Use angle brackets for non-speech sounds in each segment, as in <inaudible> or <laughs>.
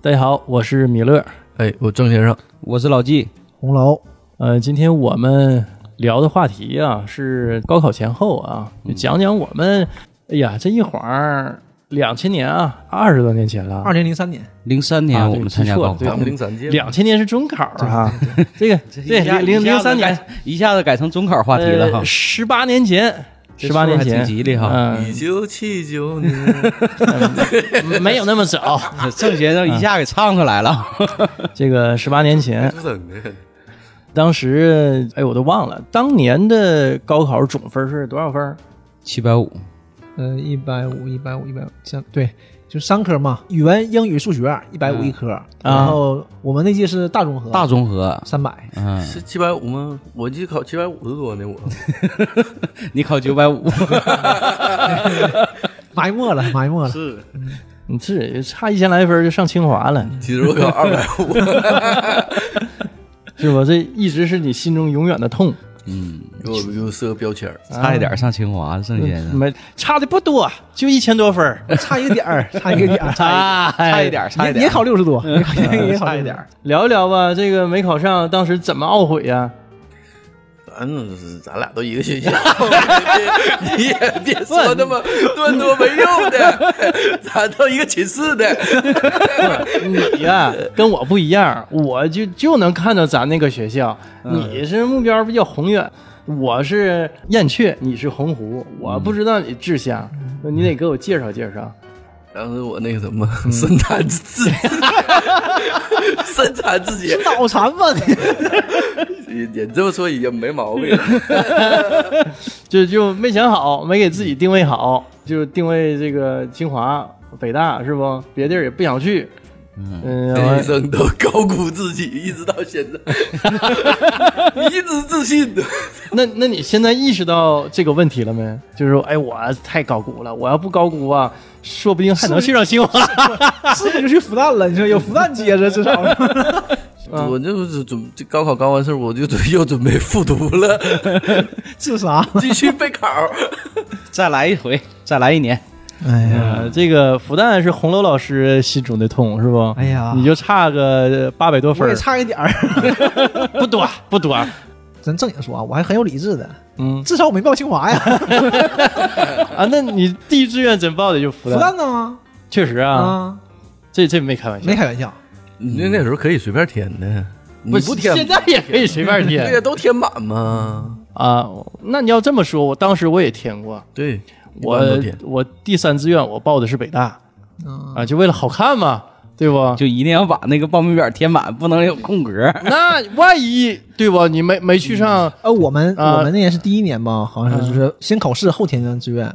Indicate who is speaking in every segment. Speaker 1: 大家好，我是米勒。
Speaker 2: 哎，我郑先生，
Speaker 3: 我是老纪，
Speaker 4: 红楼
Speaker 1: 呃，今天我们聊的话题啊是高考前后啊，
Speaker 3: 嗯
Speaker 1: 就讲讲我们。哎呀，这一晃儿两千年啊，二十多年前了
Speaker 4: 二。零零三年，
Speaker 3: 零三
Speaker 1: 啊
Speaker 3: 年
Speaker 1: 对
Speaker 3: 我们参加高
Speaker 1: 记错了
Speaker 3: 考
Speaker 1: 对，
Speaker 2: 三届
Speaker 1: 两千年是中考啊， <laughs> 这个对
Speaker 3: 一下
Speaker 1: 零零
Speaker 3: 一下
Speaker 1: 零
Speaker 3: 子
Speaker 1: 三年呃
Speaker 3: 改一下子改成中考话题了哈，
Speaker 1: 十八年前，
Speaker 3: 这
Speaker 1: 十八年
Speaker 3: 数还
Speaker 1: 前
Speaker 3: 挺吉利哈。
Speaker 2: 一
Speaker 1: 嗯，
Speaker 2: 九七九年，
Speaker 1: 没有那么早。 <laughs>
Speaker 3: <laughs> 郑先
Speaker 1: 啊
Speaker 3: 生一下给唱出来了，
Speaker 1: 这个十八年前，
Speaker 2: 整的
Speaker 1: 当时哎，我都忘了当年的高考总分是多少分儿？
Speaker 3: 七百五，
Speaker 4: 呃，一百五、一百五、一百五，像对，就三科嘛，语文、英语、数学，啊一百五
Speaker 3: 嗯
Speaker 4: 一科。然后我们那届是大综合，
Speaker 3: 大综合，
Speaker 4: 三百，
Speaker 1: 啊
Speaker 2: <laughs>
Speaker 3: 嗯，
Speaker 2: 是七百五吗？我记得考七百五十多呢，我
Speaker 3: 你考九百五，
Speaker 1: 啊
Speaker 4: 埋没了，埋没了。
Speaker 2: 是，
Speaker 1: 你这差一千来分儿就上清华了，
Speaker 2: 其实我考二百 <laughs> 五，
Speaker 1: 是吧？这一直是你心中永远的痛。
Speaker 3: 嗯，
Speaker 2: 我就设个标签儿
Speaker 3: <laughs> 差一点上清华，郑先生，
Speaker 1: 没差的不多，就一千多分儿
Speaker 4: 差一个点儿，差一个点儿，
Speaker 1: 啊，
Speaker 3: 差
Speaker 1: 哎
Speaker 3: 一点， <laughs> 差一
Speaker 4: 也也
Speaker 3: 点，
Speaker 4: 考六十多，也考也考
Speaker 3: 差一
Speaker 4: 60
Speaker 3: 点
Speaker 4: 多。
Speaker 1: 聊一聊吧，这个没考上，当时怎么懊悔呀、
Speaker 2: 咱咱俩都一个学校， <laughs> 你也别说那么那么多没用的， <laughs> 咱都一个寝室的，
Speaker 1: 你呀、跟我不一样，我就就能看到咱那个学校。你是目标比较宏远，我是燕雀，你是鸿鹄，我不知道你志向，那你得给我介绍介绍。
Speaker 2: 当时我那个什么深谈自 <laughs> 己，深谈自己，
Speaker 4: 脑残吧你！
Speaker 2: 也也这么说也没毛病。
Speaker 1: 就就没想好，没给自己定位好，就定位这个清华、北大是不？别地儿也不想去。嗯，
Speaker 2: 这一
Speaker 1: 完
Speaker 2: 生都高估自己，一直到现在，一直自信的。
Speaker 1: 那那你现在意识到这个问题了没？就是说，哎，我太高估了，我要不高估啊，说不定还能去上清华。
Speaker 4: 是不是就去复旦了？你说有复旦接着，至少是
Speaker 1: 嗯
Speaker 2: 我就是准这高考刚完事儿，我就准 <laughs> 又准备复读了，
Speaker 4: 自杀。
Speaker 2: 继续备考。
Speaker 3: 再来一回，再来一年，
Speaker 4: 哎呀，
Speaker 1: 呃，这个复旦是红楼老师心中的痛，是不？
Speaker 4: 哎呀
Speaker 1: 你就差个八百多分
Speaker 4: 我也
Speaker 1: 儿，
Speaker 4: 差一点儿。
Speaker 1: 不多不多。啊
Speaker 4: 咱正经说啊，我还很有理智的，
Speaker 1: 嗯
Speaker 4: 至少我没报清华呀，
Speaker 1: 啊，那你第一志愿真报的就复
Speaker 4: 复
Speaker 1: 旦，
Speaker 4: 旦呢？
Speaker 1: 确实啊，
Speaker 4: 啊，
Speaker 1: 这这没开玩笑
Speaker 4: 没，开玩笑。
Speaker 2: 你那那时候可以随便填的，你不填
Speaker 1: 现在也可以随便
Speaker 2: 对
Speaker 1: 填
Speaker 2: 呀，都填满嘛。
Speaker 1: 啊。那你要这么说，我当时我也填过，
Speaker 2: 对，
Speaker 1: 我
Speaker 2: 一般都填
Speaker 1: 我第三志愿我报的是北大
Speaker 4: 嗯，
Speaker 1: 啊，就为了好看嘛，对不？
Speaker 3: 就一定要把那个报名表填满，不能有空格。
Speaker 1: 那万一对不？你没没去上
Speaker 4: 呃，我们
Speaker 1: 啊
Speaker 4: 我们那年是第一年吧，好像是就是先考试后填志愿，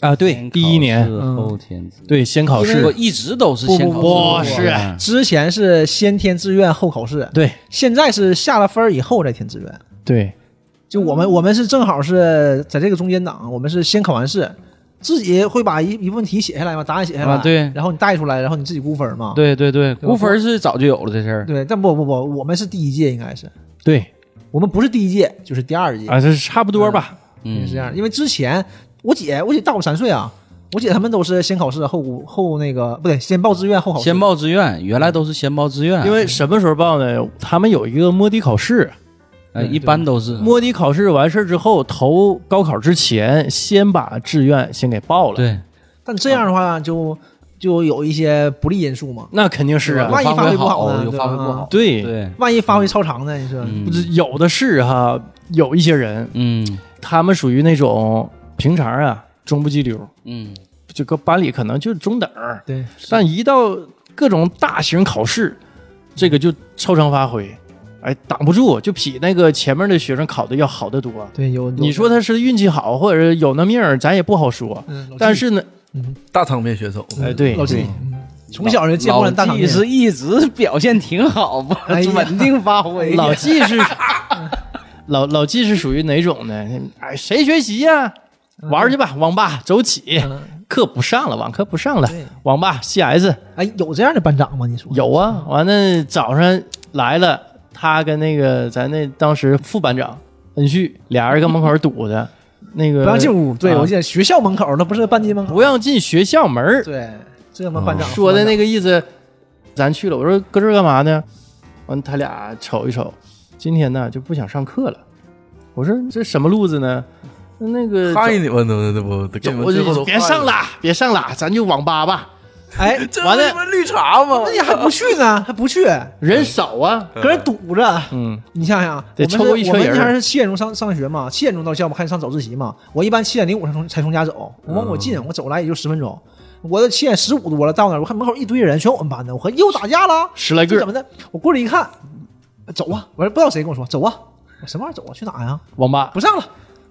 Speaker 1: 啊？对 <laughs> 第一年
Speaker 3: 后天自
Speaker 1: 对先考
Speaker 3: 我
Speaker 1: 试，
Speaker 3: 一直都是
Speaker 4: 不
Speaker 3: 先
Speaker 4: 不
Speaker 3: 考
Speaker 4: 不
Speaker 3: 试
Speaker 1: 不是啊
Speaker 3: 嗯
Speaker 4: 之前是先填志愿后考试，
Speaker 1: 对
Speaker 4: 现在是下了分儿以后再填志愿。
Speaker 1: 对
Speaker 4: 就我们我们是正好是在这个中间档，我们是先考完试，自己会把一一部分题写下来嘛，答案写下来，
Speaker 3: 啊对
Speaker 4: 然后你带出来，然后你自己估分儿嘛。
Speaker 3: 对对对，
Speaker 4: 吧
Speaker 3: 估分是早就有了这事儿。
Speaker 4: 对，但不不不，我们是第一届，应该是
Speaker 1: 对
Speaker 4: 我们不是第一届就是第二届，
Speaker 1: 啊，这是差不多吧？
Speaker 3: 嗯
Speaker 1: 啊
Speaker 4: 是这样。因为之前我姐我姐大我三岁啊，我姐他们都是先考试后估后那个不对，先报志愿后考试，
Speaker 3: 先报志愿，原来都是先报志愿，
Speaker 1: 因为什么时候报呢？他们有一个摸底考试，
Speaker 3: 呃一般都是
Speaker 1: 摸底考试完事儿之后，投高考之前，先把志愿先给报了。，
Speaker 3: 对，
Speaker 4: 但这样的话就就有一些不利因素嘛。
Speaker 1: 那肯定是
Speaker 4: 对吧
Speaker 1: 啊
Speaker 4: 万。一发挥不好呢
Speaker 3: 有
Speaker 4: 对
Speaker 3: 发挥不
Speaker 4: 吧啊
Speaker 3: 好，
Speaker 1: 对，
Speaker 3: 对，
Speaker 4: 万一发挥超常呢？你说，
Speaker 3: 嗯
Speaker 1: 不是有的是哈，有一些人
Speaker 3: 嗯
Speaker 1: 他们属于那种平常啊中不及溜，
Speaker 3: 嗯，
Speaker 1: 这个班里可能就是中等儿，
Speaker 4: 对，
Speaker 1: 但一到各种大型考试，这个就超常发挥，哎，挡不住，就比那个前面的学生考的要好得多。
Speaker 4: 对有
Speaker 1: 你说，他是运气好，或者是有那命儿，咱也不好说。
Speaker 4: 有嗯，老纪
Speaker 1: 但是呢，
Speaker 2: 大场面选手，
Speaker 1: 哎，对，
Speaker 4: 老纪
Speaker 1: 对，
Speaker 4: 嗯从小就见惯了大
Speaker 3: 老
Speaker 4: 场
Speaker 3: 纪
Speaker 4: 面，
Speaker 3: 是一直表现挺好吧，
Speaker 4: 哎呀
Speaker 3: 稳定发
Speaker 1: <laughs>
Speaker 3: 挥。
Speaker 1: 老纪
Speaker 4: <laughs>
Speaker 1: 是老老纪是属于哪种呢？哎，谁学习呀、玩儿去吧，网吧走起，
Speaker 4: 嗯
Speaker 1: 课不上了，网课不上了
Speaker 4: 对，
Speaker 1: 网吧 CS
Speaker 4: 哎，有这样的班长吗？你说
Speaker 1: 有啊。
Speaker 4: 嗯
Speaker 1: 完了早上来了，他跟那个咱那当时副班长恩旭俩人搁门口堵着，那个
Speaker 4: 不让进屋？对，
Speaker 1: 啊
Speaker 4: 我记得学校门口，那不是班级门口。
Speaker 1: 不让进学校门儿嗯
Speaker 4: 对，这么班长
Speaker 1: 说的那个意思，咱去了。我说搁这儿干嘛呢？完，他俩瞅一瞅，今天呢就不想上课了。我说这什么路子呢？那个
Speaker 2: 害你们呢，这不给你们
Speaker 1: 我
Speaker 2: 最后
Speaker 1: 就
Speaker 2: 都
Speaker 1: 别上了，别上了，咱就网吧吧，
Speaker 4: 哎，
Speaker 2: 这
Speaker 1: 完
Speaker 2: 不
Speaker 1: 了
Speaker 2: 是绿茶吗
Speaker 4: 那？你还不去呢？还不去，
Speaker 1: 人少啊。
Speaker 4: 搁这堵着。
Speaker 1: 嗯，
Speaker 4: 你想想，啊
Speaker 1: 得
Speaker 4: 我们是
Speaker 1: 抽一车
Speaker 4: 我们
Speaker 1: 人
Speaker 4: 那天是七点钟上上学嘛，七点钟到校嘛，开始上早自习嘛。我一般七点零五才从才从家走，我往我
Speaker 1: 嗯
Speaker 4: 近，我走来也就十分钟。我都七点十五多了，到那儿我看门口一堆人，全我们班的，我合计又打架了，
Speaker 1: 十来
Speaker 4: 这
Speaker 1: 个
Speaker 4: 怎么的？我过来一看，走啊！我说不知道谁跟我说走啊，我什么玩意儿走啊？去哪呀？
Speaker 1: 网吧，
Speaker 4: 不上了。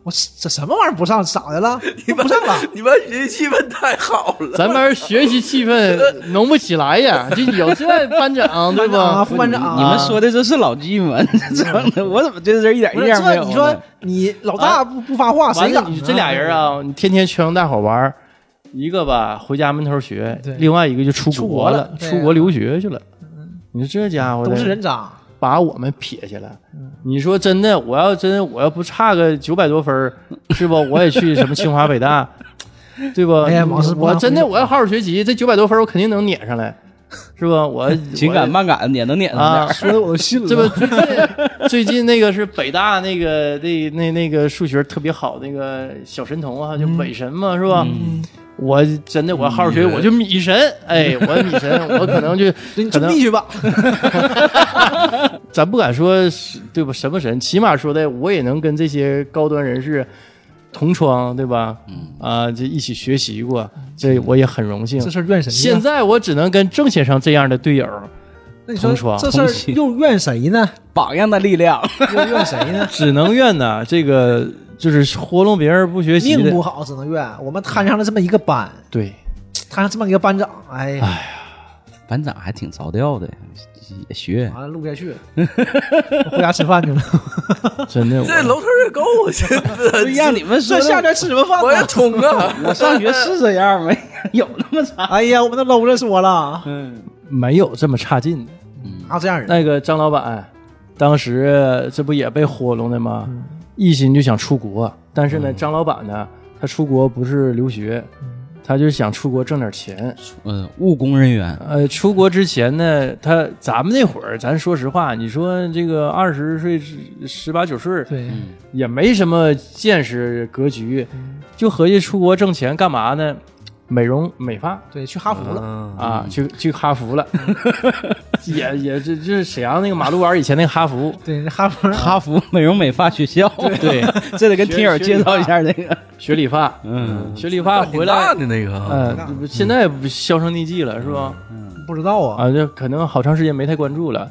Speaker 4: 我说这什么玩意儿不上？咋
Speaker 1: <laughs>
Speaker 4: 的了？
Speaker 2: 你
Speaker 4: 不
Speaker 2: 们
Speaker 4: 上了。
Speaker 2: <laughs> 你们学习气氛太好了。
Speaker 1: 咱班学习气氛浓不起来呀，就有这班长对
Speaker 4: 班长啊，
Speaker 1: 吧？
Speaker 4: 副班长啊，
Speaker 3: 你们说的这是老纪吗？ <laughs> 这整的，我怎么对这人一点
Speaker 4: 不
Speaker 3: 印
Speaker 4: 是
Speaker 3: 象没有
Speaker 4: 这
Speaker 3: 呢？
Speaker 4: 你说你老大不不发话，
Speaker 1: 啊完
Speaker 4: 啊谁
Speaker 1: 了，
Speaker 4: 敢？
Speaker 1: 你这俩人，啊，你天天全大伙玩儿，一个吧回家闷头学
Speaker 4: 对，
Speaker 1: 另外一个就出
Speaker 4: 出
Speaker 1: 国
Speaker 4: 国
Speaker 1: 了
Speaker 4: 了，对啊嗯
Speaker 1: 出国留学去了。你说这家伙的
Speaker 4: 都是人
Speaker 1: <laughs>
Speaker 4: 嗯渣。
Speaker 1: 把我们撇下来。你说真的，我要真我要不差个九百多分儿，是不？我也去什么清华北大， <laughs> 对吧？
Speaker 4: 哎呀往事不
Speaker 1: 我
Speaker 4: 堪回
Speaker 1: 真的
Speaker 4: 首
Speaker 1: 我要好好学习，这九百多分儿我肯定能撵上来，是吧？我
Speaker 3: <laughs> 紧赶慢赶也能撵上点
Speaker 1: 啊
Speaker 3: 儿。，
Speaker 4: 说的我都信了。
Speaker 1: 这不最近最近那个是北大那个那那那个数学特别好那个小神童啊，
Speaker 4: 嗯
Speaker 1: 就伪神嘛，是吧？我真的我要好好学，我就米神，哎，我米神，
Speaker 4: <laughs>
Speaker 1: 我可能就
Speaker 4: 你
Speaker 1: 可
Speaker 4: 就
Speaker 1: 能
Speaker 4: 必须吧。
Speaker 1: 咱不敢说是对吧？什么神，起码说的我也能跟这些高端人士同窗，对吧？嗯啊，这一起学习过，这我也很荣幸
Speaker 4: 嗯这。事儿怨谁呢？
Speaker 1: 现在我只能跟郑先生这样的队友，
Speaker 4: 那你说
Speaker 1: 同床？
Speaker 4: 这事儿
Speaker 3: 同寝
Speaker 4: 又怨谁呢？
Speaker 3: 榜样的力量，
Speaker 4: 又怨谁呢
Speaker 1: 只能怨呐，这个就是活弄别人不学习
Speaker 4: 命
Speaker 1: 的
Speaker 4: 不，好，只能怨。我们摊上了这么一个班，
Speaker 1: 对。
Speaker 4: 摊上这么一个班长，哎呀，
Speaker 3: 班长还挺着调的，也学。
Speaker 4: 完了录不下去了，我回家吃饭去了。
Speaker 1: 真的，
Speaker 2: 这
Speaker 1: 我
Speaker 2: 楼头也够啊，真的。
Speaker 3: 让你们说
Speaker 4: 这
Speaker 3: 的
Speaker 4: 下边吃什么饭
Speaker 2: 我要
Speaker 4: 呢？
Speaker 2: 冲啊！
Speaker 3: <laughs> 我上学是这样没？有那么差？
Speaker 4: 哎呀，我们都搂着说了，
Speaker 1: 没有这么差劲的。
Speaker 4: 哪有这样人？
Speaker 1: 那个张老板，当时这不也被豁弄的吗？一心就想出国，但是呢，张老板呢，他出国不是留学，他就想出国挣点钱。
Speaker 3: <laughs> 嗯，务工人员，
Speaker 1: 呃，出国之前呢，他咱们那会儿，咱说实话，你说这个二十岁、十八九岁
Speaker 4: 对，
Speaker 1: 也没什么见识格局，就合计出国挣钱干嘛呢？美容美发，
Speaker 4: 对，去哈佛了，
Speaker 3: 嗯
Speaker 1: 啊，去去哈佛
Speaker 3: <laughs>
Speaker 1: 了，也也这就是沈阳那个马路弯儿以前那个哈佛，
Speaker 4: 对，那哈佛
Speaker 3: 哈佛美容美发学校。对， <laughs> 这得跟听友介绍一下这个。
Speaker 1: 学理发，
Speaker 3: 嗯，
Speaker 1: 学理发回
Speaker 2: 挺
Speaker 1: 来，
Speaker 2: 大的那个啊，
Speaker 1: 嗯、不现在不销声匿迹了是吧？
Speaker 3: 嗯
Speaker 4: 不知道啊，
Speaker 1: 啊，这可能好长时间没太关注了。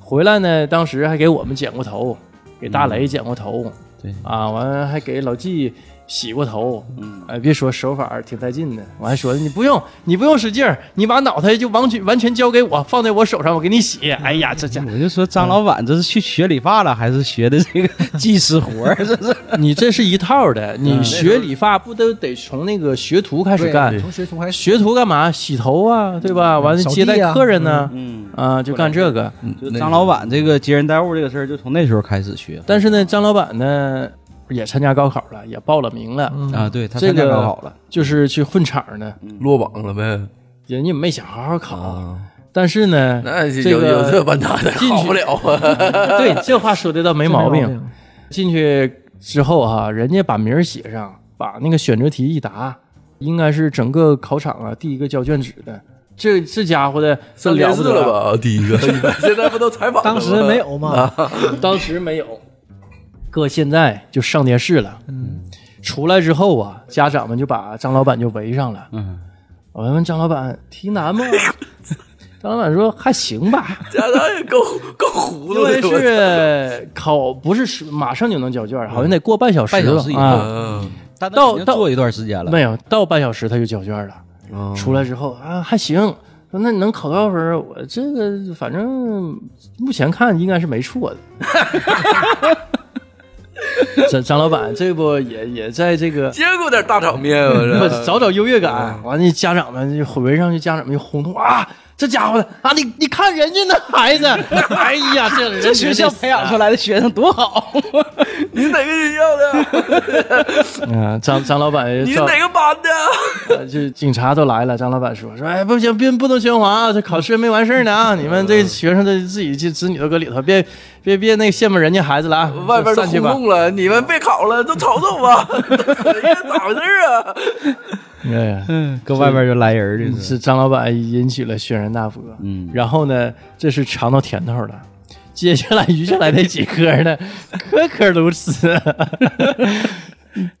Speaker 1: 回来呢，当时还给我们剪过头，给大雷剪过头，
Speaker 3: 嗯对
Speaker 1: 啊，完了还给老纪洗过头，嗯，哎，别说手法儿挺带劲的，我还说你不用，你不用使劲儿，你把脑袋就完全完全交给我，放在我手上，我给你洗。哎呀，这家伙。
Speaker 3: 我就说张老板这是去学理发了，还是学的这个技师活儿？这是
Speaker 1: 你这是一套的，你学理发不都得从那个学徒开始干？
Speaker 4: 从学从开始
Speaker 1: 学徒干嘛？洗头啊，对吧？完了
Speaker 4: 扫地
Speaker 1: 接
Speaker 4: 啊
Speaker 1: 待客人呢，
Speaker 3: 嗯，
Speaker 1: 啊，就干这个。
Speaker 3: 就张老板这个接人待物这个事儿，就从那时候开始学。
Speaker 1: 但是呢，张老板呢也参加高考了，也报了名了，
Speaker 3: 啊，对他
Speaker 1: 这
Speaker 3: 参加
Speaker 1: 个
Speaker 3: 高考了，
Speaker 1: 就是去混场呢。
Speaker 2: 落榜了呗。
Speaker 1: 人家没想好好考，但是呢，
Speaker 2: 那有
Speaker 1: 这个
Speaker 2: 有这完蛋的，
Speaker 1: 进去
Speaker 2: 好不了啊！
Speaker 1: 对这话说的倒没毛
Speaker 4: 病
Speaker 1: 病。，进去之后哈、人家把名儿写上，把那个选择题一答，应该是整个考场啊第一个交卷纸的。这这家伙的 <laughs> 这
Speaker 2: 上
Speaker 1: 了
Speaker 2: 电
Speaker 1: 不
Speaker 2: 视
Speaker 1: 得
Speaker 2: 了吧？第一个，
Speaker 1: <laughs>
Speaker 2: 现在不都采访了吗
Speaker 4: 当时没有嘛，
Speaker 1: 当时没有，搁现在就上电视了。
Speaker 4: 嗯，
Speaker 1: 出来之后啊，家长们就把张老板就围上了。
Speaker 3: 嗯，
Speaker 1: 我问问张老板题难吗？ <laughs> 张老板说还行
Speaker 3: <laughs>
Speaker 1: 吧，
Speaker 2: 家长也够够糊
Speaker 1: 因
Speaker 2: 涂
Speaker 1: 为
Speaker 2: 的。我
Speaker 1: 是考不是十马上就能交卷，好像得过半小时吧，
Speaker 3: 嗯半小时以后
Speaker 1: 啊，
Speaker 2: 嗯，
Speaker 3: 他
Speaker 1: 到
Speaker 3: 已经做一段时间了。
Speaker 1: 没有到半小时他就交卷了。出来之后啊还行，说那你能考多少分儿？我这个反正目前看应该是没错的。 <laughs> 张张老板这不也也在这个
Speaker 2: 接过点大场面，我
Speaker 1: 不 <laughs>
Speaker 2: 这
Speaker 1: 找找优越感，完了家长们就围上去，家长们就轰动啊，这家伙的啊，你你看人家那孩 <laughs> 子，哎呀，这人
Speaker 3: 这学校培养出来的学生多好，
Speaker 2: 你哪个学校的？
Speaker 1: 嗯，张张老板，
Speaker 2: 你是
Speaker 1: 赵
Speaker 2: 哪个班的？
Speaker 1: 呃就警察都来了，张老板说说，哎，不行，别不能喧哗啊，这考试没完事儿呢啊，你们
Speaker 2: 嗯
Speaker 1: 这学生的自己这子女都搁里头，别别别那个羡慕人家孩子了啊，
Speaker 2: 外边都
Speaker 1: 散去
Speaker 2: 轰
Speaker 1: 吧。
Speaker 2: 动了，你们别考了，都瞅瞅吧。 <laughs> 哎呀，咋回事啊？
Speaker 1: 哎呀，
Speaker 2: 嗯
Speaker 3: 嗯搁外边就来人儿，这是
Speaker 1: 是张老板引起了轩然大波。嗯，然后呢，这是尝到甜头了。接下来余下来那几科呢，颗颗如此。 <laughs>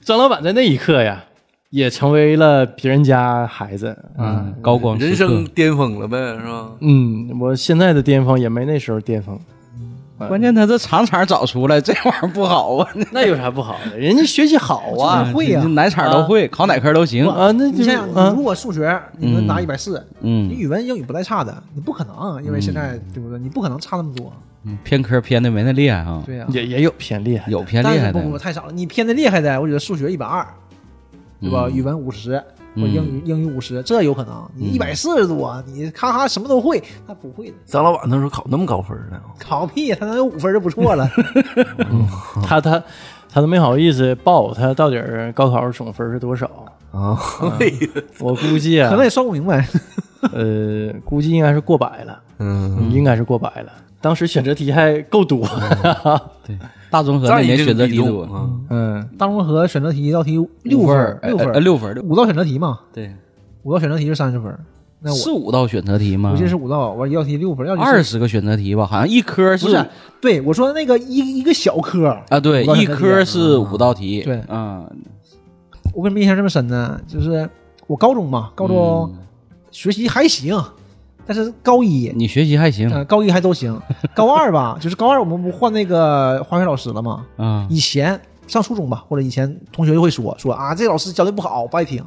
Speaker 1: 张老板在那一刻呀，也成为了别人家孩子啊。
Speaker 3: 嗯高光时刻
Speaker 2: 人生巅峰了呗，是吧？
Speaker 1: 嗯，我现在的巅峰也没那时候巅峰，
Speaker 3: 关键他这厂厂找出来，这玩意儿不好啊！
Speaker 1: <laughs> 那有啥不好的？人家学习好啊
Speaker 3: <laughs>
Speaker 4: 会呀
Speaker 3: 你哪场都会，考哪科都行。
Speaker 1: <laughs> 啊，那
Speaker 4: 你
Speaker 1: 就
Speaker 4: 想
Speaker 1: 是
Speaker 4: 想，你
Speaker 1: 啊
Speaker 4: 如果数学你能拿一百四，你
Speaker 3: 嗯，
Speaker 4: 语文、英语不带差的，你不可能，因为现在对不对？你不可能差那么多。
Speaker 3: 偏科偏的没那厉害啊，
Speaker 4: 对呀，
Speaker 1: 也也有偏厉害，
Speaker 3: 有偏
Speaker 4: 但
Speaker 3: 厉
Speaker 4: 是
Speaker 3: 害的
Speaker 4: 不，不不太少了。你偏的厉害的，我觉得数学一百二，对
Speaker 3: 嗯
Speaker 4: 吧？语文五十，或英语英语五十，这有可能。你
Speaker 3: 嗯
Speaker 4: 一百四十多，你咔咔什么都会，那不会的，
Speaker 2: 张老板那时候考那么高分呢？
Speaker 4: 考屁，他能有五分就不
Speaker 3: <laughs>
Speaker 4: 错了。
Speaker 3: 嗯
Speaker 1: 他他他都没好意思报他到底儿高考总分是多少。
Speaker 2: 啊，哎呀，
Speaker 1: 我估计啊，
Speaker 4: 可能也算不明白。 <laughs>
Speaker 1: 呃，估计应该是过百了，
Speaker 2: <laughs> 嗯，
Speaker 1: 应该是过百了。当时选择题还够多，
Speaker 3: 大
Speaker 2: 哎
Speaker 3: 综合那年选择题多，
Speaker 2: 啊，
Speaker 1: 嗯，
Speaker 4: 大综合选择题一道题
Speaker 3: 分
Speaker 4: 六分
Speaker 3: 儿，，
Speaker 4: 六
Speaker 3: 呃
Speaker 4: 分，
Speaker 3: 六分儿，
Speaker 4: 五道选择题嘛，
Speaker 3: 对，
Speaker 4: 五道选择题是三十分。那
Speaker 3: 是
Speaker 4: 我
Speaker 3: 五道选择题吗
Speaker 4: 我？记得是五道，完一道题六分，要题
Speaker 3: 二十个选择题吧，好像一科
Speaker 4: 不
Speaker 3: 是
Speaker 4: 是，对我说那个一一个小科，
Speaker 3: 啊，对，
Speaker 4: 五道选
Speaker 3: 一
Speaker 4: 择题
Speaker 3: 科是五道题，
Speaker 4: 对
Speaker 3: 啊，
Speaker 4: 我为什么印象这么深呢？就是我高中嘛，高中
Speaker 3: 嗯
Speaker 4: 学习还行，但是高一，
Speaker 3: 你学习还行
Speaker 4: 呃，高一还都行，高二吧，就是高二我们不换那个化学老师了吗？
Speaker 3: 啊，
Speaker 4: 以前上初中吧，或者以前同学就会说说啊，这老师教的不好，不爱听。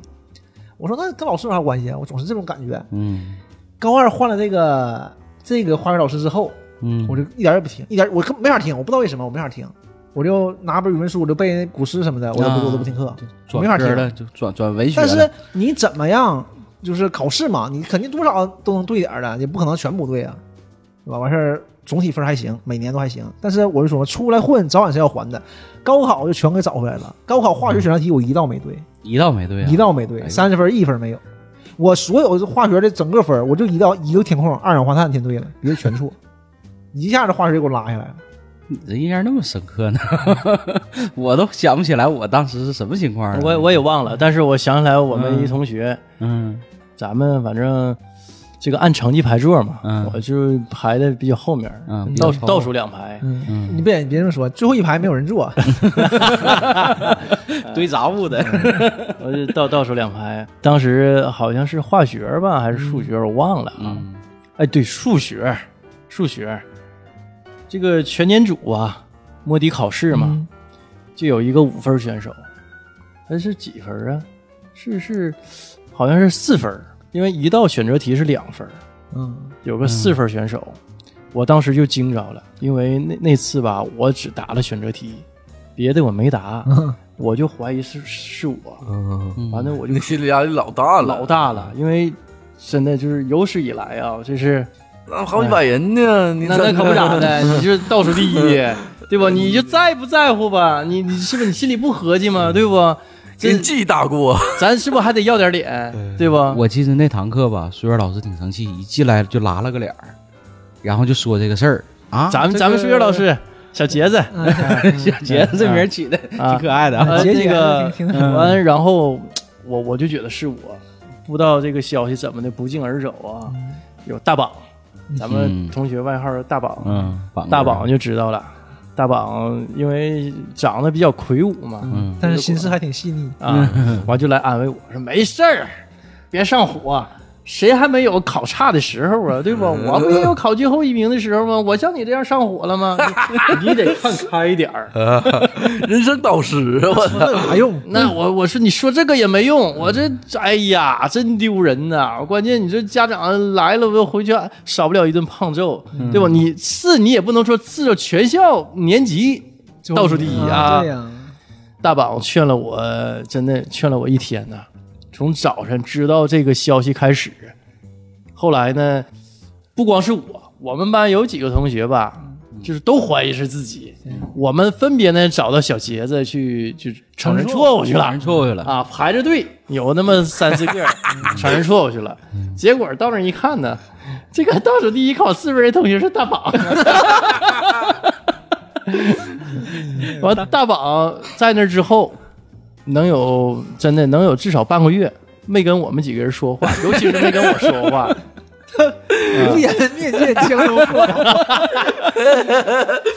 Speaker 4: 我说那跟老师有啥关系啊？我总是这种感觉。
Speaker 3: 嗯
Speaker 4: 高二换了这个这个化学老师之后，
Speaker 3: 嗯，
Speaker 4: 我就一点儿也不听，一点儿我根本没法听，我不知道为什么我没法听，我就拿本语文书，我就背古诗什么的，我都不、
Speaker 3: 啊
Speaker 4: 我都不听课，我
Speaker 3: 转
Speaker 4: 没法听
Speaker 3: 科。了，就转转文学
Speaker 4: 但
Speaker 3: 了，
Speaker 4: 是你怎么样，就是考试嘛，你肯定多少都能对点儿的，也不可能全不对啊，对吧？完事儿总体分儿还行，每年都还行。但是我就说，出来混早晚是要还的。高考就全给找回来了，高考化学选择题我一道没对，
Speaker 3: 一道没对啊，
Speaker 4: 一道没对，
Speaker 3: 哎呦
Speaker 4: 三十分一分没有。我所有化学的整个分儿，我就一道一个填空，二氧化碳填对了，别的全错，一下子化学就给我拉下来了。
Speaker 3: 你这印象那么深刻呢， <laughs> 我都想不起来我当时是什么情况了。
Speaker 1: 我我也忘了，但是我想起来我们一同学，
Speaker 3: 嗯
Speaker 1: 咱们反正这个按成绩排座嘛，
Speaker 3: 嗯
Speaker 1: 我就排的比较后面儿，
Speaker 3: 嗯，
Speaker 1: 倒
Speaker 3: 比较
Speaker 1: 倒数两排，
Speaker 4: 嗯，你别你别这么说，最后一排没有人啊坐，
Speaker 3: 堆杂物的，
Speaker 1: 我就呃倒倒数两排。当时好像是化学吧，还是数学，我忘了啊。
Speaker 3: 嗯
Speaker 1: 哎，对，数学，数学，这个全年组啊，摸底考试嘛，就有一个五分选手，他是几分啊？是是，好像是四分儿，因为一道选择题是两分儿，
Speaker 4: 嗯，
Speaker 1: 有个四分选手，我当时就惊着了，因为那那次吧，我只答了选择题，别的我没答，我就怀疑是是我，
Speaker 2: 嗯，
Speaker 1: 完了我就
Speaker 2: 你心理压力老大了，
Speaker 1: 老大了，因为真的就是有史以来啊，这是。
Speaker 2: 那好几百人呢，你
Speaker 1: 那那
Speaker 2: 真
Speaker 1: 可不咋
Speaker 2: <laughs>
Speaker 1: 的，你就是倒数第一，对吧？你就在不在乎吧？你你是不是你心里不合计嘛？对不？这
Speaker 2: 给你记一大锅，
Speaker 1: 咱是不是还得要点脸？对吧？
Speaker 3: 我记得那堂课吧，数学老师挺生气，一进来就拉了个脸儿，然后就说这个事儿啊。
Speaker 1: 咱们咱们数学老师小杰子，
Speaker 4: 嗯哎
Speaker 3: 小杰子这名儿起的挺可爱的啊，
Speaker 1: 呃，
Speaker 4: 杰
Speaker 1: 那
Speaker 4: 姐
Speaker 1: 个
Speaker 4: 挺挺
Speaker 1: 嗯完，然后我我就觉得是我，不知道这个消息怎么的不胫而走啊，有大榜，咱们
Speaker 3: 嗯
Speaker 1: 同学外号是大榜，
Speaker 3: 嗯，膀
Speaker 1: 大
Speaker 3: 膀
Speaker 1: 榜就知道了。大榜因为长得比较魁梧嘛，
Speaker 3: 嗯
Speaker 4: 但是心思还挺细腻。
Speaker 1: 啊，完就来安慰我说没事儿，别上火，谁还没有考差的时候啊，对吧？我不也有考最后一名的时候吗？我像你这样上火了吗？你你得看开一点儿。
Speaker 2: 人生导师，我操！
Speaker 4: 那有啥用？
Speaker 1: 那我我说你说这个也没用，我这哎呀真丢人呐、关键你这家长来了，我回去少不了一顿胖揍，对吧？你次你也不能说次着全校年级倒数第一
Speaker 4: 啊，
Speaker 1: 啊
Speaker 4: 对，呀，
Speaker 1: 大榜劝了我，真的劝了我一天呐。从早上知道这个消息开始，后来呢，不光是我，我们班有几个同学吧，就是都怀疑是自己。我们分别呢找到小杰子去去承认错误去了
Speaker 3: 承认错误去了
Speaker 1: 啊，排着队有那么三四个承认错误去了。结果到那儿一看呢，这个倒数第一考四分的同学是大宝。 <laughs> 完，大宝在那之后，能有真的能有至少半个月没跟我们几个人说话，尤其是没跟我说话。
Speaker 3: 嗯
Speaker 4: 无颜面见江东父老。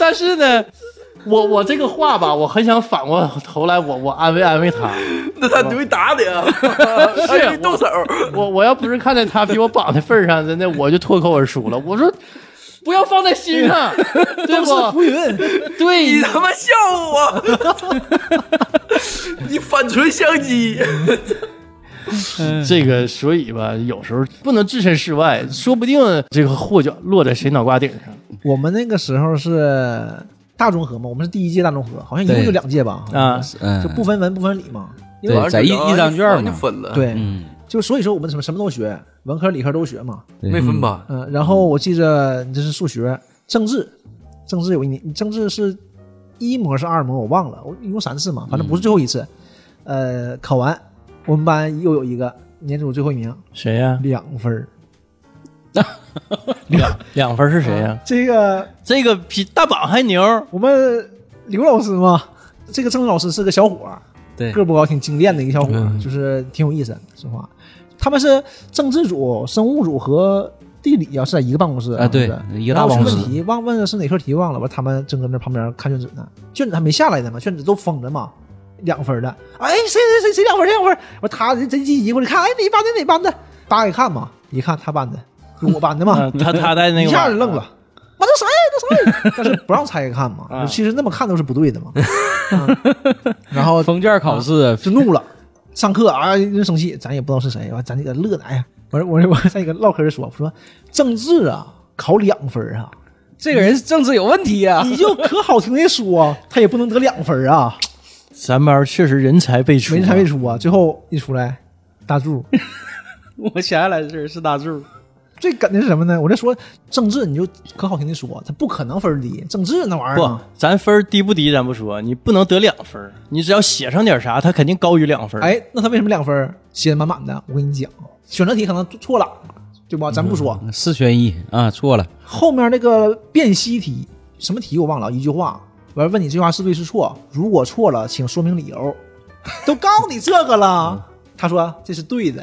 Speaker 1: 但是呢，我我这个话吧，我很想反过头来，我我安慰安慰他。
Speaker 2: <laughs> 那他就会打你啊，还没动手。
Speaker 1: <laughs> 我我要不是看在他比我绑的份儿上，真的我就脱口而出了。我说不要放在心上，
Speaker 3: <laughs>
Speaker 1: 对不？
Speaker 4: 云，
Speaker 1: 对
Speaker 2: 你，他妈笑我！你反唇相讥，
Speaker 3: 嗯
Speaker 1: 这个所以吧，有时候不能置身事外，说不定这个祸就落在谁脑瓜顶上
Speaker 4: <laughs> 我们那个时候是大中和嘛，我们是第一届大中和，好像一共
Speaker 3: 对
Speaker 4: 就两届吧，
Speaker 1: 啊！
Speaker 3: 嗯
Speaker 4: 就，不分文不分理嘛。因为
Speaker 3: 对在一一张卷嘛
Speaker 2: 就分啊了，，
Speaker 4: 对，
Speaker 3: 嗯，
Speaker 4: 就所以说我们什么什么都学，文科理科都学嘛。
Speaker 3: 对
Speaker 2: 没分吧？
Speaker 4: 嗯、然后我记着你这是数学、政治，政治有一年，政治是一模是二模我忘了，我一共三次嘛，反
Speaker 3: 嗯
Speaker 4: 正不是最后一次。呃，考完我们班又有一个年组最后一名，
Speaker 1: 谁呀、
Speaker 4: 两分儿。
Speaker 1: 两两分是谁呀、
Speaker 4: 这个
Speaker 1: 啊这个比大宝还牛，
Speaker 4: 我们刘老师嘛，这个政治老师是个小伙儿，
Speaker 3: 对嗯
Speaker 4: 个儿不高，挺精炼的一个小伙儿，就是挺有意思。说实话，他们是政治组、生物组和地理啊是在一个办公室
Speaker 3: 啊，对
Speaker 4: 是不是，
Speaker 3: 一个
Speaker 4: 然
Speaker 3: 大
Speaker 4: 后出
Speaker 3: 公
Speaker 4: 问
Speaker 3: 司，
Speaker 4: 题，忘问了是哪课题忘了，完他们正搁那旁边看卷子呢，卷子还没下来呢嘛，卷子都封着嘛，两分的，哎，谁谁谁谁两分谁两分，我他人贼积极，我得看，哎，哪班的哪班的，扒开看嘛，一看他班的，就我班的
Speaker 3: <laughs>
Speaker 4: 嘛，
Speaker 1: <laughs> 啊他他在 <laughs> 那
Speaker 4: 一
Speaker 1: 个
Speaker 4: 下就愣
Speaker 3: 啊
Speaker 4: 了。我这谁？
Speaker 3: <laughs>
Speaker 4: 这谁？但是不让拆开看嘛，
Speaker 1: 啊
Speaker 4: 其实那么看都是不对的嘛。嗯然后
Speaker 3: 封卷考试，
Speaker 4: 就怒了，上课啊就生气，咱也不知道是谁，完咱这个乐的，哎呀，我说我说我在一个唠嗑的说，我说政治啊考两分儿啊，
Speaker 3: 这个人政治有问题啊呀
Speaker 4: 你就可好听的说，他也不能得两分
Speaker 3: <laughs>
Speaker 4: 儿啊，
Speaker 1: 咱班确实人才辈出、
Speaker 4: 没才没出啊。最后一出来，大柱
Speaker 3: 我想起来的事是大柱，
Speaker 4: 最梗的是什么呢？我这说政治，你就可好听的说，他不可能分儿低，政治那玩意儿
Speaker 1: 不
Speaker 4: 嘛，
Speaker 1: 咱分儿低不低咱不说，你不能得两分儿，你只要写上点啥，他肯定高于两分。，
Speaker 4: 哎，那他为什么两分儿写的满满的？我跟你讲，选择题可能错了，对吧？咱不说，
Speaker 1: 嗯
Speaker 3: 四选一啊，错了，
Speaker 4: 后面那个辨析题，什么题我忘了，一句话，完问你这句话是对是错，如果错了，请说明理
Speaker 1: <laughs>
Speaker 4: 由。都告诉你这个
Speaker 1: 嗯
Speaker 4: 了，他说这是
Speaker 1: <laughs>
Speaker 4: 对的，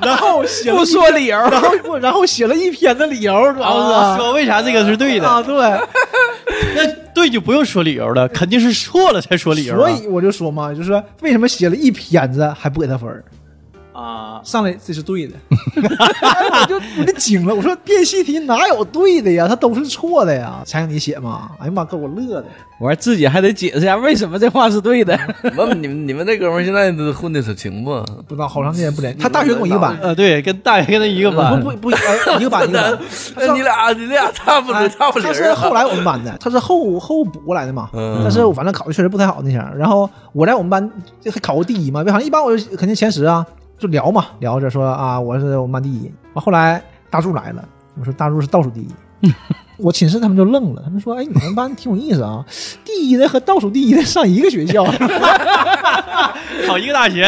Speaker 4: 然后写了一
Speaker 3: 说理由，
Speaker 4: 然后我然后写了一篇的理由，主
Speaker 1: 然
Speaker 4: 要
Speaker 1: 后
Speaker 4: 是
Speaker 1: 哦啊说为啥这个是对
Speaker 4: 啊，
Speaker 1: 的，
Speaker 4: 对，
Speaker 1: 那对就不用说理由了，肯定是错了才说理由啊。
Speaker 4: 所以我就说嘛，就是说为什么写了一篇子还不给他分儿
Speaker 1: 啊，
Speaker 4: 上来这是对的，哎我就我就惊了，我说辨析题哪有对的呀，它都是错的呀，才让你写嘛，哎呀妈，给我乐的，
Speaker 3: 完自己还得解释一下为什么这话是对的，
Speaker 2: 完，你们你们那哥们儿现在混的是行不？
Speaker 4: 不知道好长时间不联系，他大学跟我一个班，
Speaker 1: 呃，对，跟大爷跟他一个班，
Speaker 4: 不不不，哎一个班一个班他
Speaker 2: 那
Speaker 4: 上
Speaker 2: 哎你俩你俩差不
Speaker 4: 哎
Speaker 2: 离差不离啊
Speaker 4: 他是后来我们班的，他是后后补过来的嘛。
Speaker 2: 嗯
Speaker 4: 但是我反正考的确实不太好那前儿，然后我在我们班就还考过第一嘛，反正一般我就肯定前十啊，就聊嘛，聊着说啊，我是我们班第一。完后来大柱来了，我说大柱是倒数第一。我寝室他们就愣了，他们说：“哎，你们班挺有意思啊，第一的和倒数第一的上一个
Speaker 3: <laughs>
Speaker 4: 学校。
Speaker 1: 考一个大学。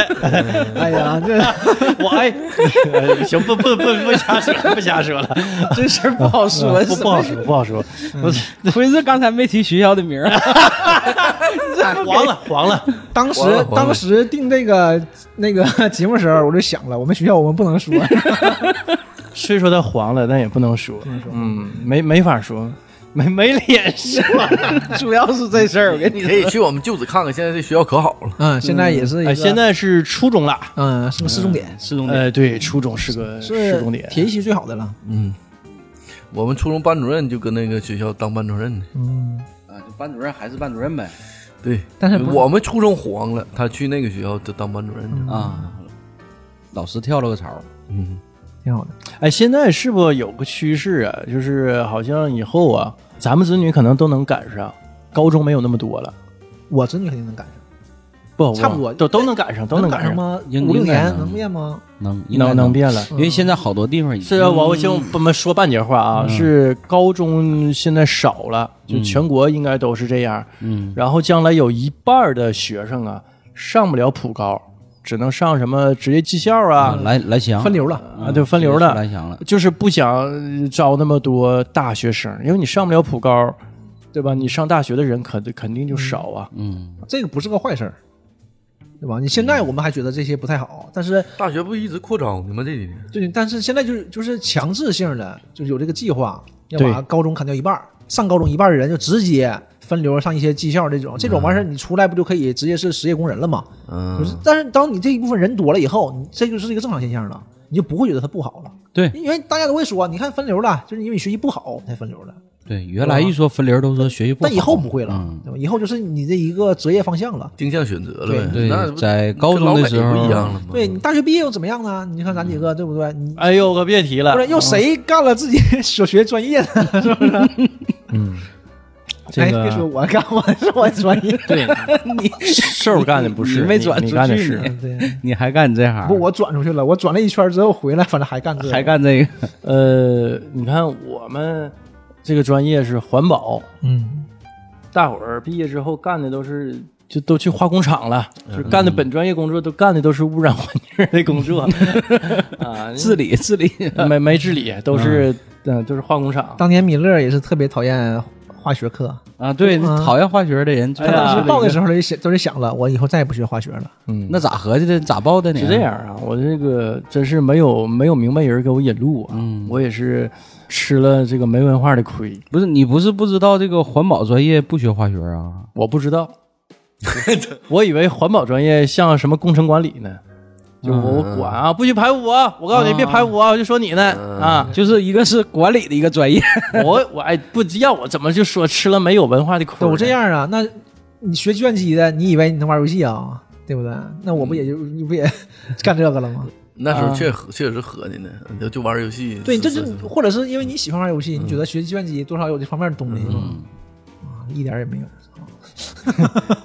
Speaker 4: 哎呀，
Speaker 3: <laughs>
Speaker 4: 这
Speaker 1: 我哎，行，不不不不瞎说，不瞎说了，嗯
Speaker 3: 这事儿不好
Speaker 4: 嗯
Speaker 3: 说，
Speaker 1: 不不好说，不好说，我
Speaker 3: 嗯不是刚才没提学校的
Speaker 1: <laughs>
Speaker 3: 名儿，啊
Speaker 1: 哎黄了黄了，
Speaker 4: 当时
Speaker 2: 完了完了
Speaker 4: 当时定这个那个 <laughs> 节目时候，我就想了，我们学校我们不能说。”
Speaker 1: 虽说他黄了，但也不能说，嗯，没没法说，没没脸
Speaker 3: <laughs>
Speaker 1: 说。
Speaker 3: <laughs> 主要是这事儿，我跟你
Speaker 2: 你可以去我们旧址看看，现在这学校可好了。
Speaker 4: 嗯，现在也是一个、
Speaker 1: 哎，现在是初中了，
Speaker 4: 嗯是个市重点，
Speaker 3: 是重点，
Speaker 1: 呃，对，初中是个
Speaker 4: 是
Speaker 1: 是重点，
Speaker 4: 铁一系最好的了。
Speaker 2: 嗯，我们初中班主任就搁那个学校当班主任呢。
Speaker 4: 嗯，
Speaker 3: 啊，就班主任还是班主任呗，
Speaker 2: 对，
Speaker 4: 但是不是
Speaker 2: 我们初中黄了，他去那个学校就当班主任去了。
Speaker 3: 啊， <laughs> 老师跳了个槽，
Speaker 2: 嗯，
Speaker 4: 挺好的。
Speaker 1: 哎，现在是不有个趋势啊？就是好像以后啊，咱们子女可能都能赶上，高中没有那么多了。
Speaker 4: 我子女肯定能赶上，
Speaker 1: 不
Speaker 4: 差不多
Speaker 1: 都都能赶上，都
Speaker 4: 能
Speaker 1: 赶
Speaker 4: 上
Speaker 1: 上？
Speaker 4: 吗？
Speaker 3: 应
Speaker 4: 五六
Speaker 3: 应该
Speaker 4: 年
Speaker 3: 能
Speaker 4: 能变吗？
Speaker 3: 能应该
Speaker 1: 能能变了。
Speaker 3: 因为现在好多地方已
Speaker 1: 是
Speaker 3: 经
Speaker 1: 啊，我我先我们说半截话啊，
Speaker 4: 嗯
Speaker 1: 是高中现在少了，就全国应该都是这样。
Speaker 3: 嗯
Speaker 1: 然后将来有一半儿的学生啊，上不了普高，只能上什么职业技校啊，
Speaker 4: 嗯
Speaker 3: 嗯来来翔
Speaker 4: 分流了，
Speaker 1: 啊，对，分流的。
Speaker 3: 了，来翔了，
Speaker 1: 就是不想呃招那么多大学生，因为你上不了普高，对吧？你上大学的人可肯定就少啊。
Speaker 3: 嗯，
Speaker 4: 这个不是个坏事儿，对吧？你现
Speaker 1: 嗯
Speaker 4: 在我们还觉得这些不太好，但是
Speaker 2: 大学不一直扩招呢吗？这几年
Speaker 4: 对，但是现在就是就是强制性的，就是有这个计划，要把
Speaker 1: 对
Speaker 4: 高中砍掉一半儿，上高中一半儿的人就直接分流上一些技校这种，这
Speaker 1: 嗯
Speaker 4: 种完事儿你出来不就可以直接是实业工人了吗？
Speaker 2: 嗯
Speaker 4: 不是，但是当你这一部分人多了以后，你这就是一个正常现象了，你就不会觉得它不好了。
Speaker 3: 对
Speaker 4: 因为大家都会说，你看分流了，就是因为你学习不好才分流的，
Speaker 3: 对，原来一说分流都说学习不好，
Speaker 4: 但以后不会了，
Speaker 3: 嗯
Speaker 4: 对吧？以后就是你这一个择业方向了。
Speaker 2: 定向选择了呗。
Speaker 3: 对
Speaker 2: 那
Speaker 3: 在高中的时
Speaker 2: 跟
Speaker 3: 候
Speaker 2: 老美不一样了吗？
Speaker 4: 对你大学毕业又怎么样呢？你看咱几
Speaker 3: 嗯
Speaker 4: 个对不对？你
Speaker 1: 哎呦，可别提了哦
Speaker 4: 不，是又谁干了自己 <laughs> 所学专业的？
Speaker 3: <laughs> 嗯
Speaker 1: 这
Speaker 4: <laughs> 哎别说
Speaker 1: 个
Speaker 4: 我干，我是我专业。 <laughs>
Speaker 1: <laughs> 对
Speaker 4: 你
Speaker 1: 瘦干的不是，
Speaker 3: 你
Speaker 1: 你
Speaker 3: 没转
Speaker 1: 你
Speaker 3: 出
Speaker 1: 干的
Speaker 3: 去
Speaker 1: 是。
Speaker 3: 呢
Speaker 4: 对，
Speaker 3: 你还干你这行，
Speaker 4: 不，我转出去了，我转了一圈之后回来，反正还干这个，
Speaker 3: 还干这个，
Speaker 1: 呃，你看我们这个专业是环保，
Speaker 4: 嗯，
Speaker 1: 大伙儿毕业之后干的都是。就都去化工厂了，就是干的本专业工作都干的都是污染环境的工 <laughs> 作啊，
Speaker 3: 治理治理，
Speaker 1: 没没治理，都是嗯都是化工厂。
Speaker 4: 当年米勒也是特别讨厌化学课，
Speaker 3: 啊，对，
Speaker 4: 啊
Speaker 3: 讨厌化学的人，
Speaker 1: 哎呀
Speaker 4: 当
Speaker 1: 是
Speaker 4: 时
Speaker 1: 的
Speaker 4: 报的时候就想，都是想了，我以后再也不学化学了。
Speaker 1: 嗯，
Speaker 3: 那咋合计的？咋报的呢？
Speaker 1: 是这，样啊，我这个真是没有没有明白人给我引路啊，
Speaker 3: 嗯
Speaker 1: 我也是吃了这个没文化的亏，
Speaker 3: 不是你不是不知道这个环保专业不学化学啊？ <laughs>
Speaker 1: 我不知
Speaker 4: <laughs>
Speaker 1: 道，我以为环保专业像什么工程管理呢，就我管
Speaker 4: 嗯
Speaker 1: 啊，不许排污啊，我告诉你别排污啊，我就说你呢啊，
Speaker 3: 就是一个是管理的一个专业， <laughs>
Speaker 1: 我我哎不要我怎么就说吃了没有文化的亏？
Speaker 4: 都这，样啊？那你学计算机的，你以为你能玩游戏啊？对不对？那我不也就你不也 <laughs> 干这个了吗？
Speaker 2: 那时候确合确实合计呢，就就玩游戏。
Speaker 4: 对，
Speaker 2: 是
Speaker 4: 这
Speaker 2: 是
Speaker 4: 就是或者是因为你喜欢玩游戏，你觉得学计算机多少有这方面的东西，啊，一点儿也没有。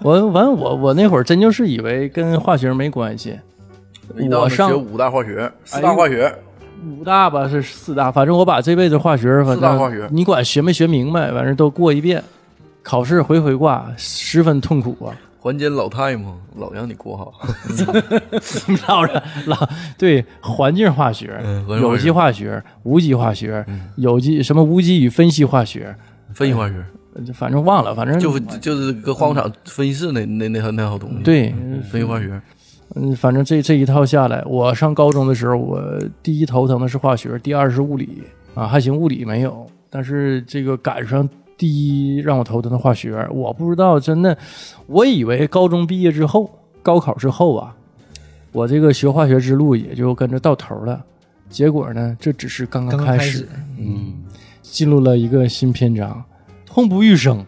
Speaker 1: 我完我我那会儿真就是以为跟化学没关系，
Speaker 2: 一到那
Speaker 1: 我上
Speaker 2: 学五大化学、四大化学，
Speaker 1: 五大吧是四大，反正我把这辈子化学，反
Speaker 2: 四大化学
Speaker 1: 正你管学没学明白，反正都过一遍。考试回回挂，十分痛苦
Speaker 2: <laughs>
Speaker 1: 啊！
Speaker 2: 还监老太嘛，老让你过好。
Speaker 1: 老人老对环境化学、
Speaker 2: 嗯环境化学嗯
Speaker 1: 有机化学、无机化学、有机什么无机与分析化学，
Speaker 2: 分析化学
Speaker 1: 反正忘了，反正
Speaker 2: 就就是搁化工厂分析室那那那那好东西。，
Speaker 1: 对，
Speaker 2: 分析化学，
Speaker 1: 嗯，反正这这一套下来，我上高中的时候，我第一头疼的是化学，第二是物理啊，还行，物理没有，但是这个赶上第一让我头疼的化学，我不知道，真的，我以为高中毕业之后，高考之后啊，我这个学化学之路也就跟着到头了，结果呢，这只是刚
Speaker 4: 刚刚
Speaker 1: 开
Speaker 4: 开
Speaker 1: 始，
Speaker 4: 始，
Speaker 3: 嗯，
Speaker 1: 进入了一个新篇章，痛不欲生，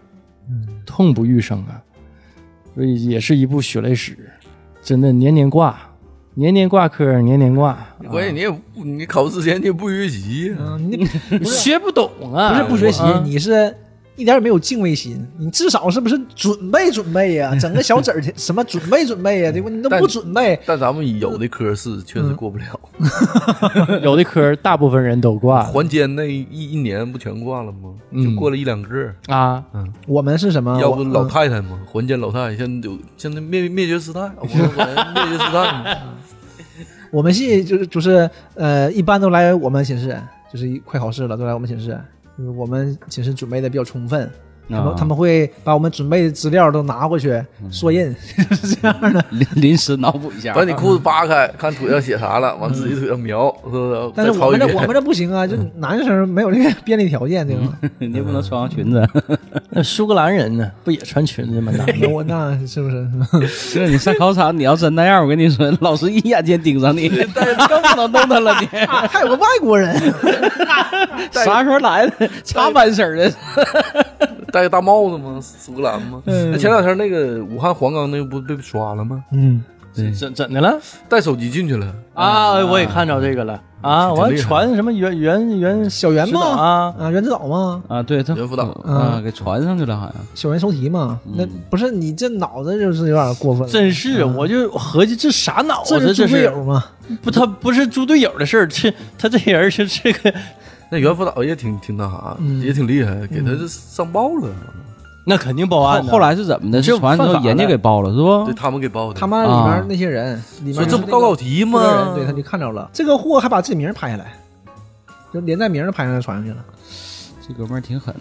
Speaker 1: 痛不欲生啊！所以也是一部血泪史，真的年年挂，年年挂科，年年挂，
Speaker 2: 关键你也不你考试之前你也不学习呀，
Speaker 4: 啊嗯，你
Speaker 1: 啊学不懂啊！
Speaker 4: 不是不
Speaker 1: <laughs>
Speaker 4: 学习
Speaker 1: 我啊，
Speaker 4: 你是一点也没有敬畏心，你至少是不是准备准备呀、整个小纸儿 <laughs> 什么准备准备呀、对吧？你都
Speaker 2: 但
Speaker 4: 不准备，
Speaker 2: 但咱们有的科是确
Speaker 4: 嗯
Speaker 2: 实过不了，
Speaker 1: 有的科大部分人都
Speaker 4: 啊
Speaker 2: <laughs>
Speaker 1: 挂
Speaker 2: 还监那一一年不全挂了吗？就过了一两个。
Speaker 1: <laughs> 啊，
Speaker 4: 我们是什么？
Speaker 2: 要
Speaker 4: 嗯啊我嗯
Speaker 2: 不老太太嘛，还监老太太，现在有现在灭灭绝师太，我们管灭绝师太
Speaker 4: <laughs>
Speaker 2: 嘛。
Speaker 4: 我们系就是就是呃，一般都来我们寝室，就是一快考试了都来我们寝室，就是我们寝室准备的比较充分。他们他们会把我们准备的资料都拿过去缩印，是这样的。
Speaker 3: 临临时脑补一下，啊
Speaker 2: 把你裤子扒开，看腿上写啥了，往自己腿上描，是不是？
Speaker 4: 嗯但是
Speaker 2: 再
Speaker 4: 我
Speaker 2: 抄一
Speaker 4: 们这
Speaker 2: 遍
Speaker 4: 我们这不行啊，就男生没有这个便利条件，对吧？
Speaker 3: 你也不能穿上裙子，
Speaker 1: 那苏格兰人呢，不也穿裙 <laughs> 子吗？男的
Speaker 4: 那我那是不是？
Speaker 3: <laughs>
Speaker 4: <laughs>
Speaker 3: 就是你上考场，你要真那样，我跟你说， <laughs> 老师一眼睛盯上 <laughs> 你，更不能动弹了你。
Speaker 4: 还有个外国人，
Speaker 3: <laughs> 啥时候来的？ <laughs> 插班生的， <laughs>
Speaker 2: 戴个大
Speaker 4: 嗯
Speaker 2: 帽子吗？苏格兰吗？那前两天那个武汉黄冈那个不被刷了吗？
Speaker 4: 嗯，
Speaker 3: 对
Speaker 1: 怎怎的了？
Speaker 2: 带手机进去了，
Speaker 1: 啊，我也看着这个了啊！
Speaker 2: 挺
Speaker 1: 完
Speaker 2: 厉害
Speaker 1: 传什么袁袁袁
Speaker 4: <laughs> 小袁
Speaker 1: 指导
Speaker 4: 嘛，
Speaker 1: 啊，
Speaker 4: 啊，袁指导嘛，
Speaker 3: 啊，对他
Speaker 2: 人辅导
Speaker 3: 啊，给传上去了，好像
Speaker 4: 小袁收题嘛，那不是你这脑子就是有点过分了，
Speaker 1: 真是，我就合计这啥脑
Speaker 4: 这
Speaker 1: 子，嗯
Speaker 4: 是
Speaker 1: 这
Speaker 4: 猪队
Speaker 1: 是
Speaker 4: 友嘛，
Speaker 1: 不？他不是猪队友的事儿，这他这人就是个，
Speaker 2: 那袁辅导也挺挺那啥，
Speaker 4: 嗯
Speaker 2: 也挺厉害，给他这上报了，
Speaker 1: 那肯定报
Speaker 3: 后
Speaker 1: 案呢。
Speaker 3: 后来是怎么的？
Speaker 1: 这
Speaker 3: 是传完之
Speaker 1: 犯
Speaker 3: 后
Speaker 1: 法
Speaker 3: 人家
Speaker 1: 了
Speaker 3: 给报了是
Speaker 2: 对
Speaker 3: 不？
Speaker 2: 他们给报的，
Speaker 4: 他们里面那些人，里
Speaker 2: 说
Speaker 4: 面
Speaker 2: 这不高考题
Speaker 4: 负责人
Speaker 2: 吗？
Speaker 4: 对，他就看着了，这个货还把自己名儿拍下来，就连带名儿都拍下来传上去了，
Speaker 3: 这哥们儿挺狠，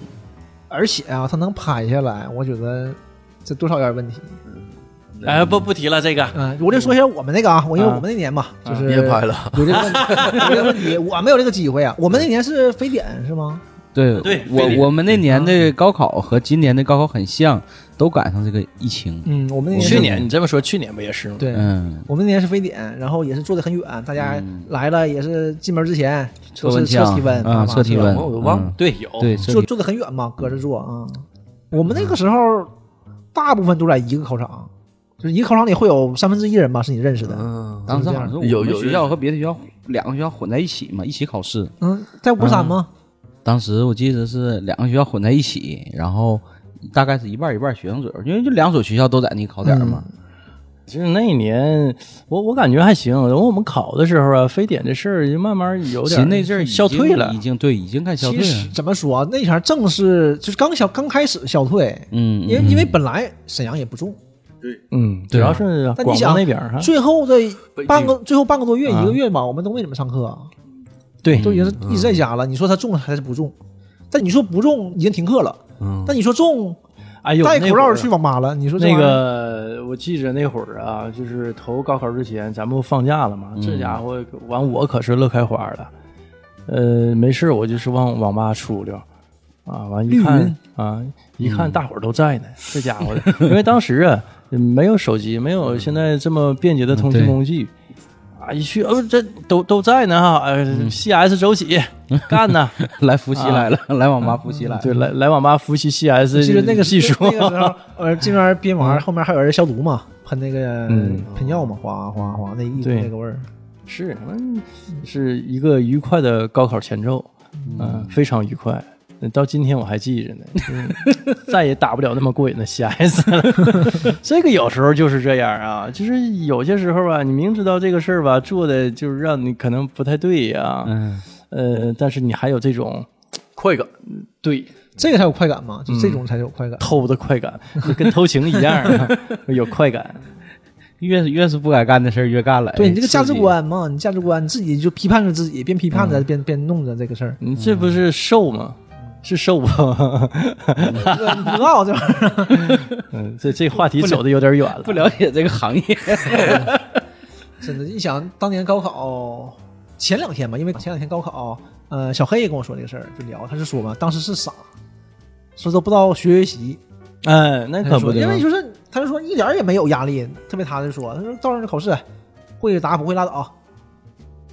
Speaker 4: 而且啊，他能拍下来，我觉得这多少有点问题。
Speaker 1: 哎，不不提了，这个
Speaker 4: 嗯，我就说一下我们那个啊，我因为我们那年嘛，
Speaker 1: 啊
Speaker 4: 就是
Speaker 2: 别拍了，
Speaker 4: 有这个问题，有这个问题，我没有这个机会啊。我们那年是非典是吗？
Speaker 3: 对嗯
Speaker 1: 对非典
Speaker 3: 我我们那年的高考和今年的高考很像，都赶上这个疫情。
Speaker 4: 嗯，我们那年是
Speaker 1: 去年你这么说，去年不也是吗？
Speaker 4: 对，
Speaker 3: 嗯，
Speaker 4: 我们那年是非典，然后也是坐得很远，大家来了也是进门之前
Speaker 3: 测
Speaker 4: 都是测
Speaker 3: 枪
Speaker 4: 体温
Speaker 3: 啊，测体温，
Speaker 2: 我都忘了
Speaker 3: 嗯
Speaker 1: 对，有
Speaker 3: 对，
Speaker 4: 坐
Speaker 3: 测体
Speaker 4: 坐得很远嘛，搁着坐啊。我们那个时候大部分都在一个考场，就是一个考场里会有三分之一人吧是你认识的。
Speaker 2: 嗯，
Speaker 3: 当时好像是我
Speaker 2: 有
Speaker 3: 们
Speaker 2: 有
Speaker 3: 学校和别的学校两个学校混在一起嘛，一起考试。
Speaker 4: 嗯，在五三吗？
Speaker 3: 当时我记得是两个学校混在一起，然后大概是一半儿一半儿学生左右，因为就两所学校都在那个考点儿嘛。
Speaker 1: 就是那一年，我我感觉还行。等我们考的时候啊，非典这事儿就慢慢有
Speaker 3: 其
Speaker 1: 点
Speaker 3: 实那阵儿已经
Speaker 1: 消退了
Speaker 3: 已。经对，已经开始消
Speaker 4: 其
Speaker 3: 退
Speaker 4: 实
Speaker 3: 了。
Speaker 4: 怎么说，那前儿正是就是刚消刚开始消退，
Speaker 3: 嗯，
Speaker 4: 因为
Speaker 3: 嗯
Speaker 4: 因为本来沈阳也不重，
Speaker 1: 嗯，主
Speaker 3: 对啊
Speaker 1: 要是
Speaker 4: 但
Speaker 1: 广
Speaker 4: 你
Speaker 1: 东
Speaker 4: 想
Speaker 1: 那边儿哈，
Speaker 4: 最后的
Speaker 2: 北
Speaker 4: 半
Speaker 2: 京
Speaker 4: 个最后半个多月
Speaker 1: 啊
Speaker 4: 一个月吧，我们都没怎么上课啊，
Speaker 1: 对
Speaker 4: 都已经是一直在家了。你说他中还是不中？但你说不中已经停课了，
Speaker 2: 嗯，
Speaker 4: 但你说中
Speaker 1: 哎呦，
Speaker 4: 戴
Speaker 1: 那
Speaker 4: 口
Speaker 1: 会
Speaker 4: 罩
Speaker 3: 啊
Speaker 1: 儿
Speaker 4: 去网吧了，你说这
Speaker 1: 那
Speaker 4: 玩意儿
Speaker 1: 个，我记着那会儿啊，就是头高考之前，咱们不放假了嘛，
Speaker 4: 嗯
Speaker 1: 这家伙完我可是乐开花了。呃，没事儿我就是往网吧出溜，啊，完一
Speaker 4: 绿
Speaker 1: 看
Speaker 4: 云嗯
Speaker 1: 啊，一看大伙儿都
Speaker 4: <laughs>
Speaker 1: 在呢，这家伙的，因为当时啊没有手机，没有现在这么便捷的
Speaker 4: 嗯
Speaker 1: 通讯工具。啊！一去哦，这都都在呢哈，呃、c
Speaker 4: 嗯
Speaker 1: s 走
Speaker 4: <laughs>
Speaker 1: 起，干呢！
Speaker 3: 嗯 <laughs> 来复习来了，来网吧复习来了。
Speaker 1: 对，来来网吧复习 CS，
Speaker 4: 其实那个
Speaker 1: 技术，
Speaker 4: 那个时
Speaker 3: <laughs>
Speaker 4: 候，呃，这边边玩，后面还有人消毒嘛，喷那个
Speaker 1: 嗯
Speaker 4: 喷药嘛，哗哗哗，那衣服
Speaker 1: 对
Speaker 4: 那个味儿。
Speaker 1: 是，嗯，是一个愉快的高考前奏，嗯、非常愉快。到今天我还记着呢，就是 <laughs> 再也打不了那么过瘾的 CS 了。 <laughs> 这个有时候就是这样啊，就是有些时候啊，你明知道这个事儿吧，做的就是让你可能不太对呀、
Speaker 3: 嗯，
Speaker 1: 呃，但是你还有这种嗯
Speaker 2: 快感，
Speaker 1: 对
Speaker 4: 这个才有快感嘛，
Speaker 3: 嗯
Speaker 4: 就这种才有快感。
Speaker 1: 偷的快感，就跟偷情一样、啊， <laughs> 有快感。，
Speaker 3: 越是越是不该干的事儿越干了。
Speaker 4: 对
Speaker 3: 哎
Speaker 4: 你这个价值，
Speaker 3: 刺激嗯
Speaker 4: 观嘛，你价值观你自己就批判着自己，边批判着边边弄着这个
Speaker 3: <laughs>
Speaker 4: 事儿
Speaker 1: 你嗯这不是瘦吗？是瘦 <laughs> 吧？
Speaker 4: 这个你不知道这玩意儿。
Speaker 1: 嗯，这这话题走的有点远了。
Speaker 3: 不了解这个行业。
Speaker 4: 真的，一想当年高考前两天吧，因为前两天高考，呃，小黑也跟我说这个事儿，就聊，他就说嘛，当时是傻，说都不知道学学习，
Speaker 1: 哎，那
Speaker 4: 他
Speaker 1: 可不
Speaker 4: 就说
Speaker 1: 对
Speaker 4: 因
Speaker 1: 吗
Speaker 4: 为就是他就说一点儿也没有压力，特别踏实说，他说到时候考试会答不会拉倒，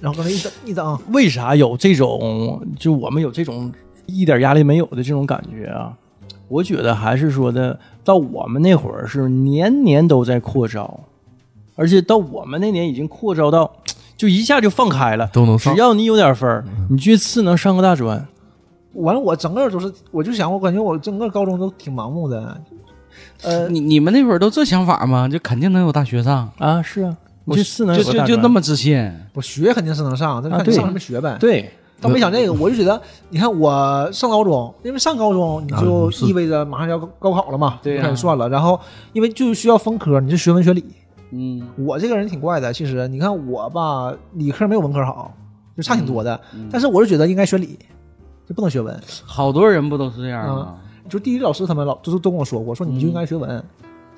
Speaker 4: 然后搁那一等一等，
Speaker 1: 为啥有这种就我们有这种一点压力没有的这种感觉啊？我觉得还是说的，到我们那会儿是年年都在扩招，而且到我们那年已经扩招到，就一下就放开了，
Speaker 2: 都能
Speaker 1: 只
Speaker 2: 上
Speaker 1: 要你有点分儿，你这次能上个大专。
Speaker 4: 完了我整个都是，我就想我感觉我整个高中都挺盲目的，呃，
Speaker 3: 你你们那会儿都这想法吗？就肯定能有大学上，
Speaker 1: 啊，是啊，你
Speaker 3: 我
Speaker 1: 这次能
Speaker 3: 就
Speaker 1: 有个
Speaker 3: 就
Speaker 1: 大
Speaker 3: 就
Speaker 1: 专
Speaker 3: 那么自信。
Speaker 4: 我学肯定是能上，但是
Speaker 1: 啊
Speaker 4: 看你
Speaker 1: 对
Speaker 4: 上什么学呗，
Speaker 1: 对，
Speaker 4: 倒没想这个，我就觉得，你看我上高中，因为上高中你就
Speaker 2: 啊是
Speaker 4: 意味着马上要高考了嘛，
Speaker 1: 啊
Speaker 3: 对呀
Speaker 4: 就开始算了。然后因为就需要分科，你是学文学理。
Speaker 3: 嗯，
Speaker 4: 我这个人挺怪的，其实你看我吧，理科没有文科好，就差挺多的。
Speaker 3: 嗯
Speaker 4: 但是我就觉得应该学理，就不能学文。
Speaker 3: 好多人不都是这样吗？
Speaker 4: 就地理老师他们老就是都跟我说过，说你就应该学文。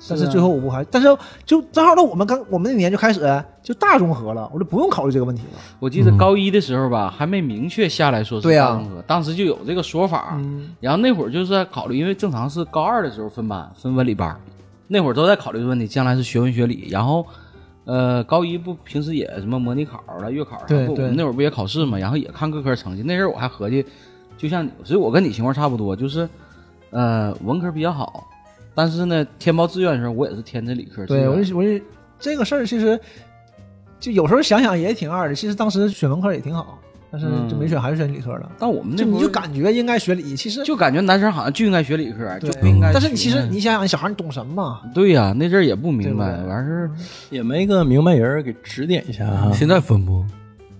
Speaker 4: 但
Speaker 3: 嗯是
Speaker 4: 是
Speaker 3: 啊
Speaker 4: 最后我不还，但是就正好到我们刚我们那年就开始就大综合了，我就不用考虑这个问题了。
Speaker 3: 我记得高一的时候吧，还没明确下来说是
Speaker 4: 对呀
Speaker 3: 大综合，当时就有这个说法。
Speaker 4: 嗯
Speaker 3: 然后那会儿就是在考虑，因为正常是高二的时候分班，分文理班儿，那会儿都在考虑这个问题，将来是学文学理。然后，呃，高一不平时也什么模拟考了、月考啥
Speaker 4: 对
Speaker 3: 不，我
Speaker 4: 对
Speaker 3: 们那会儿不也考试嘛，然后也看各科成绩。那阵儿我还合计，就像你，所以我跟你情况差不多，就是，呃，文科比较好，但是呢，填报志愿的时候我也是填的理科志
Speaker 4: 对，我
Speaker 3: 愿。
Speaker 4: 就我就这个事儿其实就有时候想想也挺二的。其实当时选文科也挺好，但是就没选，还是选理科了。
Speaker 3: 但我嗯们那
Speaker 4: 就你
Speaker 3: 会
Speaker 4: 就
Speaker 3: 儿
Speaker 4: 感觉应该学理， <laughs> 其实
Speaker 3: 就感觉男生好像就应该学理科，就
Speaker 4: 对
Speaker 3: 不应
Speaker 2: 嗯
Speaker 3: 该学。
Speaker 4: 但是你其实你想想，你小孩你懂什么嘛？
Speaker 3: 对呀、那阵儿也不明白
Speaker 4: 对，不对
Speaker 3: 完事儿
Speaker 1: 也没个明白人儿给指点一下啊。
Speaker 2: 现在分不？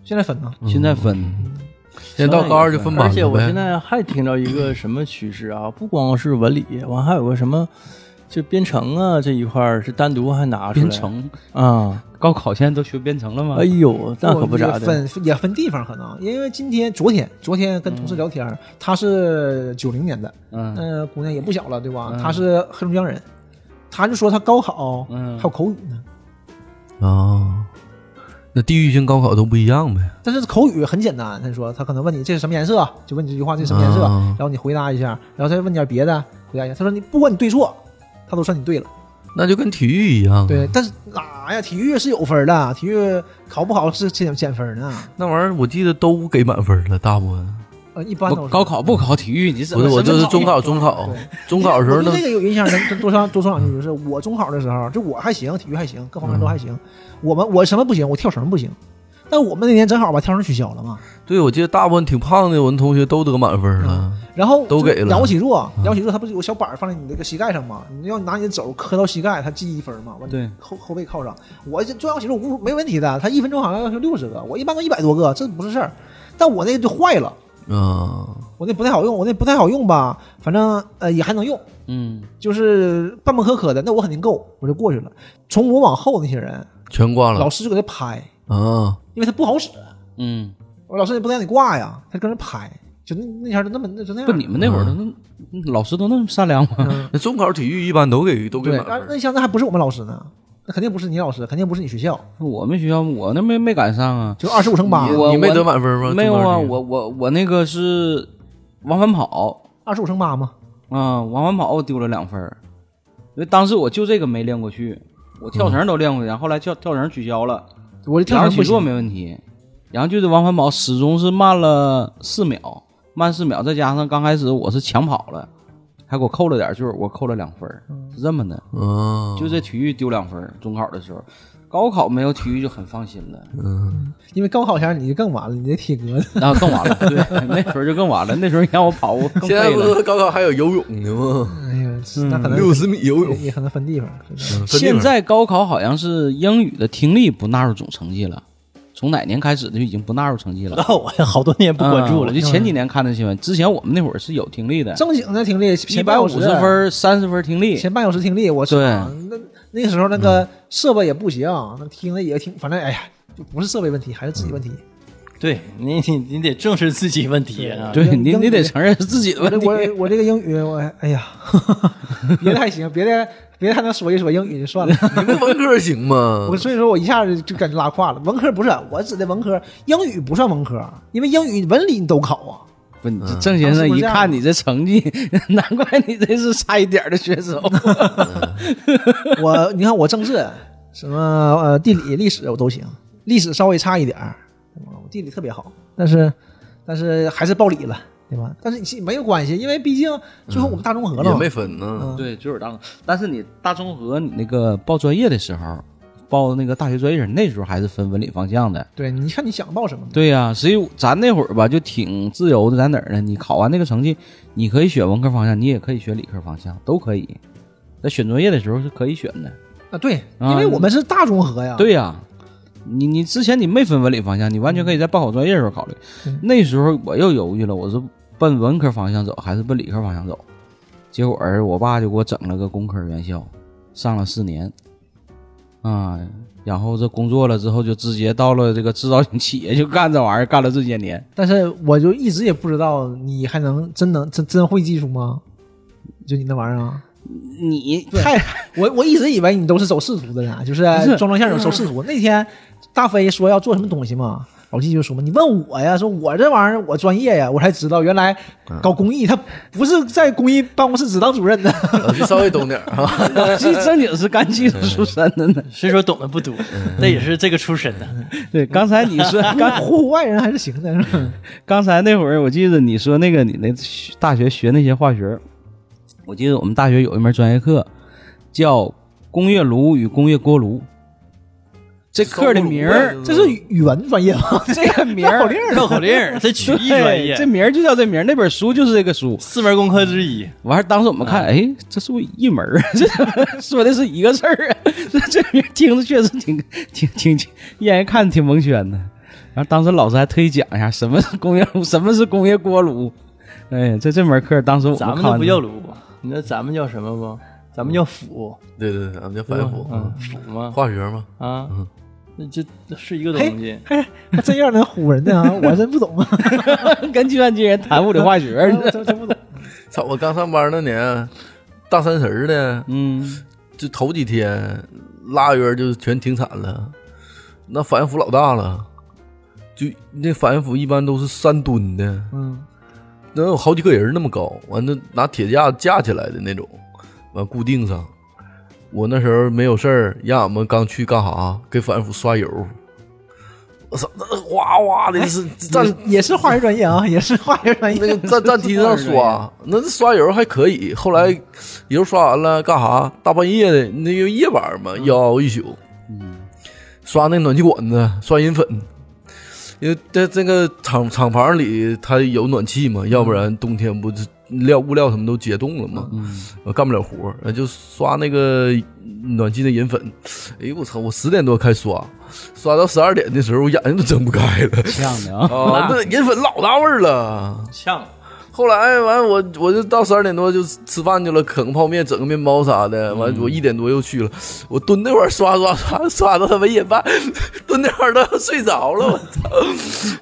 Speaker 4: 现在分呢？
Speaker 3: 现在分，
Speaker 2: 现在到高二就分班
Speaker 1: 而
Speaker 2: 了
Speaker 1: 且
Speaker 2: 呗。
Speaker 1: 我现在还听到一个什么趋势啊，不光是文理，完还有个什么，就编程啊这一块儿是单独还拿出来
Speaker 3: 编程
Speaker 1: 啊，
Speaker 3: 高考现在都学编程了吗？
Speaker 1: 哎呦，那可不咋
Speaker 4: 也
Speaker 1: 的。
Speaker 4: 分也分地方，可能因为今天昨天昨天跟同事聊天儿，她是九零年的，
Speaker 3: 嗯
Speaker 4: 嗯、姑娘也不小了，对吧？
Speaker 3: 嗯
Speaker 4: 她是黑龙江人，她就说她高考、
Speaker 3: 嗯
Speaker 4: 还有口语呢，
Speaker 2: 啊，那地域性高考都不一样呗。
Speaker 4: 但是口语很简单，她说她可能问你这是什么颜色，就问你这句话这是什么颜色，
Speaker 3: 嗯
Speaker 2: 啊
Speaker 4: 然后你回答一下，然后再问点别的，回答一下。她说你不管你对错，她都算你对了。
Speaker 2: 那就跟体育一样。，啊
Speaker 3: 嗯
Speaker 4: 对，但是哪呀？体育是有分儿的，体育考不好是减减分儿呢。
Speaker 2: 那玩意儿我记得都给满分了，大部分。
Speaker 4: 呃，一般都
Speaker 3: 不
Speaker 4: 是
Speaker 3: 高考不考体育，你怎
Speaker 2: 不
Speaker 3: 么
Speaker 2: 是，我
Speaker 3: 什
Speaker 2: 就
Speaker 3: 么
Speaker 2: 是
Speaker 3: 考
Speaker 2: 中考，中考
Speaker 4: 对，
Speaker 2: 中考的时候
Speaker 4: 我
Speaker 2: 呢
Speaker 4: 对，这个有印象，能多上多说两句，就是我中考的时候，就我还行，体育还行，各方
Speaker 2: 嗯
Speaker 4: 面都还行。我们我什么不行？我跳绳不行。但我们那年正好把跳绳取消了嘛，
Speaker 2: 对我记得大部分挺胖的，我那同学都得满分了。
Speaker 4: 然后
Speaker 2: 都
Speaker 4: 就
Speaker 2: 给了嗯
Speaker 4: 仰卧起坐，仰卧起坐它不是有个小板儿放在你那个膝盖上嘛？你要拿你的肘磕到膝盖，它记一分嘛，完
Speaker 3: 对
Speaker 4: 后后背靠上。我这做仰卧起坐无没问题的，他一分钟好像要求六十个，我一般都一百多个，这不是事儿。但我那个就坏了，
Speaker 2: 嗯，
Speaker 4: 我那不太好用，我那不太好用吧，反正呃也还能用，
Speaker 3: 嗯，
Speaker 4: 就是半半磕磕的，那我肯定够，我就过去了。从我往后那些人，
Speaker 2: 全挂了
Speaker 4: 老师就搁那拍，
Speaker 2: 啊！
Speaker 4: 因为他不好使，
Speaker 3: 嗯，
Speaker 4: 我老师也不能让你挂呀，他搁那拍，就那那天就那么那就那样。
Speaker 3: 不，你们那会儿都那老师都那么善良吗？
Speaker 4: 嗯
Speaker 2: 那中考体育一般都给都给
Speaker 4: 对，
Speaker 2: 满
Speaker 4: 啊那
Speaker 2: 分。
Speaker 4: 那像那还不是我们老师呢，那肯定不是你老师，肯定不是你学校，
Speaker 3: 我们学校我那没没赶上啊，
Speaker 4: 就二十五乘八，
Speaker 3: 我
Speaker 2: 你没
Speaker 3: 我
Speaker 2: 得满分吗？
Speaker 3: 没有
Speaker 2: 中考
Speaker 3: 啊，
Speaker 2: 体育
Speaker 3: 我我我那个是往返跑
Speaker 4: 二十五乘八嘛。
Speaker 3: 啊，往返跑我丢了两分儿，因为当时我就这个没练过去，我
Speaker 2: 嗯
Speaker 3: 跳绳都练过去，然后后来跳跳绳取消了，
Speaker 4: 我这
Speaker 3: 仰卧
Speaker 4: 跳绳
Speaker 3: 起
Speaker 4: 不
Speaker 3: 坐
Speaker 4: 行，
Speaker 3: 没问题，然后就是往返跑始终是慢了四秒，慢四秒，再加上刚开始我是抢跑了，还给我扣了点儿，就是我扣了两分儿，是这么的，
Speaker 2: 嗯，
Speaker 3: 就这体育丢两分儿，中考的时候，高考没有体育就很放心了，
Speaker 2: 嗯，
Speaker 4: 因为高考前你就更完了，你这体格子。
Speaker 3: 然后更完了，对，那时候就更完了，那时候你让我跑，我更
Speaker 2: 现在
Speaker 3: 废
Speaker 2: 不
Speaker 3: 了。
Speaker 2: 是高考还有游泳呢吗？
Speaker 4: 哎呀，
Speaker 3: 嗯
Speaker 4: 那可能
Speaker 2: 六十米游泳
Speaker 4: 也，也可能分地方。
Speaker 2: 嗯分地
Speaker 3: 现
Speaker 2: 方
Speaker 3: 在高考好像是英语的听力不纳入总成绩了，从哪年开始就已经不纳入成绩了？
Speaker 1: 那啊我好多 <laughs> 年不关注
Speaker 3: 嗯
Speaker 2: 啊
Speaker 1: 了
Speaker 3: 我就，前几年看的新闻，之前我们那会儿是有听力的，
Speaker 4: 正经的听力，
Speaker 3: 一
Speaker 4: 前
Speaker 3: 百
Speaker 4: 半
Speaker 3: 五
Speaker 4: 小
Speaker 3: 十
Speaker 4: 时啊
Speaker 3: 分儿、三十分儿听力，
Speaker 4: 前半小时听力，我操
Speaker 3: 对
Speaker 4: 那那个时候那
Speaker 3: 嗯
Speaker 4: 个设备也不行，那听的也挺，反正哎呀，就不是设备问题，还是自己问题。
Speaker 3: 嗯
Speaker 1: 对你你你得正视自己问题啊。
Speaker 3: <laughs> 对
Speaker 4: 英
Speaker 3: 你
Speaker 4: 英
Speaker 3: 你
Speaker 4: 语
Speaker 3: 得承认是自己的
Speaker 4: 我
Speaker 3: 问
Speaker 4: 这
Speaker 3: 题。
Speaker 4: 我我这个英语，我哎呀， <laughs> 别的
Speaker 3: <laughs>
Speaker 4: 还行，别的别的还能说一说，英语就算了。
Speaker 3: 嗯
Speaker 2: 你们文科行吗
Speaker 4: 我？所以说我一下子就感觉拉胯了。文科不是我指的文科，英语不算文科，因为英语文理你都考
Speaker 3: <laughs>
Speaker 4: 啊。
Speaker 3: 不，你这郑先生一看你这成绩， <laughs> 难怪你这是差一点儿的选手。
Speaker 4: 我你看我政治什么呃地理历史我都行，历史稍微差一点儿，对吧我地理特别好，但是但是还是报理了，对吧？但是其实没有关系，因为毕竟最后我们大综合了
Speaker 2: 也
Speaker 4: 嘛。
Speaker 2: 没分呢。 <laughs>
Speaker 4: 嗯
Speaker 3: 对，就是当，但是你大综合你那个报专业的时候，报那个大学专业那时候还是分文理方向的。
Speaker 4: 对，你看你想报什么？
Speaker 3: 对呀、所以咱那会儿吧就挺自由的，在哪儿呢？你考完那个成绩，你可以选文科方向，你也可以选理科方向，都可以。在选专业的时候是可以选的。
Speaker 4: 啊，对，
Speaker 3: 啊
Speaker 4: 因为我们是大综合呀。
Speaker 3: 对呀、你你之前你没分文理方向，你完全可以在报考专业的时候考虑
Speaker 4: 嗯。
Speaker 3: 那时候我又犹豫了，我是奔文科方向走还是奔理科方向走？结果儿我爸就给我整了个工科院校，上了四年，啊，然后这工作了之后就直接到了这个制造型企业就干这玩意儿，干了这些年。
Speaker 4: 但是我就一直也不知道你还能真能真真会技术吗？就你那玩意儿啊，
Speaker 3: 你 <laughs>
Speaker 4: 对
Speaker 3: 太
Speaker 4: 我我一直以为你都是走仕途的呢，就是
Speaker 3: 不是
Speaker 4: 装装相走走仕
Speaker 3: <laughs>
Speaker 4: 途。那天大飞说要做什么东西嘛，老纪就说嘛，你问我呀，说我这玩意儿我专业呀，我才知道原来搞公益他不是在公益办公室只当主
Speaker 3: <laughs>
Speaker 4: 任的，
Speaker 2: 老师稍微懂点儿啊。
Speaker 3: 这正经是干技术出身的呢。
Speaker 1: 谁说懂得不多？
Speaker 2: 嗯
Speaker 1: 那也是这个出身
Speaker 3: <laughs>
Speaker 1: 的。
Speaker 3: 对，刚才你说刚
Speaker 4: 干唬唬外人还是行的，是
Speaker 3: <laughs>
Speaker 4: 吧？
Speaker 3: 刚才那会儿，我记得你说那个你那学大学学那些化学，我记得我们大学有一门专业课叫“工业炉与工业锅炉”，这课的名儿，
Speaker 4: 这是语文专业吗？
Speaker 3: <laughs> 这个名
Speaker 4: <laughs>
Speaker 3: 儿
Speaker 4: 绕口令儿
Speaker 1: 绕口令儿，这曲艺专
Speaker 3: 对，
Speaker 1: 业
Speaker 3: 这，名儿就叫这名儿，那本书就是这个书。
Speaker 1: 四门功课之一。
Speaker 3: 完事儿，当时我们看，哎，这是不是一门儿啊？ <laughs> 这说的是一个事儿啊？ <laughs> 这这名儿听着确实挺挺挺，让人看着挺蒙圈的。然后当时老师还特意讲一下什么是工业炉， <laughs> 什么是工业锅炉。哎，这这门课当时我
Speaker 1: 咱们
Speaker 3: 看
Speaker 1: 都不
Speaker 3: 完
Speaker 1: 叫炉，你知道咱们叫什么不？咱们叫釜，
Speaker 2: 对对对，咱们叫嗯反腐，
Speaker 1: 嗯，釜吗？
Speaker 2: 化学嘛，
Speaker 1: 啊，那这这是一个
Speaker 4: 嘿
Speaker 1: 东西。
Speaker 4: 嘿，还真让人唬人呢啊！我还真不懂啊，
Speaker 3: <laughs>
Speaker 4: <laughs>
Speaker 3: 跟计算机人谈物理化学，你知道
Speaker 4: 真真不懂。
Speaker 2: 操！我刚上班那年，大三十儿的，
Speaker 3: <laughs> 嗯，
Speaker 2: 就头几天腊月就全停产了，那反腐老大了，就那反腐一般都是三吨的，
Speaker 4: 嗯，
Speaker 2: 能有好几个人那么高，完了拿铁架架起来的那种，完固定上。我那时候没有事儿，让我们刚去干啥？给反腐刷油。我操，那哗哗的是站
Speaker 4: 也是化学专业啊，也是化学专
Speaker 2: 那
Speaker 4: 业。
Speaker 2: 个站站梯子上刷，那刷油还可以。后来油刷完了干啥？大半夜的，那个夜班嘛，要熬一宿。刷那暖气管子，刷银粉，因为在这个厂厂房里，它有暖气嘛，要不然冬天不是料物料什么都结冻了嘛，我干不了活儿，呃就刷那个暖气的银粉。哎呦我操！我十点多开刷，刷到十二点的时候，我眼睛都睁不开了。
Speaker 3: 呛的啊。
Speaker 2: 啊，那银粉老大味儿了。
Speaker 1: 呛了，
Speaker 2: 后来哎完我我就到十二点多就吃饭去了，啃个泡面，整个面包啥的。
Speaker 1: 嗯
Speaker 2: 完我一点多又去了，我蹲那会儿刷刷刷刷到他们一点半， <laughs> 蹲那会儿都要睡着了。我操！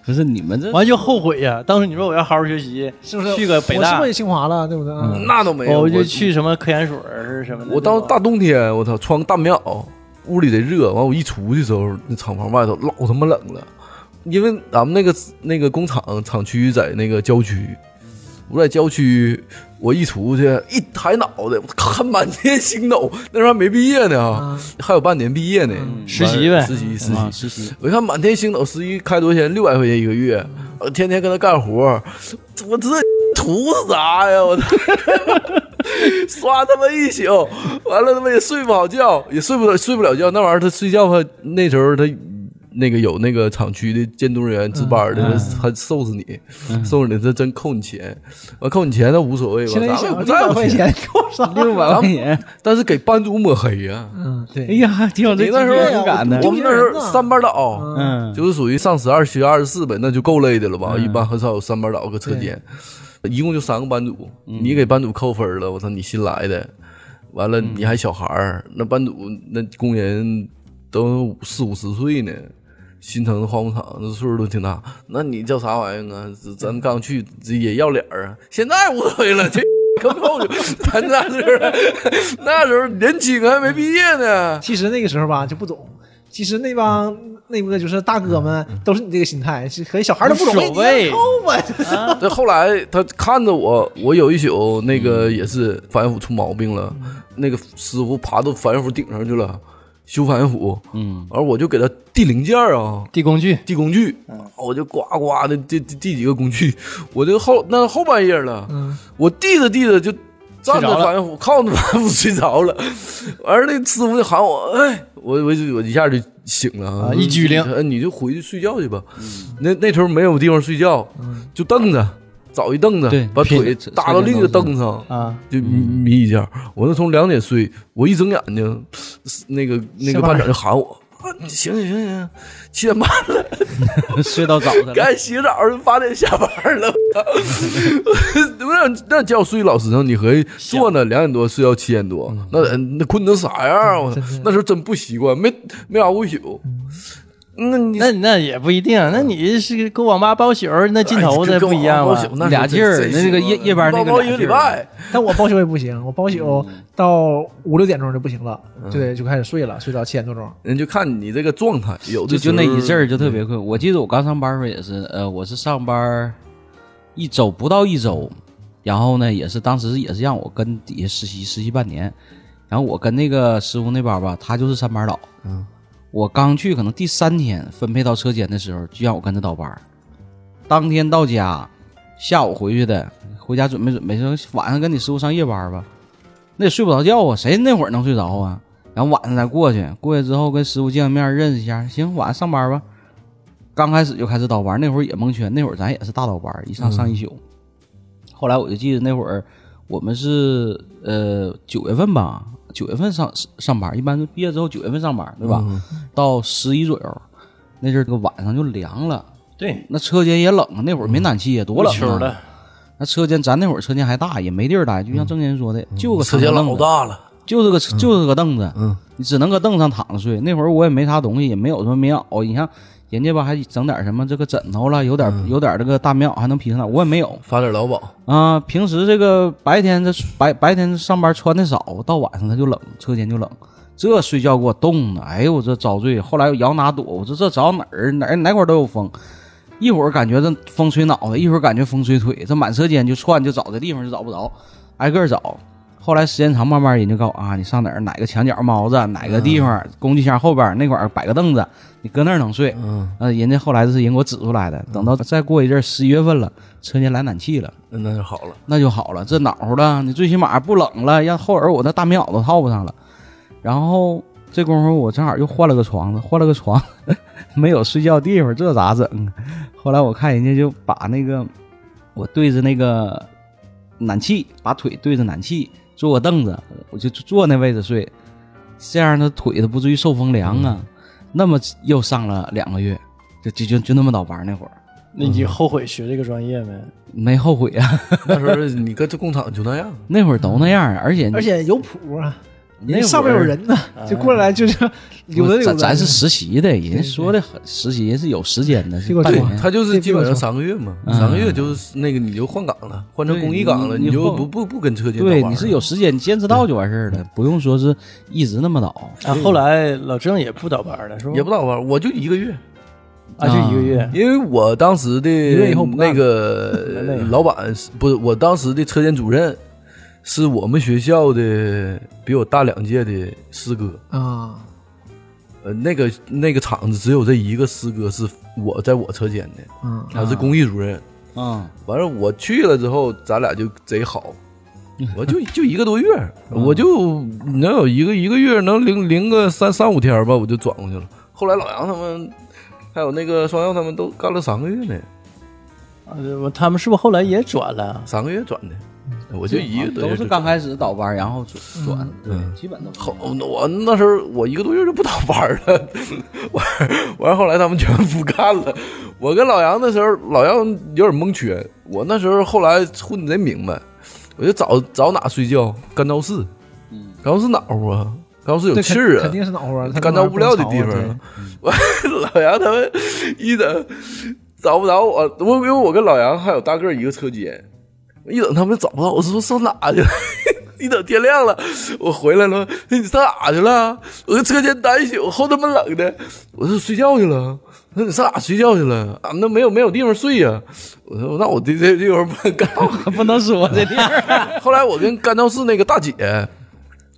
Speaker 3: 不是你们这 <laughs>
Speaker 1: 完就后悔呀！当时你说我要好好学习，
Speaker 4: 是不是？
Speaker 1: 去个北
Speaker 4: 我是
Speaker 1: 大
Speaker 4: 不是，也清华了？对不对？嗯
Speaker 2: 那都没有，
Speaker 1: 哦我
Speaker 2: 我
Speaker 1: 就。去什么科研所儿什么的。
Speaker 2: 我当时大冬天，我操，穿个大棉袄，屋里贼热。完我一出去的时候，那厂房外头老他妈冷了，因为咱们那个那个工厂厂区在那个郊区，我在郊区，我一出去一抬脑袋，我看满天星斗。那时候还没毕业呢。
Speaker 4: 啊，
Speaker 2: 还有半年毕业呢，
Speaker 1: 嗯实习呗
Speaker 2: 实习实习
Speaker 3: 啊，。实 <laughs> 习
Speaker 2: 我一看满天星斗，实习开多少钱？六百块钱一个月，我天天跟他干活，我这图啥呀？我他妈 <laughs> 刷他妈一宿，完了他妈也睡不好觉，也睡不了睡不了觉。那玩意儿他睡觉他那时候他。那个有那个厂区的监督人员值班
Speaker 4: 嗯
Speaker 2: 的，他他收拾你，收拾你，他真扣你钱，完扣你钱那无所谓吧，
Speaker 4: 现在一
Speaker 2: 咱们也
Speaker 4: 想，
Speaker 2: 不
Speaker 4: 六
Speaker 2: 在
Speaker 4: 百
Speaker 2: 乎
Speaker 4: 块
Speaker 2: 钱，
Speaker 4: 钱够啥？
Speaker 3: 六百块钱，
Speaker 2: 但是给班主抹黑呀。
Speaker 4: 嗯，
Speaker 3: 哎
Speaker 4: 对。
Speaker 3: 呀，挺有这
Speaker 2: 你那时候
Speaker 3: 亲切感的
Speaker 4: 丢
Speaker 2: 我，们那时
Speaker 4: 人呐啊
Speaker 2: 候三班倒，
Speaker 3: 嗯， <laughs>
Speaker 2: 就是属于上十二学二十四呗，那就够累的了吧？一般很少有三班倒搁车间，一共就三个班主，你给班主扣分了，我操，你新来的，完了你还小孩儿，那班主那工人都四五十岁呢。新城的化工厂，那岁数都挺大。那你叫啥玩意儿啊？咱咱刚去这也要脸儿啊！现在无所谓了，这可够了。咱那时候，那时候年轻还没毕业呢。
Speaker 4: 其实那个时候吧，就不懂。其实那帮那个就是大哥们都是你这个心态，是可以小孩都不懂，
Speaker 1: 无所谓
Speaker 4: 哎你抠吧。
Speaker 2: 这后来他看着我，我有一宿那个也是反腐出毛病了，那个师傅爬到反腐顶上去了，修反腐，嗯，而我就给他递零件儿啊，
Speaker 1: 地工具，
Speaker 2: 递工具，
Speaker 1: 嗯
Speaker 2: 哦我就呱呱的递递递几个工具，我这后那后半夜了，
Speaker 4: 嗯
Speaker 2: 我递着递着就站
Speaker 1: 睡着
Speaker 2: 着
Speaker 1: 了
Speaker 2: 反腐，靠着反腐睡着了，完了那师傅就喊我，哎，我我就我一下就醒了
Speaker 1: 啊一嗯激灵
Speaker 2: 呃你就回去睡觉去吧，那那时候没有地方睡觉，
Speaker 1: 嗯
Speaker 2: 就凳子。找一凳子
Speaker 3: 对，
Speaker 2: 把
Speaker 3: 拼
Speaker 2: 腿
Speaker 3: 车
Speaker 2: 搭到
Speaker 3: 车间
Speaker 2: 另一个
Speaker 3: 都是
Speaker 2: 凳上，
Speaker 1: 啊，
Speaker 2: 就眯一下。我那从两点睡，我一睁眼睛，那个那个班长就喊我：“啊，行行行行，七点半了，
Speaker 3: 睡到早上了。
Speaker 2: 赶洗澡，八点下班了。 <laughs> 我让那觉睡老实诚，你合计坐那两点多睡到七点多，
Speaker 3: 嗯
Speaker 2: 那得那困成啥样啊？我操那时候真不习惯，没没熬一宿。
Speaker 3: 嗯
Speaker 2: 那你
Speaker 1: 那那也不一定，啊那你是跟网吧包宿儿
Speaker 2: 哎
Speaker 1: 那劲头
Speaker 2: 这
Speaker 1: 子不一样吧？
Speaker 2: 那
Speaker 3: 俩劲儿那个夜夜班那个
Speaker 2: 包
Speaker 3: 俩
Speaker 2: 一个礼
Speaker 3: 劲儿
Speaker 2: 拜，
Speaker 4: <laughs> 但我包宿也不行，我包宿到五六点钟就不行了，对，就开始睡了，睡到七点多钟。
Speaker 2: 人就看你这个状态，有
Speaker 3: 就
Speaker 2: 的时
Speaker 3: 就那
Speaker 2: 候
Speaker 3: 一阵儿就特别困。我记得我刚上班的时候也是，呃，我是上班儿一周不到一周，然后呢，也是当时也是让我跟底下实习实习半年，然后我跟那个师傅那边儿吧，他就是三班倒，嗯，我刚去可能第三天分配到车间的时候，就让我跟他倒班儿，当天到家，下午回去的，回家准备准备，说晚上跟你师傅上夜班儿吧，那也睡不着觉啊，谁那会儿能睡着啊？然后晚上再过去，过去之后跟师傅见个面认识一下，行，晚上上班吧。刚开始就开始倒班，那会儿也蒙圈，那会儿咱也是大倒班，一上上一宿。后来我就记得那会儿我们是呃九月份吧，九月份上上班，一般是毕业之后九月份上班，对吧？到十一左右，那阵儿这个晚上就凉了，
Speaker 1: 对，
Speaker 3: 那车间也冷，那会儿没暖气也多冷、啊，
Speaker 1: 秋了，
Speaker 3: 那车间咱那会儿车间还大，也没地儿待，就像郑先说的，就个
Speaker 2: 车间
Speaker 3: 长凳
Speaker 2: 老
Speaker 3: 子，
Speaker 2: 大了，
Speaker 3: 就是个就是个凳子，
Speaker 2: 嗯，
Speaker 3: 你只能搁凳上躺着睡。那会儿我也没啥东西，也没有什么棉袄，你像人家吧还整点什么这个枕头了，有点、有点这个大棉袄还能披上点，我也没有
Speaker 2: 发点劳保，
Speaker 3: 啊、平时这个白天这白白天上班穿的少，到晚上它就冷，车间就冷。这睡觉给我冻的，哎呦我这遭罪！后来我摇哪躲，我这这找哪儿哪儿哪块儿都有风，一会儿感觉这风吹脑袋，一会儿感觉风吹腿，这满车间就窜，就找这地方就找不着，挨个儿找。后来时间长，慢慢人就告诉我啊，你上哪儿哪个墙角猫子，哪个地方工具箱后边那块儿摆个凳子，你搁那儿能睡。
Speaker 2: 嗯，
Speaker 3: 呃，人家后来是人给我指出来的。等到再过一阵十一月份了，车间来暖气了。
Speaker 2: 那就好了。
Speaker 3: 那就好了，这暖和了，你最起码不冷了，让后边我那大棉袄都套不上了。然后这功夫我正好又换了个床子，换了个床， <laughs> 没有睡觉地方，这咋整啊？后来我看人家就把那个我对着那个暖气，把腿对着暖气，坐个凳子，我就坐那位置睡，这样他腿他不至于受风凉啊。
Speaker 4: 嗯
Speaker 3: 那么又上了两个月，就就就就那么倒班儿那会儿，
Speaker 1: 那你后悔学这个专业没？
Speaker 3: 没后悔啊， <laughs>
Speaker 2: 那时候你搁这工厂就那样，
Speaker 3: 那会儿都那样啊，而且
Speaker 4: 而且有谱啊，
Speaker 3: 那会儿
Speaker 4: 上面有人呢，就过来就是有的有
Speaker 3: 咱
Speaker 4: 的。
Speaker 3: 咱是实习的，人家说的很实习，人是有时间的，是
Speaker 4: 结果
Speaker 3: 半
Speaker 2: 对
Speaker 4: 这
Speaker 3: 年。
Speaker 2: 他就是
Speaker 4: 这
Speaker 2: 基本
Speaker 4: 这
Speaker 2: 上
Speaker 4: 个
Speaker 2: 三个月嘛，
Speaker 3: 嗯
Speaker 2: 三个月就是那个你就换岗了，换成
Speaker 3: 对
Speaker 2: 工艺岗了，
Speaker 3: 你
Speaker 2: 你就
Speaker 3: 你
Speaker 2: 不不不跟车间倒
Speaker 3: 对，
Speaker 2: 班
Speaker 3: 你是
Speaker 2: 了
Speaker 3: 有时间，你坚持到就完事儿了，不用说是一直那么倒。
Speaker 1: 啊，后来老郑也不倒班了，是吧？
Speaker 2: 也不嗯倒班，我就一个月，
Speaker 1: 啊，就一个月。
Speaker 2: 因为我当时的
Speaker 3: 月以后不干
Speaker 2: 那
Speaker 3: 了 <laughs>
Speaker 2: 个老板是不是我当时的车间主任，是我们学校的比我大两届的师哥。
Speaker 4: 啊，
Speaker 2: 呃，那个那个厂子只有这一个师哥是我在我车间的，
Speaker 4: 嗯，
Speaker 2: 他
Speaker 3: 啊
Speaker 2: 是工艺主任。
Speaker 3: 嗯，
Speaker 2: 完了我去了之后，咱俩就贼好，我就就一个多月，我就能有一个一个月能零零个三三五天吧，我就转过去了。后来老杨他们，还有那个双耀他们都干了三个月呢，
Speaker 1: 呃，他们是不是后来也转了？
Speaker 2: 三个月转的，我就一个多月
Speaker 3: 都
Speaker 2: 就是转
Speaker 3: 刚开始倒班，然后
Speaker 4: 嗯
Speaker 3: 转转，对，基本都是
Speaker 2: 好，我那时候我一个多月就不倒班儿了，完完后来他们全不干了。我跟老杨那时候，老杨有点蒙圈，我那时候后来混得贼明白，我就找找哪睡觉，干燥室，干燥室暖和啊，干燥室有 <laughs>
Speaker 4: 对，
Speaker 2: 气儿
Speaker 4: 嗯肯
Speaker 2: 啊，
Speaker 4: 肯定是脑花，他
Speaker 2: 干燥物料的地
Speaker 4: 不能
Speaker 2: 方
Speaker 4: 炒啊。
Speaker 2: 我 <laughs> 老杨他们一等找不着我，我因为我跟老杨还有大个儿一个车间，一等他们找不到，我说上哪去了？ <laughs> 一等天亮了，我回来了，你上哪去了？我搁车间待一宿，齁他妈冷的。我说睡觉去了。那你上哪睡觉去了？啊，那没有没有地方睡呀、我说那我这这地方 <laughs> 不干
Speaker 3: 不能说这地
Speaker 2: <laughs>
Speaker 3: 儿。
Speaker 2: 后来我跟干燥室那个大姐，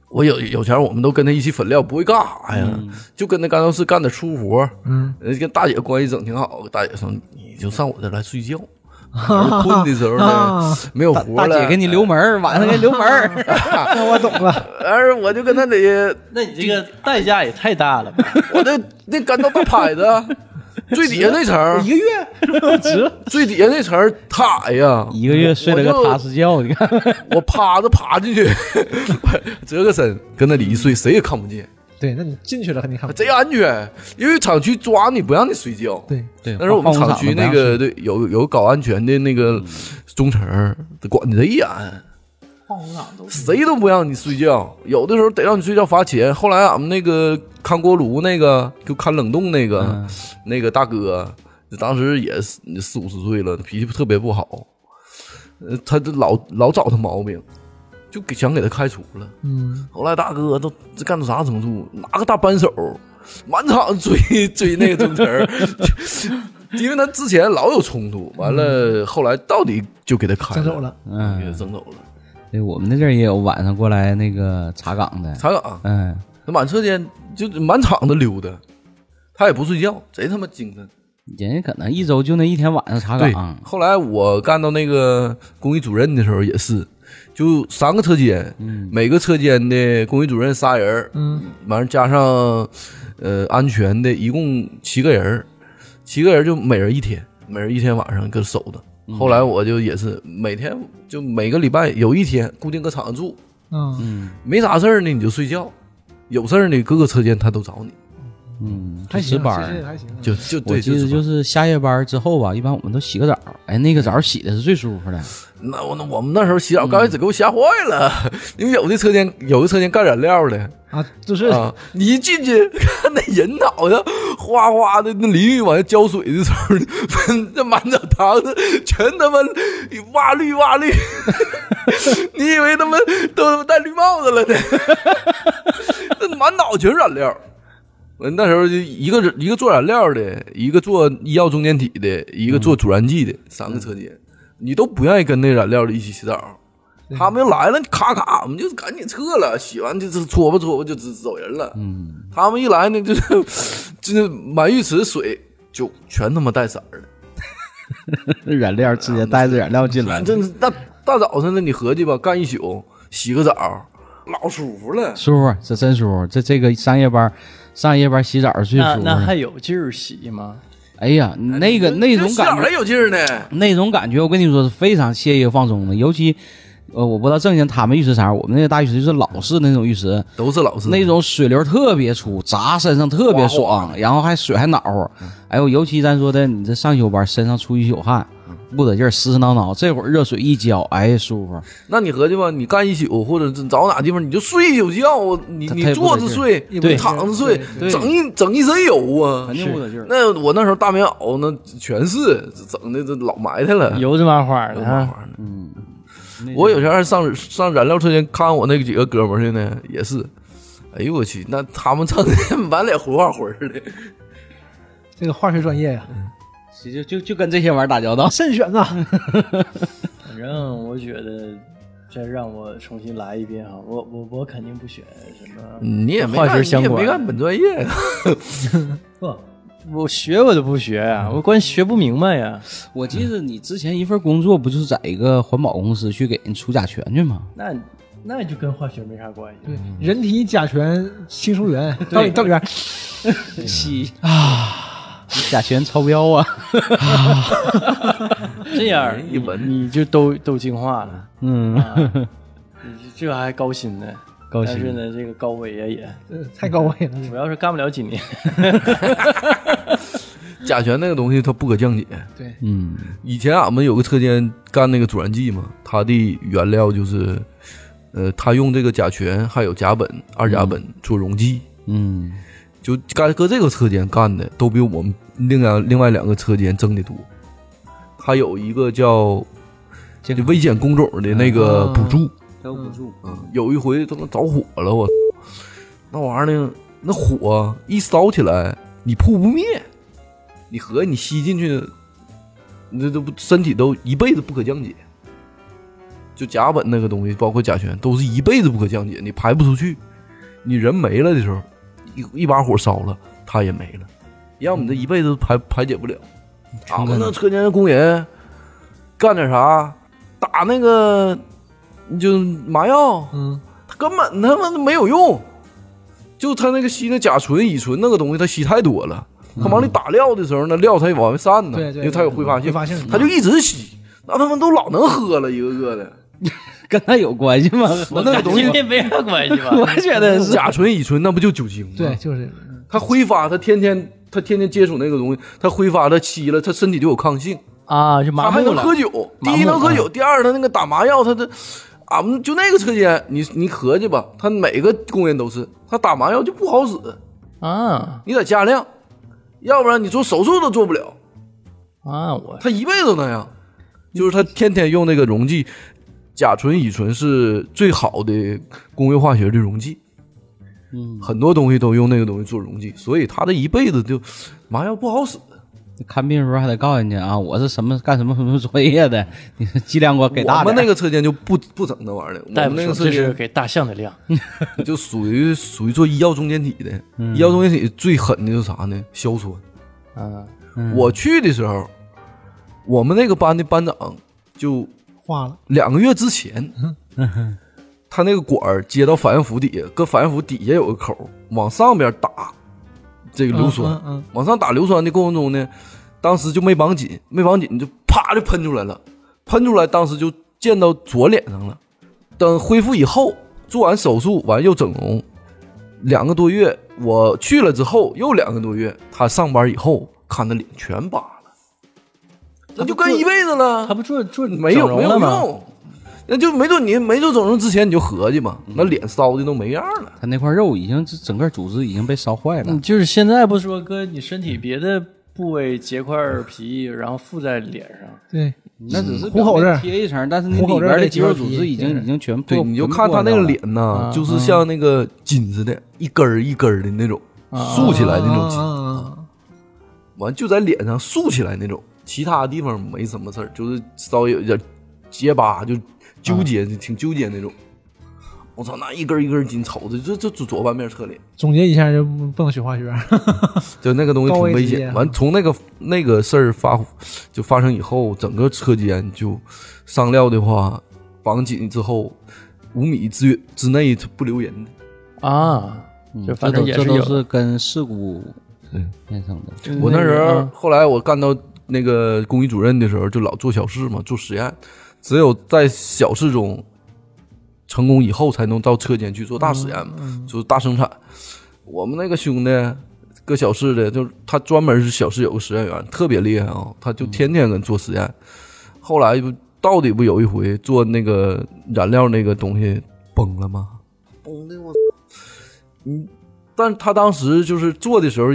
Speaker 2: 我有有钱，我们都跟她一起粉料，不会干啥呀，
Speaker 3: 嗯
Speaker 2: 就跟那干燥室干点粗活，嗯，跟大姐关系整挺好。大姐说你就上我这来睡
Speaker 3: <laughs>
Speaker 2: 觉，困的时候呢
Speaker 4: 啊
Speaker 2: 没有活
Speaker 3: 大
Speaker 2: 了，
Speaker 3: 姐给你留门儿，晚上给你留门儿。
Speaker 4: 那我懂了，
Speaker 2: 但是哎我就跟她得，
Speaker 1: 那你这个代价也太大了吧？
Speaker 2: 我那那干到大牌子。
Speaker 3: <laughs>
Speaker 2: 最底下那层儿，
Speaker 4: 一个月值。
Speaker 2: 最底下那层儿他矮呀，
Speaker 3: 一个月睡了
Speaker 2: 我
Speaker 3: 个
Speaker 2: 就
Speaker 3: 踏实觉，你看，
Speaker 2: 我趴着爬进去， <laughs> 折个身，跟那里一睡，谁也看不见，
Speaker 4: 对，那你进去了肯定看不见。
Speaker 2: 贼安全。因为厂区抓你不让你睡觉，
Speaker 4: 对，
Speaker 3: 对
Speaker 2: 但是我们厂区那，
Speaker 3: 放
Speaker 2: 个对有有搞安全的那
Speaker 3: 嗯
Speaker 2: 个中层儿管得贼严，谁都不让你睡觉，有的时候得让你睡觉罚钱。后来俺们那个看锅炉那个就看冷冻那个、
Speaker 3: 嗯
Speaker 2: 那个大哥，当时也是四五十岁了，脾气特别不好，呃他就老老找他毛病，就给想给他开除了。
Speaker 4: 嗯，
Speaker 2: 后来大哥都这干到啥程度，拿个大扳手，满场追 <laughs> 追那个中层儿，就因为他之前老有冲突，完了后来到底就给他开
Speaker 4: 整嗯走，了。
Speaker 3: 嗯
Speaker 2: 给他整走了。
Speaker 3: 对，我们那阵儿也有晚上过来那个查岗的，
Speaker 2: 查岗，
Speaker 3: 嗯，
Speaker 2: 他啊满车间就满场子溜达，他也不睡觉，贼他妈精神。
Speaker 3: 人家可能一周就那一天晚上查
Speaker 2: 对
Speaker 3: 岗，，
Speaker 2: 后来我干到那个工艺主任的时候也是，就三个车间，
Speaker 3: 嗯
Speaker 2: 每个车间的工艺主任仨人儿，
Speaker 4: 嗯
Speaker 2: 完了加上呃安全的，一共七个人儿，七个人就每人一天，每人一天晚上搁守着。
Speaker 3: 嗯
Speaker 2: 后来我就也是每天就每个礼拜有一天固定搁厂子住，
Speaker 4: 嗯，
Speaker 3: 嗯
Speaker 2: 没啥事儿呢你就睡觉，有事儿呢各个车间他都找你，
Speaker 3: 嗯，
Speaker 4: 还
Speaker 3: 就值
Speaker 4: 行，
Speaker 3: 班
Speaker 4: 其实也
Speaker 3: 儿。
Speaker 4: 还行。
Speaker 2: 就就
Speaker 3: 我
Speaker 2: 对，
Speaker 3: 记得
Speaker 2: 是
Speaker 3: 就是下夜班之后吧，一般我们都洗个澡儿，哎，那个澡儿洗的是最舒服的。
Speaker 2: 那我那我们那时候洗澡，刚开始给我吓坏了，因为有的车间有的车间干染料的
Speaker 4: 啊，就是
Speaker 2: 啊，你一进去看那人脑袋哗哗的，那淋浴往下浇水的时候， <laughs> 喷那满澡堂子全他妈哇绿哇绿， <laughs> 你以为他妈都戴绿帽子了呢？ <laughs> 那满脑全染料。呃那时候就一个一个做染料的，一个做医药中间体的，一个做阻燃剂的，三个车间，你都不愿意跟那染料的一起洗澡。他们要来了，咔咔，我们就赶紧撤了，洗完就就搓吧搓吧就走走人了。
Speaker 3: 嗯，
Speaker 2: 他们一来呢，就是 <coughs> 就是满浴池水就全他妈带色儿的。
Speaker 3: 染料直接带着染料进来，
Speaker 2: 这大大早上的你合计吧，干一宿，洗个澡，老舒服了。
Speaker 3: 舒服，这真舒服。这这个上夜班儿，上夜班儿洗澡儿是最
Speaker 1: 那
Speaker 3: 舒服
Speaker 1: 啊那还
Speaker 3: 的。
Speaker 1: 有劲儿洗吗？
Speaker 3: 哎呀，那个那种
Speaker 2: 嗯这洗
Speaker 3: 感
Speaker 2: 澡
Speaker 3: 觉
Speaker 2: 还，有劲儿哎呢。
Speaker 3: 那种感觉，我跟你说是非常惬意和放松的。尤其，呃，我不知道正经他们浴池啥样，我们那个大浴池就是老式那种浴池，
Speaker 2: 都是老师
Speaker 3: 那种水流特别粗，砸身上特别
Speaker 2: 哗
Speaker 3: 爽，然后还水还暖和。哎呦，尤其咱说的，你这上休班，身上出一宿汗，不得劲儿，湿湿挠挠，这会儿热水一浇，哎呀，舒服。
Speaker 2: 那你合计吧，你干一宿或者找哪地方你就睡一宿觉，你
Speaker 3: 他他
Speaker 2: 你
Speaker 3: 也不
Speaker 2: 坐
Speaker 3: 得
Speaker 2: 着
Speaker 3: 劲
Speaker 2: 睡，
Speaker 4: 对
Speaker 2: 你躺着睡
Speaker 3: 对，对
Speaker 2: 整一整一身油啊
Speaker 3: 肯。定不得劲儿。
Speaker 2: 那我那时候大棉袄那全是整的，这老埋汰了。
Speaker 1: 嗯油子麻花的
Speaker 2: 有麻
Speaker 1: 啊，
Speaker 2: 烦的
Speaker 3: 嗯，
Speaker 2: 我有前儿上上燃料车间看我那几个哥们儿去呢，也是，哎呦我去，那他们唱的 <laughs> 满脸胡话魂儿的，
Speaker 4: 这个化学专业呀，
Speaker 3: 就就就就跟这些玩意儿打交道。
Speaker 4: 慎选呐。
Speaker 2: 嗯
Speaker 1: 反正我觉得这让我重新来一遍哈，我我我肯定不选什么，
Speaker 2: 你也没
Speaker 1: 化
Speaker 2: 干
Speaker 1: 学相
Speaker 2: 你也
Speaker 1: 关
Speaker 2: 没干本专业啊，
Speaker 1: 不，我学我都不学呀，我关键学不明白呀。
Speaker 3: 我记得你之前一份工作不就是在一个环保公司去给人除甲醛去吗？
Speaker 1: 那那就跟化学没啥关系。
Speaker 4: 对，人体甲醛清除源，到里到里边儿
Speaker 3: 吸啊，甲醛超标啊！
Speaker 1: <laughs> 这样
Speaker 2: 一闻
Speaker 1: 你就都都净化了，
Speaker 3: 嗯，
Speaker 2: <laughs>
Speaker 1: 啊、你这这还高薪呢。
Speaker 3: 高
Speaker 1: 但是
Speaker 3: 兴。
Speaker 1: 呢，这个高危也也，
Speaker 4: 呃太高危了。
Speaker 1: 主要是干不了几年。
Speaker 2: 甲醛那个东西它不可降解。
Speaker 4: 对，
Speaker 3: <laughs> 嗯，
Speaker 2: 以前俺们有个车间干那个阻燃剂嘛，它的原料就是，呃，它用这个甲醛还有甲苯、二甲苯做溶剂，
Speaker 3: 嗯，
Speaker 2: 就干搁这个车间干的都比我们另两另外两个车间挣的多。它有一个叫
Speaker 3: 健
Speaker 2: 就
Speaker 3: 康
Speaker 2: 危险工种的那个补助，
Speaker 3: 都不住。
Speaker 2: 嗯有一回他妈着火了，我那玩意儿呢，那火一烧起来，你扑不灭，你合计你吸进去，你这都不身体都一辈子不可降解。就甲苯那个东西，包括甲醛，都是一辈子不可降解，你排不出去。你人没了的时候，一一把火烧了，它也没了，让我们这一辈子排排解不了。
Speaker 4: 嗯
Speaker 2: 俺们那车间工人干点啥？打那个就麻药，
Speaker 4: 嗯，
Speaker 2: 他根本他妈没有用，就他那个吸那甲醇、乙醇那个东西，他吸太多了。他往里打料的时候，那料它也往外散呢，
Speaker 4: 嗯对对，
Speaker 2: 因为它有挥发性
Speaker 4: 挥，发性，嗯
Speaker 2: 他就一直吸。那他们都老能喝了，一个个的。
Speaker 3: 跟他有关系 <laughs> 吗？
Speaker 1: 我
Speaker 2: <laughs> 那个
Speaker 1: <laughs>
Speaker 2: 东西
Speaker 1: 跟这没啥关系
Speaker 2: <laughs>
Speaker 3: 我
Speaker 1: 吧？
Speaker 3: 觉得是。
Speaker 2: 甲醇、乙醇那不就酒精吗？
Speaker 4: 对，，就是
Speaker 2: 它挥发，它天天它天天接触那个东西，它挥发了吸了，它身体就有抗性。
Speaker 1: 啊，就麻
Speaker 2: 他还
Speaker 1: 木
Speaker 2: 能
Speaker 1: 了。
Speaker 2: 喝酒，
Speaker 1: 麻木啊
Speaker 2: 第一能喝酒，第二他那个打麻药，他的俺们就那个车间，你你合计吧，他每个工人都是，他打麻药就不好使，
Speaker 1: 啊
Speaker 2: 你得加量，要不然你做手术都做不了。
Speaker 1: 啊！我
Speaker 2: 他一辈子都那样，嗯就是他天天用那个溶剂，甲醇、乙醇是最好的工业化学的溶剂。
Speaker 3: 嗯，
Speaker 2: 很多东西都用那个东西做溶剂，所以他这一辈子就麻药不好使。
Speaker 3: 看病的时候还得告诉人家啊，我是什么干什么什么专业的，你剂量给我给大
Speaker 2: 我们
Speaker 3: 点儿。
Speaker 2: 那个车间就不不整那玩意儿了，我
Speaker 1: 大
Speaker 2: 们
Speaker 1: 夫
Speaker 2: 那
Speaker 1: 说
Speaker 2: 个车
Speaker 1: 这是
Speaker 2: 间
Speaker 1: 给大象的量，
Speaker 2: 就属于属于做医药中间体的。医药中间体最狠的就是啥呢？硝酸。
Speaker 1: 嗯，
Speaker 2: 啊
Speaker 3: 嗯
Speaker 2: 我去的时候，我们那个班的班长就
Speaker 4: 化了，
Speaker 2: 两个月之前，他那个管儿接到反应釜底下，跟反应釜底下有个口儿，往上边打这个硫酸，
Speaker 4: 嗯嗯
Speaker 2: 往上打硫酸的过程中呢，当时就没绑紧，没绑紧就啪就喷出来了，喷出来当时就溅到左脸上了。等恢复以后，做完手术完又整容，两个多月，我去了之后又两个多月，他上班以后看他脸全疤了，那就跟一辈子了。
Speaker 1: 他不做做
Speaker 2: 没有
Speaker 1: 整容
Speaker 2: 没有
Speaker 1: 了吗？
Speaker 2: 用，那就没做你没做整容之前你就合计嘛，那脸烧的都没样了。
Speaker 3: 他那块肉已经整个组织已经被烧坏了
Speaker 1: 嗯，，就是现在不说，哥，你身体别的部位结块皮，然后附在脸上，
Speaker 4: 嗯对，
Speaker 3: 那只是
Speaker 4: 虎口这儿
Speaker 3: 贴一层，但是你
Speaker 4: 虎
Speaker 3: 里
Speaker 4: 口这儿
Speaker 3: 边的
Speaker 4: 得
Speaker 3: 肌肉
Speaker 4: 贴
Speaker 3: 组织已经
Speaker 4: 对
Speaker 3: 已经全
Speaker 2: 对，
Speaker 3: 破，
Speaker 2: 你就看他那个脸呐，
Speaker 1: 啊
Speaker 2: 就是像那个筋似的，一根儿一根儿的那种
Speaker 1: 啊
Speaker 2: 竖起来的那种筋，
Speaker 4: 啊
Speaker 2: 完就在脸上竖起来那种，其他地方没什么事儿，就是稍微有点结巴，就纠结，就挺纠结那种。我操，那一根儿一根儿筋瞅着，这这这左半面侧脸。
Speaker 4: 总结一下，就不不能学化学，
Speaker 2: 就那个东西挺危
Speaker 4: 高危机啊
Speaker 2: 险。完，从那个那个事儿发就发生以后，整个车间就上料的话，绑紧之后五米之之内是不留人的。
Speaker 1: 啊，就
Speaker 3: 嗯这
Speaker 1: 反
Speaker 3: 都
Speaker 1: 正也
Speaker 3: 这
Speaker 1: 是
Speaker 3: 都
Speaker 1: 有
Speaker 3: 是跟事故
Speaker 2: 对
Speaker 3: 衍生的。
Speaker 2: 我那时候
Speaker 1: 嗯
Speaker 2: 后来我干到那个工艺主任的时候，就老做小事嘛，做实验，只有在小事中成功以后，才能到车间去做大实验嘛，就是大生产。我们那个兄弟。搁小市的，就是他专门是小市有个实验员，特别厉害啊！他就天天跟做实验。后来不到底不有一回做那个燃料那个东西崩了吗？崩的我，嗯，但他当时就是做的时候，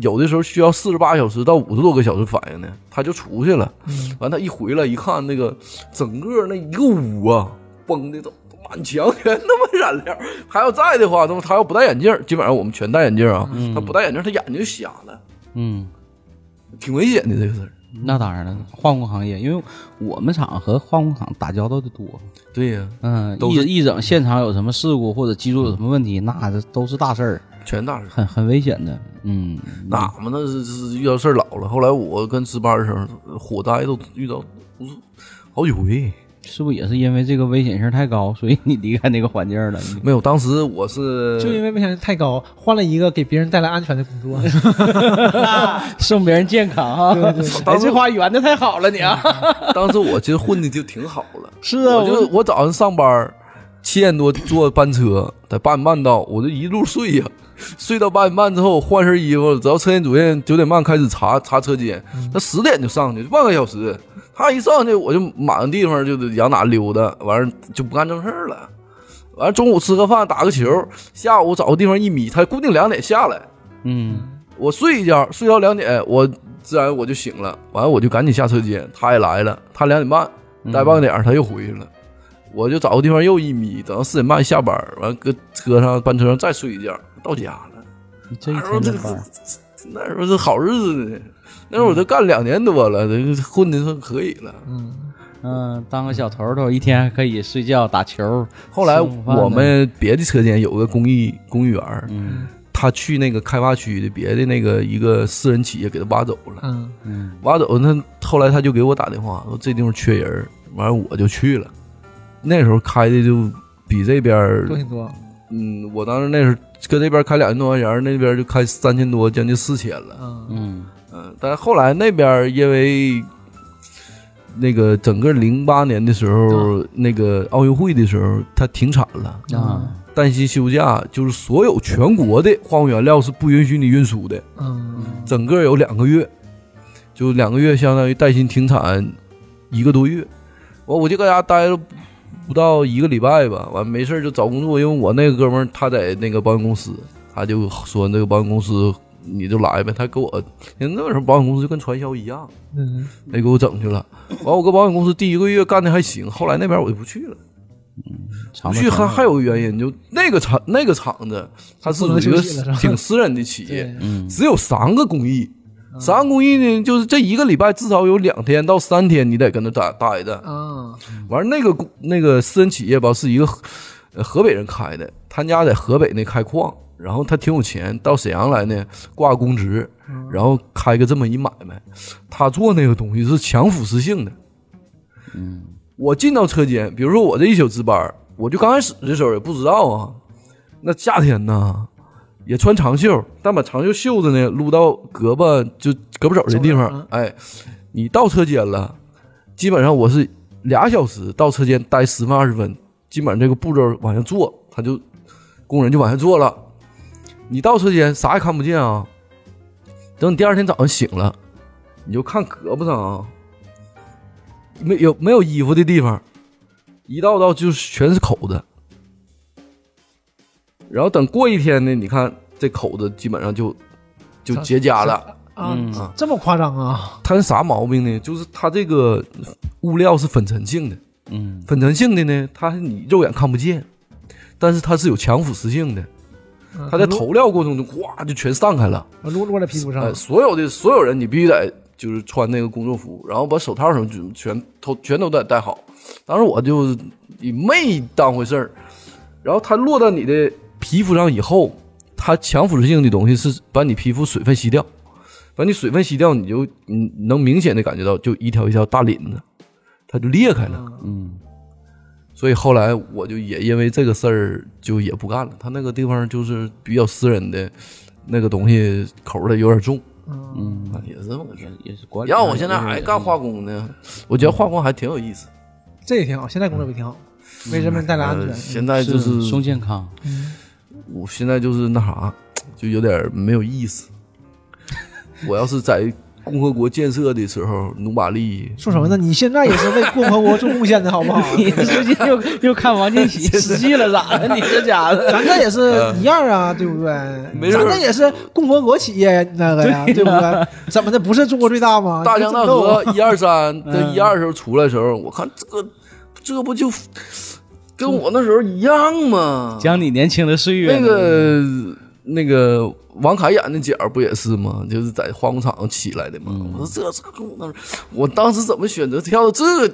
Speaker 2: 有的时候需要四十八小时到五十多个小时反应呢，他就出去了。完，他一回来一看，那个整个那一个屋啊，崩的都满墙全他妈染料。还要在的话，他妈他要不戴眼镜儿，基本上我们全戴眼镜儿啊。他不戴眼镜儿，他眼睛就瞎了，
Speaker 3: 嗯，
Speaker 2: 挺危险的这个事儿。
Speaker 3: 那当然了，化工行业，因为我们厂和化工厂打交道的多，
Speaker 2: 对呀、
Speaker 3: 嗯，
Speaker 2: 都
Speaker 3: 一
Speaker 2: 是
Speaker 3: 一整现场有什么事故或者机组有什么问题，那这都是大事儿，
Speaker 2: 全大人。
Speaker 3: 很很危险的。嗯，
Speaker 2: 那我们那是是遇到事儿老了。后来我跟值班的时候，火灾都遇到无数好几回。
Speaker 3: 是不是也是因为这个危险性太高，所以你离开那个环境了？
Speaker 2: 没有，当时我是
Speaker 4: <laughs> 就因为危险性太高，换了一个给别人带来安全的
Speaker 2: <laughs>
Speaker 4: 工作。 <laughs>
Speaker 3: 送别人健康啊！
Speaker 4: 对哎对对，
Speaker 2: 当时
Speaker 3: 话圆的太好了，你啊！
Speaker 2: 嗯当时我其实混的就挺好
Speaker 3: <laughs>
Speaker 2: 了。
Speaker 4: 是啊，
Speaker 2: 我
Speaker 4: 我
Speaker 2: 就我早上上班儿七点多坐班车，在八点半到，我就一路睡呀、睡到八点半之后换身衣服，只要车间主任九点半开始查查车间，
Speaker 3: 嗯
Speaker 2: 他十点就上去，半个小时。他一上去，我就满地方就得往哪溜达，完事儿就不干正事儿了。完了中午吃个饭，打个球，下午找个地方一眯，他固定两点下来。
Speaker 3: 嗯，
Speaker 2: 我睡一觉，睡到两点，哎我自然我就醒了，完了我就赶紧下车间，他也来了，他两点半
Speaker 3: 嗯
Speaker 2: 待半个点儿他又回去了，我就找个地方又一眯，等到四点半下班儿，完了搁车上班车上再睡一觉，到家了。
Speaker 3: 这一
Speaker 2: 那时候
Speaker 3: 天
Speaker 2: 这
Speaker 3: 的
Speaker 2: 个
Speaker 3: 班儿，
Speaker 2: 那时候是好日子呢，那时候我都干两年多了，这混的算可以了。
Speaker 3: 嗯，当个小头头，一天还可以睡觉、打球。
Speaker 2: 后来
Speaker 3: 吃午饭呢
Speaker 2: 我们别的车间有个工艺工艺员儿，
Speaker 3: 嗯
Speaker 2: 他去那个开发区的别的那个一个私人企业给他挖走了。
Speaker 4: 嗯
Speaker 3: 嗯
Speaker 2: 挖走那后来他就给我打电话说这地方缺人儿，完了我就去了。那时候开的就比这边儿
Speaker 4: 多挺多，
Speaker 2: 嗯，我当时那时候跟这边开两千多块钱儿，那边就开三千多，将近四千了。
Speaker 4: 嗯
Speaker 3: 嗯，
Speaker 2: 嗯，但是后来那边儿因为那个整个零八年的时候，那个奥运会的时候，它停产了，
Speaker 3: 啊，
Speaker 2: 单薪休假，就是所有全国的化工原料是不允许你运输的，
Speaker 4: 嗯
Speaker 2: 整个有两个月，就两个月相当于带薪停产一个多月。我我就搁家待了不到一个礼拜吧，完没事儿就找工作，因为我那个哥们儿他在那个保险公司，他就说那个保险公司你就来呗，他给我那时候保险公司就跟传销一样，
Speaker 4: 嗯，
Speaker 2: 他给我整去了。完我搁保险公司第一个月干的还行，后来那边我就不去了。
Speaker 3: 长
Speaker 2: 不嗯
Speaker 3: 的
Speaker 2: 去
Speaker 3: 长
Speaker 2: 还还有个原因，就那个厂那个厂子它是
Speaker 4: 不能
Speaker 2: 一个
Speaker 4: 休息了是吧
Speaker 2: 挺私人的企业，
Speaker 4: 对，
Speaker 3: 嗯
Speaker 2: 只有三个工艺，三个工艺呢，就是这一个礼拜至少有两天到三天，你得跟他待待着。
Speaker 4: 啊，
Speaker 2: 完那个工那个私人企业吧，是一个河呃河北人开的，他家在河北那开矿，然后他挺有钱，到沈阳来呢挂公职，然后开个这么一买卖。他做那个东西是强腐蚀性的，
Speaker 3: 嗯
Speaker 2: 我进到车间，比如说我这一宿值班，我就刚开始的时候也不知道啊。那夏天呢，也穿长袖，但把长袖袖子呢撸到胳膊就胳膊肘这地
Speaker 4: 肘
Speaker 2: 方
Speaker 4: 啊，
Speaker 2: 哎，你到车间了，基本上我是俩小时到车间待十分二十分，基本上这个步骤往下做，他就工人就往下做了。你到车间啥也看不见啊，等你第二天早上醒了，你就看胳膊上啊，没有没有衣服的地方，一道道就是全是口子。然后等过一天呢，你看这口子基本上就就结痂了。
Speaker 4: 啊，
Speaker 3: 嗯
Speaker 4: 这么夸张啊？
Speaker 2: 它是啥毛病呢？就是它这个物料是粉尘性的，
Speaker 3: 嗯
Speaker 2: 粉尘性的呢，它是你肉眼看不见，但是它是有强腐蚀性的。它在投料过程中，哗就全散开了。
Speaker 4: 撸撸在屁股上
Speaker 2: 呃，，所有的所有人你必须得就是穿那个工作服，然后把手套什么全全都全都得戴好。当时我就也没当回事儿，然后它落到你的皮肤上以后，它强腐蚀性的东西是把你皮肤水分吸掉，把你水分吸掉，你就你能明显的感觉到，就一条一条大领子，它就裂开了。
Speaker 3: 嗯，
Speaker 2: 所以后来我就也因为这个事儿就也不干了。他那个地方就是比较私人的，那个东西口味儿有点重，嗯，也是这么个事儿。
Speaker 3: 也是管理。
Speaker 2: 要我现在还干化工呢，我觉得化工还挺有意思。
Speaker 4: 这也挺好。现在工作也挺好，为人们带来安
Speaker 2: 呃
Speaker 4: 全。
Speaker 2: 现在就是是
Speaker 3: 松健康， <laughs>
Speaker 2: 我现在就是那啥，就有点没有意思。 <laughs> 我要是在共和国建设的时候，努把力，
Speaker 4: 说什么呢？你现在也是为共和国做贡献的好
Speaker 2: <laughs>
Speaker 4: 不好？
Speaker 3: 你最近又又看王进喜失忆了咋的？你这家伙，
Speaker 4: 咱这也是一样啊，对不对？
Speaker 2: 呃没事
Speaker 4: 咱这也是共和国企业那个呀，对不对？怎么的？不是中国最大吗？
Speaker 2: 大江大河一二三，这
Speaker 4: 嗯
Speaker 2: 一二时候出来的时候，我看这个这不就跟我那时候一样吗？
Speaker 3: 讲你年轻的岁月
Speaker 2: 那
Speaker 3: 呢，
Speaker 2: 个那个王凯演的角儿不也是吗？就是在化工厂起来的吗？我说这这跟我当时，我当时怎么选择跳到这个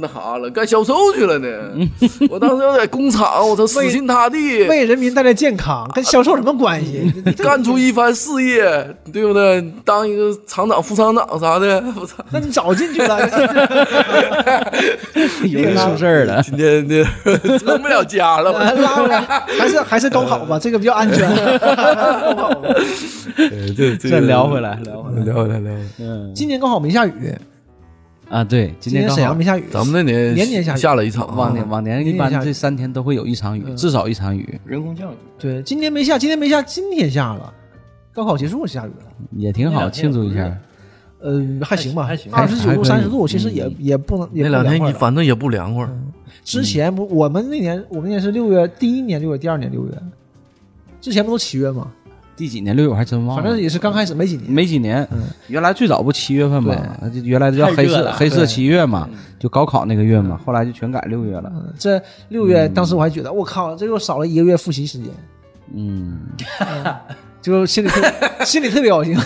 Speaker 2: 那啥了，干销售去了呢？我当时要在工厂，我操，死心塌地
Speaker 4: 为人民带来健康，跟销售什么
Speaker 2: <laughs>
Speaker 4: 关系？
Speaker 2: 干出一番事业，对不对？当一个厂长、副厂长啥的，我操！
Speaker 4: 那你早进去了， <laughs>
Speaker 3: 有人出事儿了。
Speaker 2: 今天这 <laughs> 成不了家了，我
Speaker 4: 拉回来，还是还是高考吧，这个比较安全。高考吧
Speaker 2: 呃这
Speaker 3: 再聊回来，聊回来。
Speaker 2: 聊回来，聊回来。
Speaker 3: 嗯
Speaker 4: 今年高考没下雨，
Speaker 3: 啊，对，今
Speaker 4: 今
Speaker 3: 天
Speaker 4: 年
Speaker 3: 刚
Speaker 4: 沈
Speaker 3: 好
Speaker 4: 阳没下雨，
Speaker 2: 咱们那年
Speaker 4: 年年下雨
Speaker 2: 下了一场啊，
Speaker 3: 往年往年一般这三天都会有一场雨，至少一场雨，
Speaker 1: 人工降雨，
Speaker 4: 对，今年没下，今天没下，今天下了。高考结束下雨了，
Speaker 3: 也挺好，庆祝一下。
Speaker 4: 呃，还行吧，
Speaker 1: 还行
Speaker 4: 二十九
Speaker 3: 还可
Speaker 4: 度、
Speaker 3: 以
Speaker 4: 三十度，其实也
Speaker 3: 嗯
Speaker 4: 也不能，也
Speaker 2: 那
Speaker 4: 不
Speaker 2: 两天
Speaker 4: 凉快
Speaker 2: 你
Speaker 4: 了嗯
Speaker 2: 反正也不凉快儿，
Speaker 4: 之前不，我们那年我们那年是六月，第一年六月，第二年六月，之前不都七月吗？
Speaker 3: 第几年六月我还真忘了，
Speaker 4: 反正也是刚开始没几年，
Speaker 3: 没几年
Speaker 4: 嗯。
Speaker 3: 原来最早不七月份嘛，就原来叫黑
Speaker 1: 太热
Speaker 3: 色
Speaker 1: 了
Speaker 3: 黑色
Speaker 4: 对
Speaker 3: 七月嘛，就高考那个月嘛，后来就全改六月了。
Speaker 4: 嗯，这六月当时我还觉得我靠，这又少了一个月复习时间，
Speaker 3: 嗯，
Speaker 4: 就心里特心里特别高兴。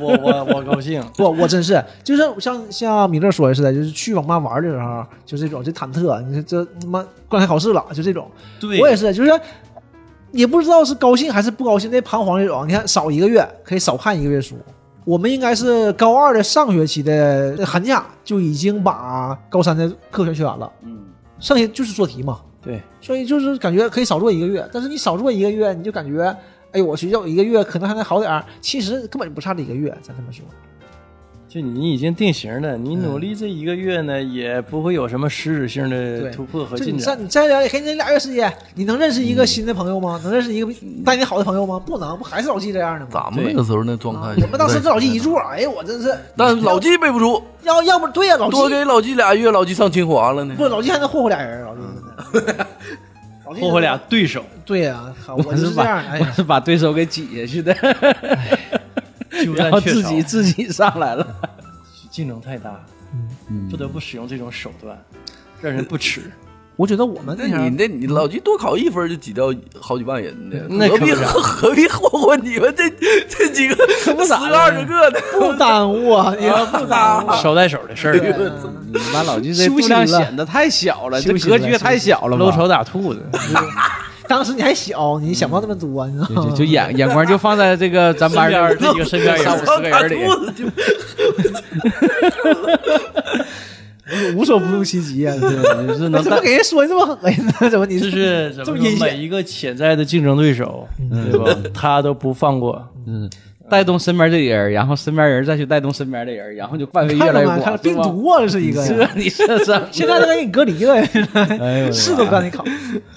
Speaker 1: 我我我高兴。
Speaker 4: <laughs> 不，我真是就是像像米勒说的似的，就是去网吧玩的时候，就这种就忐忑，你说这他妈刚才考试了，就这种。
Speaker 1: <laughs> 对，
Speaker 4: 我也是，就是也不知道是高兴还是不高兴，那彷徨这种。你看，少一个月可以少看一个月书。我们应该是高二的上学期的寒假就已经把高三的课全学完了，
Speaker 1: 嗯，
Speaker 4: 剩下就是做题嘛。
Speaker 1: 对，
Speaker 4: 所以就是感觉可以少做一个月，但是你少做一个月，你就感觉，哎，我学校一个月可能还能好点儿，其实根本就不差这一个月。咱这么说，
Speaker 1: 就你已经定型了，你努力这一个月呢，也不会有什么实质性的
Speaker 4: 对
Speaker 1: 突破和
Speaker 4: 就
Speaker 1: 进
Speaker 4: 你再
Speaker 1: 展。
Speaker 4: 你再聊也给你俩月时间，你能认识一个新的朋友吗？能认识一个带你好的朋友吗？不能，不还是老纪这样的吗？
Speaker 2: 咱们那个时候那状态
Speaker 4: 啊
Speaker 2: 就，
Speaker 4: 我们当时跟老纪一座，哎呀，我真是，
Speaker 2: 但老纪背不住，
Speaker 4: 要要不对呀、老
Speaker 2: 多
Speaker 4: 纪
Speaker 2: 给老纪俩月，老纪上清华了呢。
Speaker 4: 不老纪还能霍霍俩人，老纪真的老纪
Speaker 1: 霍霍俩对手，
Speaker 4: 对呀、靠我
Speaker 3: 我
Speaker 4: 就是是这
Speaker 3: 把
Speaker 4: 样的，哎
Speaker 3: 我 <laughs>
Speaker 4: 呀，
Speaker 3: 是把对手给挤下去的，
Speaker 1: 鸠占
Speaker 3: 然后
Speaker 1: 鹊
Speaker 3: 自
Speaker 1: 巢
Speaker 3: 己自己上来了。
Speaker 1: 竞争太大，不得不使用这种手段，让人不齿。
Speaker 4: 我觉得我们
Speaker 2: 那
Speaker 4: 样
Speaker 2: 你那你老纪多考一分就挤掉好几万人呢，
Speaker 1: 那
Speaker 2: 何
Speaker 1: 可
Speaker 2: 必
Speaker 1: 不咋
Speaker 2: 何 <laughs> 何必霍霍你们这这几个十
Speaker 4: 啊不
Speaker 2: 个
Speaker 4: 咋的
Speaker 2: 二十个的？
Speaker 4: 不耽误啊，
Speaker 2: <laughs>
Speaker 4: 也
Speaker 2: 哎
Speaker 4: 不耽
Speaker 2: 啊
Speaker 4: 误。
Speaker 1: 手带手的事儿，
Speaker 3: 你把老季这 <laughs>
Speaker 4: 休息
Speaker 3: 度量
Speaker 4: 了
Speaker 3: 显得太小了，这
Speaker 4: 休息
Speaker 3: 格
Speaker 4: 了
Speaker 3: 局也太小了吧？
Speaker 1: 搂手打兔子，
Speaker 4: 当时你还小，你想不到那么多，啊你知道
Speaker 3: 就就
Speaker 4: 吗？
Speaker 3: 就 <laughs> 眼眼光就放在这个咱班
Speaker 1: 身
Speaker 3: 的
Speaker 1: 边这一个身边有
Speaker 3: <laughs> 三五十个人里，
Speaker 2: 肚子就
Speaker 4: 我无所不用其极呀、
Speaker 3: 对，就是能
Speaker 4: 你怎么
Speaker 3: 带
Speaker 4: 给人说你这么狠呢？怎么你
Speaker 1: <laughs> 就是是怎
Speaker 4: 这么
Speaker 1: 么
Speaker 4: 阴
Speaker 1: 说
Speaker 4: 险嗯
Speaker 1: 每一个潜在的竞争对手，对
Speaker 4: <laughs>
Speaker 1: 吧？他都不放过。
Speaker 3: 嗯带动身边这个人，然后身边人再去带动身边的人，然后就范围越
Speaker 4: 看
Speaker 3: 来
Speaker 4: 了
Speaker 3: 越
Speaker 4: 吗？
Speaker 3: 广。
Speaker 4: 看了
Speaker 3: 是
Speaker 4: 病
Speaker 3: 吧，
Speaker 4: 毒啊，这是一个呀。
Speaker 3: 这你这这，
Speaker 4: 现在都给你隔离了，
Speaker 3: 哎呦我的
Speaker 4: 是都不
Speaker 3: 妈
Speaker 4: 让你考。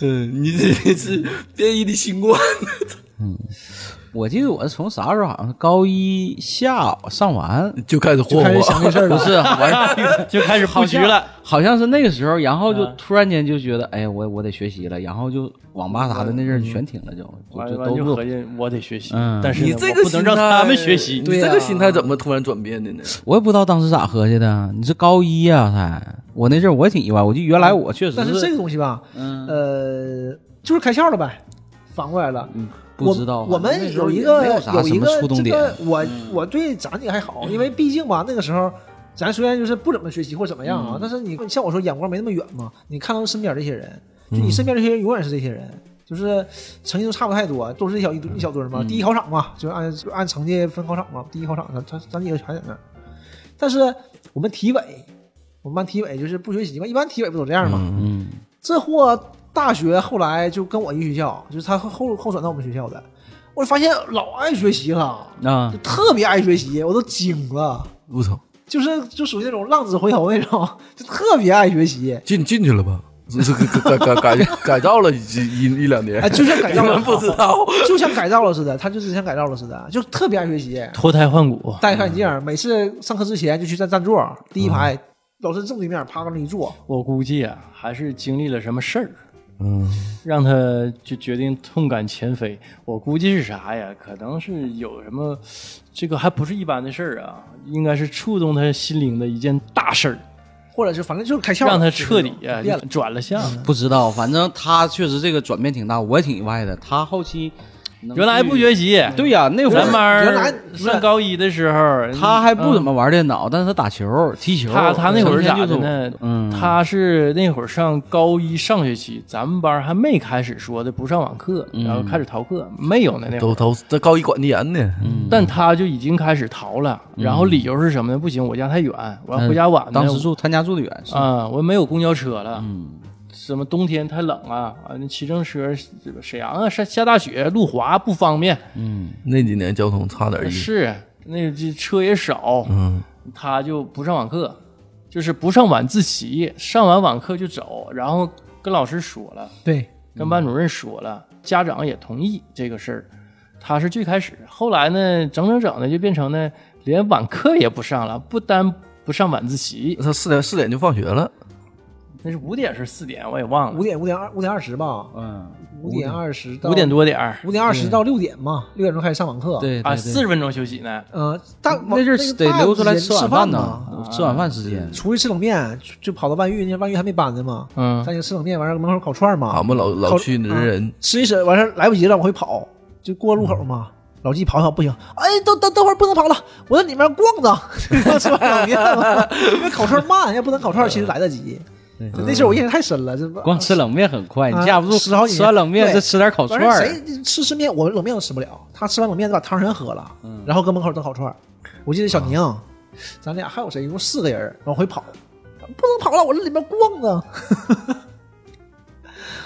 Speaker 2: 嗯，你这这是变异的新冠，
Speaker 3: <laughs> 我记得我是从啥时候好像是高一下午上完，
Speaker 2: 就开始
Speaker 4: 就
Speaker 2: 霍
Speaker 4: 开始想
Speaker 2: 霍。
Speaker 4: 这事
Speaker 3: <laughs>
Speaker 4: 儿
Speaker 3: 不
Speaker 4: 了。
Speaker 3: 是我
Speaker 1: 就开始布局了，
Speaker 3: 好像是那个时候，然后就
Speaker 1: 啊
Speaker 3: 突然间就觉得，哎，我我得学习了，然后就网吧啥的那阵儿全停了，就就
Speaker 1: 完
Speaker 4: 哎
Speaker 3: 就
Speaker 1: 了
Speaker 3: 都
Speaker 1: 完就
Speaker 3: 不
Speaker 1: 合。计我得学习
Speaker 3: 嗯，
Speaker 4: 啊
Speaker 1: 但是
Speaker 2: 你
Speaker 1: 呢
Speaker 2: 这
Speaker 1: 我
Speaker 2: 个
Speaker 1: 不
Speaker 2: 心
Speaker 1: 能
Speaker 2: 态，
Speaker 1: 让他们学习
Speaker 2: 你。
Speaker 4: 对啊
Speaker 2: 这
Speaker 4: 呀
Speaker 2: 个心态怎么突然转变的呢？
Speaker 3: 我也不知道当时咋合计的，你是高一呀、才，我那阵儿我也挺意外，我就原来我确实
Speaker 4: 但是这个东西吧，
Speaker 3: 嗯
Speaker 4: 呃，就是开窍了呗，反过来了。
Speaker 3: 嗯不知道，
Speaker 4: 我我
Speaker 3: 反正那
Speaker 4: 们
Speaker 3: 时候
Speaker 4: 有一
Speaker 3: 也
Speaker 4: 个
Speaker 3: 没有啥
Speaker 4: 有
Speaker 3: 什
Speaker 4: 一
Speaker 3: 么
Speaker 4: 个
Speaker 3: 触动点，嗯
Speaker 4: 这个我我对咱这个还好，因为毕竟吧，那个时候咱虽然就是不怎么学习或怎么样
Speaker 3: 嗯
Speaker 4: 啊，但是你像我说眼光没那么远嘛，你看到身边这些人，就
Speaker 3: 嗯
Speaker 4: 你身边这些人永远是这些人。就是成绩都差不太多，啊都是一小一堆一小堆儿
Speaker 3: 嗯
Speaker 4: 嘛。第一考场嘛，就是按就按成绩分考场嘛。第一考场，咱咱咱几个全在那儿。但是我们体委，我们班体委就是不学习嘛，一般体委不都这样嘛。
Speaker 3: 嗯，
Speaker 4: 这货大学后来就跟我一学校，就是他后后后转到我们学校的，我发现老爱学习了，
Speaker 3: 啊
Speaker 4: 就，特别爱学习，我都惊了，
Speaker 2: 我操，
Speaker 4: 就是就属于那种浪子回头那种，就特别爱学习，
Speaker 2: 进进去了吧？ <laughs> 这这改改改 <laughs> 改改造了一一一两年
Speaker 4: 哎，，就像改
Speaker 2: 你
Speaker 4: 造了
Speaker 2: 们，不知道。
Speaker 4: 就像改造了似的，他就是像改造了似的，就特别爱学习，
Speaker 1: 脱胎换骨，
Speaker 4: <laughs> 戴上眼镜儿，每次上课之前就去占占座第一排，老师正对面，啪往那一坐，
Speaker 1: 我估计啊，还是经历了什么事儿，
Speaker 2: 嗯，
Speaker 1: 让他就决定痛改前非。我估计是啥呀？可能是有什么，这个还不是一般的事儿啊，应该是触动他心灵的一件大事儿，
Speaker 4: 或者是反正就是开窍了，
Speaker 1: 让他
Speaker 4: 就是
Speaker 1: 彻底
Speaker 4: 那
Speaker 1: 啊
Speaker 4: 种变了。嗯
Speaker 1: 转了向。
Speaker 3: 不知道，反正他确实这个转变挺大，我也挺意外的。他后期能
Speaker 1: 原来
Speaker 3: 去
Speaker 1: 不，学习，
Speaker 4: 嗯
Speaker 3: 对呀、 <laughs> 那会
Speaker 1: 咱
Speaker 3: 儿
Speaker 1: 班儿
Speaker 4: 原来不是
Speaker 1: 上高一的时候，
Speaker 3: 他还不怎
Speaker 1: 么。
Speaker 4: 嗯
Speaker 3: 么玩电脑，但是他打球、踢球，
Speaker 1: 他他那会儿
Speaker 3: 成天
Speaker 1: 咋
Speaker 3: 就
Speaker 1: 的
Speaker 3: 是
Speaker 1: 呢？
Speaker 3: 嗯，
Speaker 1: 他是那会儿上高一上学期，咱们班还没开始说的不上网课，
Speaker 3: 嗯
Speaker 1: 然后开始逃课，没有呢那会
Speaker 2: 都
Speaker 1: 儿。
Speaker 2: 都这高一管得严呢。
Speaker 1: 但他就已经开始逃了，然后理由是什么呢？不行，我家太远，我要回家晚呢。
Speaker 3: 嗯当时住他家住的远，是
Speaker 1: 啊，我没有公交车了，
Speaker 3: 嗯
Speaker 1: 什么冬天太冷啊，啊，那骑自行车沈阳啊下下大雪，路滑不方便。
Speaker 3: 嗯
Speaker 2: 那几年交通差点意思。
Speaker 1: 是，那这车也少，
Speaker 2: 嗯，
Speaker 1: 他就不上网课，就是不上晚自习，上完晚课就走，然后跟老师说了，
Speaker 4: 对，
Speaker 1: 跟班主任说了，家长也同意这个事儿。他是最开始，后来呢，整整整的就变成呢，连晚课也不上了，不单不上晚自习，
Speaker 2: 他四点四点就放学了，
Speaker 1: 那是五点是四点，我也忘
Speaker 4: 五
Speaker 1: 了，
Speaker 4: 点五点二五点二十吧，
Speaker 3: 嗯，
Speaker 4: 五点二十到
Speaker 1: 五点多点儿
Speaker 4: 五点二十到六点嘛，六点钟开始上网课。，
Speaker 3: 对
Speaker 1: 啊，
Speaker 3: 对对
Speaker 1: 四十分钟休息呢。
Speaker 4: 呃，大
Speaker 3: 那阵儿得留出来吃晚
Speaker 4: 饭
Speaker 3: 饭
Speaker 4: 嘛，啊
Speaker 3: 呢，吃晚饭时间。
Speaker 4: 出去吃冷面，就就跑到万裕，那万裕还没搬呢嘛，
Speaker 1: 嗯
Speaker 4: 咱就吃冷面，完事儿门口烤串
Speaker 2: 俺
Speaker 4: 嘛，
Speaker 2: 们老老去那人，
Speaker 4: 吃一吃，完事儿来不及了，往回跑，就过路口
Speaker 3: 嗯
Speaker 4: 嘛。 <laughs> 老纪跑一跑不行，哎，等等等会儿不能跑了，我在里面逛
Speaker 3: <laughs>
Speaker 4: 呢，要吃完冷面了，因为烤串慢，要不能烤串其实来得及。
Speaker 3: 对
Speaker 4: 这事儿我印象太深了，这
Speaker 3: 光吃冷面很快，你架不住
Speaker 4: 啊十好几年
Speaker 3: 吃完冷面
Speaker 4: 对
Speaker 3: 再吃点烤
Speaker 4: 完
Speaker 3: 串
Speaker 4: 事儿
Speaker 3: 儿，
Speaker 4: 谁吃吃面，我冷面都吃不了。他吃完冷面就把汤全喝了，
Speaker 3: 嗯
Speaker 4: 然后搁门口等烤串儿。我记得小宁，
Speaker 3: 啊
Speaker 4: 咱俩还有谁？一共四个人往回跑，不能跑了，我在里面啊逛呢。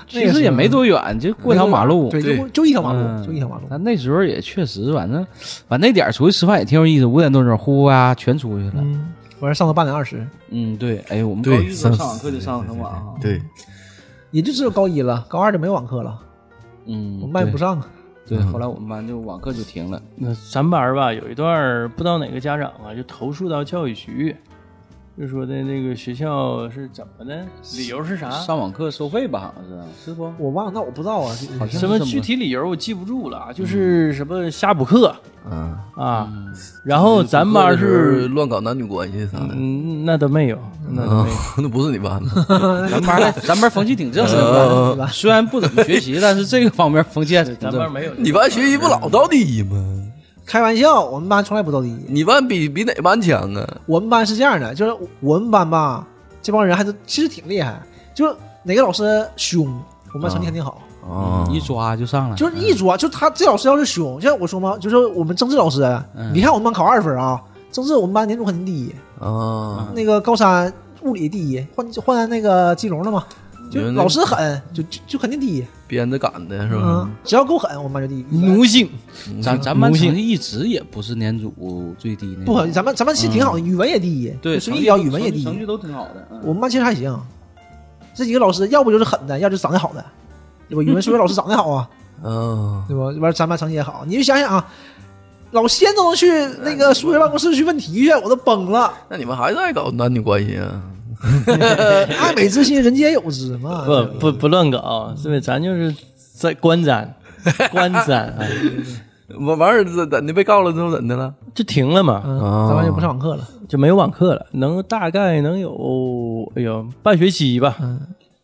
Speaker 3: 其实也
Speaker 4: 嗯
Speaker 3: 没多远，就过条马路。
Speaker 4: 对，
Speaker 2: 对
Speaker 4: 就就一条马
Speaker 3: 嗯
Speaker 4: 路，就一条马路。
Speaker 3: 但那时候也确实，反正把那点儿出去吃饭也挺有意思，五点多钟呼啊全出去了。
Speaker 4: 嗯，完事上到八点二十，
Speaker 3: 嗯，对，哎，我们高
Speaker 2: 对
Speaker 3: 一时候
Speaker 2: 上
Speaker 3: 上网课就上的很晚啊。
Speaker 2: 对，
Speaker 4: 也就只有高一了，高二就没有网课了，
Speaker 3: 嗯，
Speaker 4: 我们班也不上啊。
Speaker 3: 对。对，后来我们班就网课就停了。
Speaker 1: 那咱班儿吧，有一段儿不知道哪个家长啊，就投诉到教育局，就说的那个学校是怎么的，理由是啥？
Speaker 4: 啊
Speaker 3: 上网课收费吧，好像是是
Speaker 4: <laughs>
Speaker 3: 不？
Speaker 4: 我忘了，那我不知道啊。
Speaker 3: 好像是
Speaker 1: 什么具体理由我记不住了，啊，就是什么瞎补课
Speaker 2: 嗯，
Speaker 1: 啊。然后咱班儿是，
Speaker 2: 乱搞男女关系啥的，
Speaker 1: 嗯，那都没有，那都
Speaker 2: 嗯
Speaker 1: 没有。，
Speaker 2: 那不是你班的，
Speaker 3: 咱班儿咱班儿风气挺
Speaker 4: <laughs>
Speaker 3: 正
Speaker 4: 呃
Speaker 2: 嗯
Speaker 3: 的，虽然不怎么学习，但是这个方面风气还是挺
Speaker 1: 咱
Speaker 3: 正
Speaker 1: 班儿
Speaker 3: 的。
Speaker 1: 没有这个，
Speaker 2: <laughs> 你班学习不老到第一吗？
Speaker 4: 开玩笑，我们班从来不到第一。
Speaker 2: 你班比比哪班强啊？
Speaker 4: 我们班是这样的，就是我们班吧，这帮人还是其实挺厉害，就是哪个老师凶，我们班成绩肯定好。
Speaker 2: 啊
Speaker 3: 一抓就上来，
Speaker 4: 就是一桌，就他这老师要是凶，就像我说嘛，就是我们政治老师，
Speaker 5: 嗯
Speaker 4: 你看我们班考二分啊，政治我们班年终肯定第一，
Speaker 5: 嗯
Speaker 2: 啊，
Speaker 4: 那个高三物理第一，换换那个基隆了嘛，就
Speaker 2: 有那
Speaker 4: 老师狠，就就就肯定第一，
Speaker 2: 编的赶的是吧？
Speaker 4: 嗯，只要够狠，我们班就第一。
Speaker 1: 奴性，
Speaker 3: 咱咱班
Speaker 1: 奴性
Speaker 3: 成绩嗯一直也不是年组最低那个，
Speaker 4: 不狠，咱们咱们其实挺好，语文也第一，
Speaker 3: 对
Speaker 4: 就随便一聊语文也第
Speaker 5: 嗯成
Speaker 4: 一。
Speaker 5: 绩都挺好
Speaker 3: 嗯
Speaker 5: 的。
Speaker 4: 我们班其实还行，这几个老师要不就是狠的，要不就是长得好的，对吧？语文、数学老师长得好啊，
Speaker 2: 嗯，
Speaker 4: 对吧？完咱班成绩也好，你就想想啊，老仙都能去那个数学办公室去问题去，我都崩了。
Speaker 2: 那你们还在搞男女关系啊？
Speaker 4: 爱美之心，人皆有之嘛。
Speaker 1: 不不不乱搞，是不是？咱就是在观瞻，观瞻啊，
Speaker 2: 完完事儿怎怎的被告了之后怎的了？
Speaker 1: 就停了嘛，
Speaker 4: 嗯，咱班就不上网课了。
Speaker 1: 就没有网课了，能大概能有哎呦半学期吧，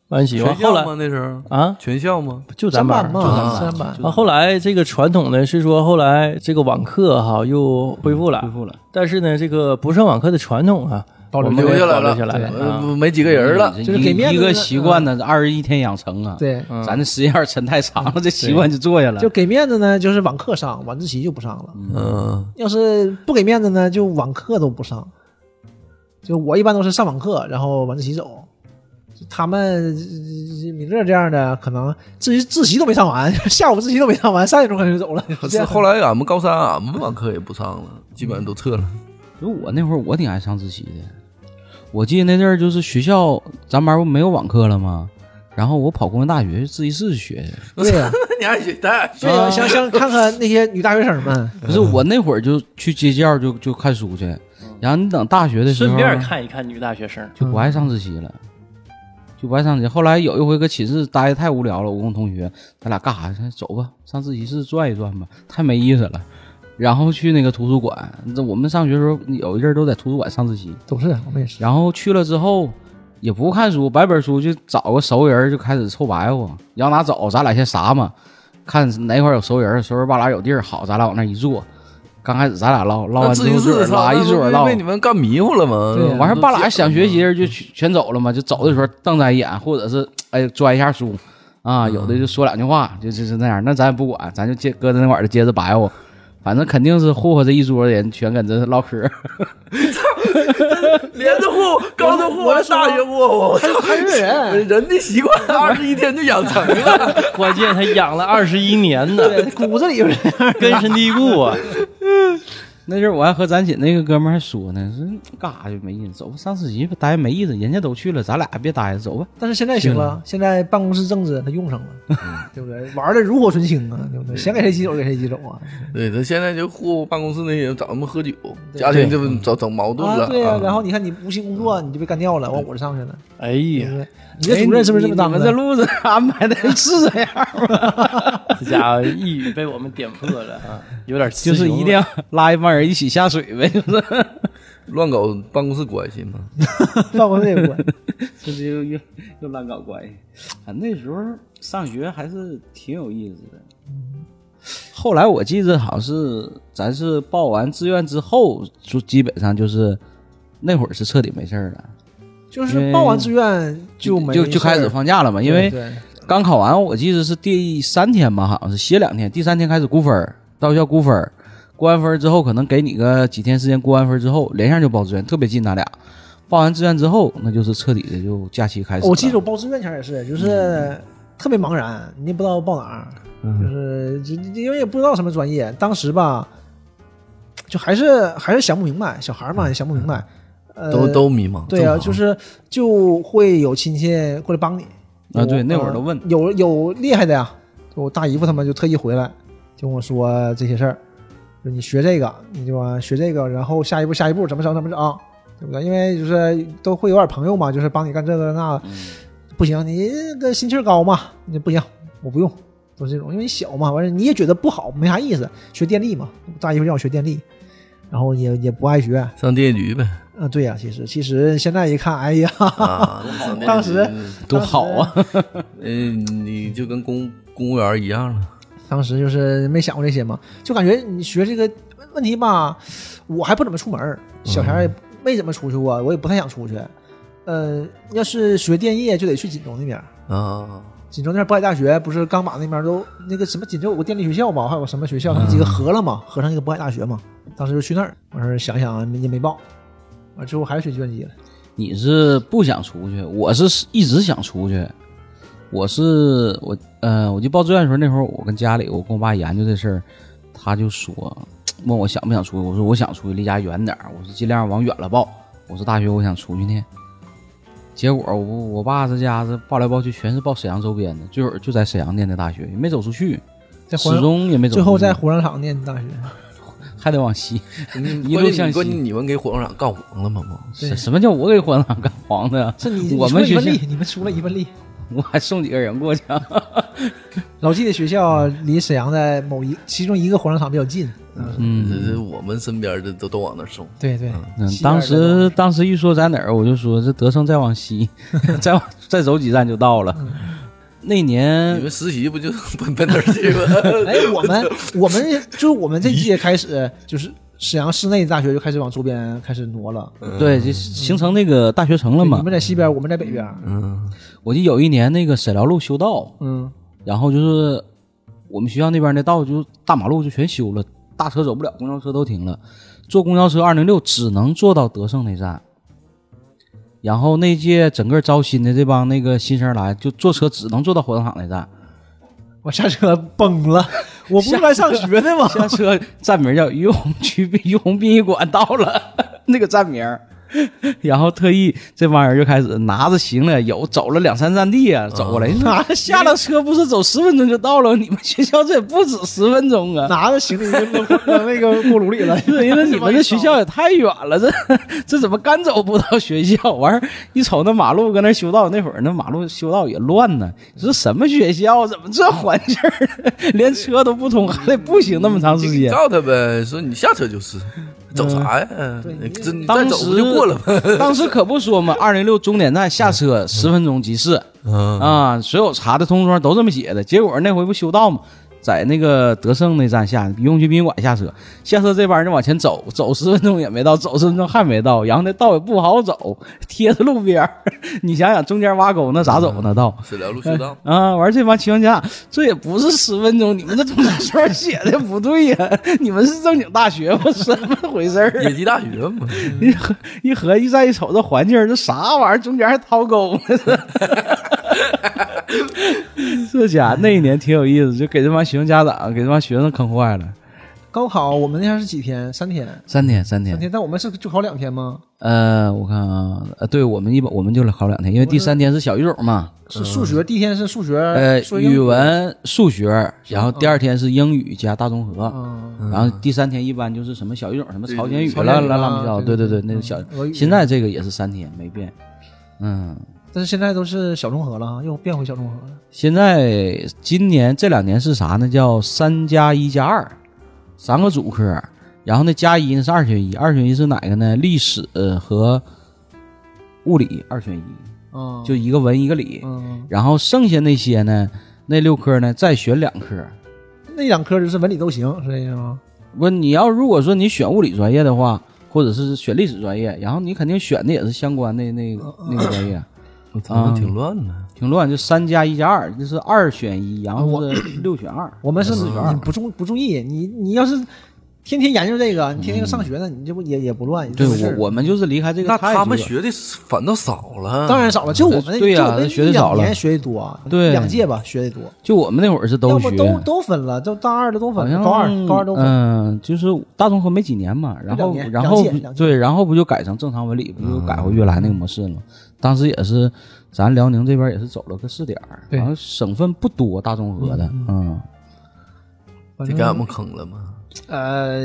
Speaker 1: 半学期。完
Speaker 2: 全
Speaker 1: 后
Speaker 2: 校
Speaker 1: 来
Speaker 2: 吗？那时候
Speaker 1: 啊，
Speaker 2: 全校吗？
Speaker 1: 嗯就咱
Speaker 4: 三
Speaker 1: 班儿
Speaker 4: 嘛，
Speaker 1: 就咱
Speaker 4: 三班
Speaker 1: 啊，后来这个传统呢是说，后来这个网课哈又恢复了，恢复了。但是呢，这个不上网课的传统啊，
Speaker 4: 保留
Speaker 1: 我们
Speaker 2: 留
Speaker 1: 给
Speaker 2: 下来
Speaker 1: 保留下
Speaker 2: 了
Speaker 1: 来了
Speaker 2: 呃，
Speaker 1: 啊。
Speaker 2: 不没几个人了。
Speaker 3: 嗯一
Speaker 4: 就是给面子
Speaker 3: 一个
Speaker 4: 的
Speaker 3: 习惯呢，二十一天养成啊。，
Speaker 4: 对，
Speaker 3: 咱这时间二沉太长了，这习惯就坐下了。
Speaker 4: 就给面子呢，就是网课上，晚自习就不上了。
Speaker 2: 嗯，
Speaker 4: 要是不给面子呢，就网课都不上。就我一般都是上网课，然后晚自习走。就他们呃米勒这样的，可能自习自习都没上完，下午自习都没上完，三点钟可能就走了。这
Speaker 2: 是
Speaker 4: 样
Speaker 2: 后来俺们高三，俺们网课也不上了，基本上都撤了。
Speaker 3: 就我那会儿，我挺爱上自习的。我记得那阵儿就是学校，咱班不没有网课了吗？然后我跑工业大学自习室去学去。
Speaker 4: 对呀、
Speaker 2: 你还学太
Speaker 4: 对呀、想想看看那些女大学生们，
Speaker 3: 不是我那会儿就去街校就就看书去，然后你等大学的时候，
Speaker 1: 顺便看一看女大学生，
Speaker 3: 就不爱上自习了，就不爱上自习。后来有一回搁寝室待的太无聊了，我跟我同学，咱俩干啥去？走吧，上自习室转一转吧，太没意思了。然后去那个图书馆，这我们上学的时候有一阵儿都在图书馆上自习，
Speaker 4: 都是我们也是。
Speaker 3: 然后去了之后也不看书，白本书就找个熟人就开始凑白话，你要哪走，咱俩先撒嘛，看哪块儿有熟人，熟人半拉有地儿好，咱俩往那一坐。刚开始咱俩唠唠
Speaker 2: 那
Speaker 3: 完
Speaker 2: 自
Speaker 3: 之
Speaker 2: 习
Speaker 3: 后
Speaker 2: 室啥
Speaker 3: 拉
Speaker 2: 的
Speaker 3: 一桌
Speaker 2: 都
Speaker 3: 唠
Speaker 2: 被，你们干迷糊了吗？
Speaker 4: 对
Speaker 3: 嗯完事儿半拉想学习人就全全走了嘛，就走的时候瞪咱一眼，或者是哎拽一下书啊，有的就说两句话，就就是那样。那咱也不管，咱就接搁在那块儿就接着白话，反正肯定是霍霍这一桌的人全跟这唠 <laughs> 嗑。
Speaker 2: 连着户，高中户，大学户，我操！
Speaker 4: <laughs> 哎
Speaker 2: 人人的习惯，二十一天就养成了。
Speaker 1: <laughs> 关键他养了二十一年呢，
Speaker 4: 对，骨子里就是这样。
Speaker 1: 根深蒂固啊。
Speaker 3: 那阵儿我还和咱寝那个哥们儿还说呢，说干啥就没意思，走吧，上自习吧，待着没意思，人家都去了，咱俩别待着，走吧。
Speaker 4: 但是现在行了，现在办公室政治他用上了，对不对？玩的如火纯青啊，对不对？想给谁挤走给谁挤走啊！
Speaker 2: 对他现在就户办公室那人找他们喝酒，家庭就找整矛盾了。
Speaker 4: 啊，对呀、
Speaker 2: 啊
Speaker 4: 然后你看你无心工作，你就被干掉了，往我这上去了，
Speaker 1: <laughs> 哎
Speaker 4: 对不
Speaker 1: 呀，
Speaker 4: 对？你这主任是不是这么
Speaker 3: 咱
Speaker 4: 当
Speaker 3: 哎们这
Speaker 4: 的？
Speaker 3: 路子安排的 <laughs> 是这样吗？
Speaker 1: 这家伙一语被我们点破了啊，有点雌
Speaker 3: <laughs> 就
Speaker 1: 雄
Speaker 3: 是一定要拉一帮人一起下水呗，就是。
Speaker 2: 乱搞办公室关系嘛。
Speaker 4: 办公室也管。
Speaker 3: 这就又又又乱搞关系。啊，那时候上学还是挺有意思的。嗯后来我记得好像是咱是报完志愿之后，就基本上就是那会儿是彻底没事儿了，
Speaker 4: 就是报完志愿就没
Speaker 3: 就就开始
Speaker 4: 事儿，
Speaker 3: 放假了嘛。因为
Speaker 4: 对
Speaker 3: 刚考完，我记得是第三天吧，好像是歇两天，第三天开始估分儿，到校估分儿，估完分儿之后，可能给你个几天时间，估完分儿之后连上就报志愿，特别近，咱俩。报完志愿之后，那就是彻底的嗯就假期开始了。
Speaker 4: 我记得我报志愿前也是，就是特别茫然，你也不知道报哪儿，
Speaker 3: 嗯
Speaker 4: 就是就就因为也不知道什么专业，当时吧，就还是还是想不明白，小孩儿嘛也想不明白，
Speaker 3: 嗯
Speaker 4: 呃，
Speaker 2: 都都迷茫。
Speaker 4: 对啊，就是就会有亲戚过来帮你
Speaker 3: 啊对
Speaker 4: 有
Speaker 3: 那会儿都问
Speaker 4: 呃有有厉害的呀，我大姨夫他们就特意回来就跟我说这些事儿，就你学这个，你就啊学这个，然后下一步下一步怎么整怎么整，对不对？因为就是都会有点朋友嘛，就是帮你干这个那个，不行，你这个心气儿高嘛，你不行，我不用，都是这种，因为小嘛，完事儿你也觉得不好，没啥意思，学电力嘛，大姨夫让我学电力，然后也也不爱学，啊、
Speaker 2: 上电锯局呗。
Speaker 4: 对呀、其实其实现在一看，哎呀。
Speaker 2: 啊，
Speaker 4: 当时
Speaker 3: 多好啊！
Speaker 2: 嗯，你就跟公公务员一样了。
Speaker 4: 当时就是没想过这些嘛，就感觉你学这个问题吧，我还不怎么出门儿，
Speaker 3: 嗯
Speaker 4: 小前儿也没怎么出去过，我也不太想出去。呃，要是学电业就得去锦州那边儿，
Speaker 2: 啊，
Speaker 4: 锦州那边儿渤海大学不是刚把那边儿都那个什么锦州有个电力学校嘛，还有个什么学校，他
Speaker 3: 嗯
Speaker 4: 们几个合了嘛，合上一个渤海大学嘛，当时就去那儿，完事儿想想也没报，完之后还是学计算机了。
Speaker 3: 你是不想出去，我是一直想出去。我是我，呃，我就报志愿的时候那会儿，我跟家里，我跟我爸研究这事儿，他就说问我想不想出去，我说我想出去，离家远点儿，我说尽量往远了报。我说大学我想出去呢，结果我我爸这家子报来报去全是报沈阳周边的，最后就在沈阳念的大学，也没走出去，
Speaker 4: 在
Speaker 3: 始
Speaker 4: 火葬
Speaker 3: 终也没走出去。
Speaker 4: 最后在火葬场念大学，
Speaker 3: 还得往西， <laughs> 一
Speaker 2: 关
Speaker 3: 路
Speaker 2: 键
Speaker 3: 向
Speaker 2: 你关键
Speaker 3: 西。
Speaker 2: 你们给火葬场干黄了吗？不，
Speaker 3: 什什么叫我给火葬干黄的呀？
Speaker 4: 是你
Speaker 3: 我们
Speaker 4: 你出
Speaker 3: 学校
Speaker 4: 了一份力，你们出了一份力。
Speaker 3: <laughs> 我还送几个人过去啊。
Speaker 4: 老纪的学校离沈阳的某一其中一个火葬场比较近，
Speaker 3: 嗯，
Speaker 2: 这我们身边的都都往那送。
Speaker 4: 对对
Speaker 3: <laughs> 嗯，
Speaker 4: 西边
Speaker 3: 当
Speaker 4: 的
Speaker 3: 时当时一说在哪儿，我就说这德胜再往 <laughs> 西，再往再走几站就到了。那
Speaker 2: 你
Speaker 3: 年
Speaker 2: 们实习不就 <laughs> 奔奔那儿去吗？
Speaker 4: 哎，我
Speaker 3: <laughs>
Speaker 4: 们我们就是我们这届开始，就是沈阳市内大学就开始往周边开始挪了。
Speaker 3: 对，就形成那个大学城了
Speaker 4: 对你
Speaker 3: 嘛
Speaker 4: 们。在西边，我们在北边。
Speaker 3: 嗯我记得有一年那个沈辽路修道，
Speaker 4: 嗯，
Speaker 3: 然后就是我们学校那边的道就大马路就全修了，大车走不了，公交车都停了，坐公交车二零六只能坐到德胜那站。然后那届整个招新的这帮那个新生来，就坐车只能坐到火葬场那站，
Speaker 4: 我下车
Speaker 3: <laughs>
Speaker 4: 崩了，我不是来上学的吗？
Speaker 3: 下车站名叫于洪区于洪殡仪馆到了 <laughs> 那个站名儿，然后特意这帮人就开始拿着行李，有走了两三站地啊，走过 <laughs> 来，拿下了车不是走十分钟就到了？你们学校这也不止十分钟啊！
Speaker 4: 拿着行李就扔扔那个锅炉里了。
Speaker 3: <laughs>
Speaker 4: <laughs>
Speaker 3: 对，因为你们这学校也太远了，这 <laughs> 这怎么赶走不到学校？完事儿一瞅那马路搁那修道，那会儿那马路修道也乱呢。你说什么学校？怎么这环境儿？ <laughs> 连车都不通，还得步行那么长时
Speaker 2: 你
Speaker 3: 间？
Speaker 2: <laughs> 告他呗，说你下车就是，走啥呀？这你再
Speaker 3: 当
Speaker 2: 走
Speaker 3: 时
Speaker 2: 不就过了吗？
Speaker 3: 当时 <laughs> 可不说嘛，二零六终点站下车十分钟即逝
Speaker 2: 嗯，
Speaker 3: 啊，所有查的通窗都这么写的。结果那回不修道嘛，在那个德胜那站下，雍泉殡仪馆下车，下车这帮人就往前走，走十分钟也没到，走十分钟还没到，然后那道也不好走，贴着路边儿 <laughs> 你想想中间挖沟那咋走那道？
Speaker 2: 沈辽路修道。
Speaker 3: 啊！完这帮骑行家，这也不是十分钟，你们这中间说写的不对呀、你们是正经大学吗？ <laughs> 怎么回事儿啊？
Speaker 2: 野鸡大学嘛，
Speaker 3: 一合一合一再一瞅这环境儿，这啥玩意儿？中间还掏沟呢， <laughs> 这家伙那一年挺有意思，就给这帮学生家长给这帮学生坑坏了。
Speaker 4: 高考我们那天是几天？三天，
Speaker 3: 三天，三
Speaker 4: 三
Speaker 3: 天。
Speaker 4: 天。但我们是就考两天吗？
Speaker 3: 呃，我看啊，呃，对我们一般我们就考两天，因为第三天是小语种嘛，
Speaker 4: 是数学，第一天是数学，
Speaker 3: 嗯呃，
Speaker 4: 数学英
Speaker 3: 语。文、数学，然后第二天是英语加大综合，
Speaker 4: 嗯，
Speaker 3: 然后第三天一般就是什么小语种，什么朝鲜语
Speaker 4: 朝
Speaker 3: 啦
Speaker 4: 鲜语
Speaker 3: 啦
Speaker 4: 啊
Speaker 3: 啦七糟，
Speaker 4: 对
Speaker 3: 对对
Speaker 4: 对对
Speaker 3: 对，那个小
Speaker 4: 俄语。
Speaker 3: 现在这个也是三天没变，嗯。
Speaker 4: 但是现在都是小综合了啊，又变回小综合了。
Speaker 3: 现在今年这两年是啥呢？叫三加一加二，三个主科。然后呢，加一呢是二选一，二选一是哪个呢？历史和物理二选一，
Speaker 4: 嗯，
Speaker 3: 就一个文一个理。
Speaker 4: 嗯，
Speaker 3: 然后剩下那些呢，那六科呢再选两科。
Speaker 4: 那两科就是文理都行，啊是这意思吗？
Speaker 3: 不，你要如果说你选物理专业的话，或者是选历史专业，然后你肯定选的也是相关的那个那个专业，
Speaker 2: 我他妈挺乱的。
Speaker 3: 挺乱。就三加一加二，就是二选一，然后是六选二。
Speaker 4: 我们是
Speaker 3: 四选二
Speaker 4: 你不注不注意，你你要是天天研究这个，你天天上学呢，你这不也也不乱？
Speaker 3: 对
Speaker 4: 这不是
Speaker 3: 我，我们就是离开这个
Speaker 2: 那
Speaker 3: 态度
Speaker 2: 他们
Speaker 3: 了
Speaker 2: 学的反倒少了，
Speaker 4: 当然少了，就我们
Speaker 3: 嗯对呀啊
Speaker 4: 就我们
Speaker 3: 学得少了
Speaker 4: 一两年学的多，啊
Speaker 3: 对
Speaker 4: 两届吧学的多，
Speaker 3: 就我们那会儿是
Speaker 4: 要
Speaker 3: 都
Speaker 4: 不
Speaker 3: 学，
Speaker 4: 都都分了，都大二的都分
Speaker 3: 好像
Speaker 4: 了，高二高二都分了。
Speaker 3: 嗯，就是大综合没几年嘛，然后
Speaker 4: 两年
Speaker 3: 然后
Speaker 4: 两届两届
Speaker 3: 对，然后不就改成正常文理，不就改回原来那个模式了吗？当时也是，咱辽宁这边也是走了个试点儿，
Speaker 4: 对
Speaker 3: 然后省份不多，大综合的，嗯，
Speaker 4: 反
Speaker 2: 这
Speaker 4: 正
Speaker 2: 给俺们坑了吗？
Speaker 4: 呃，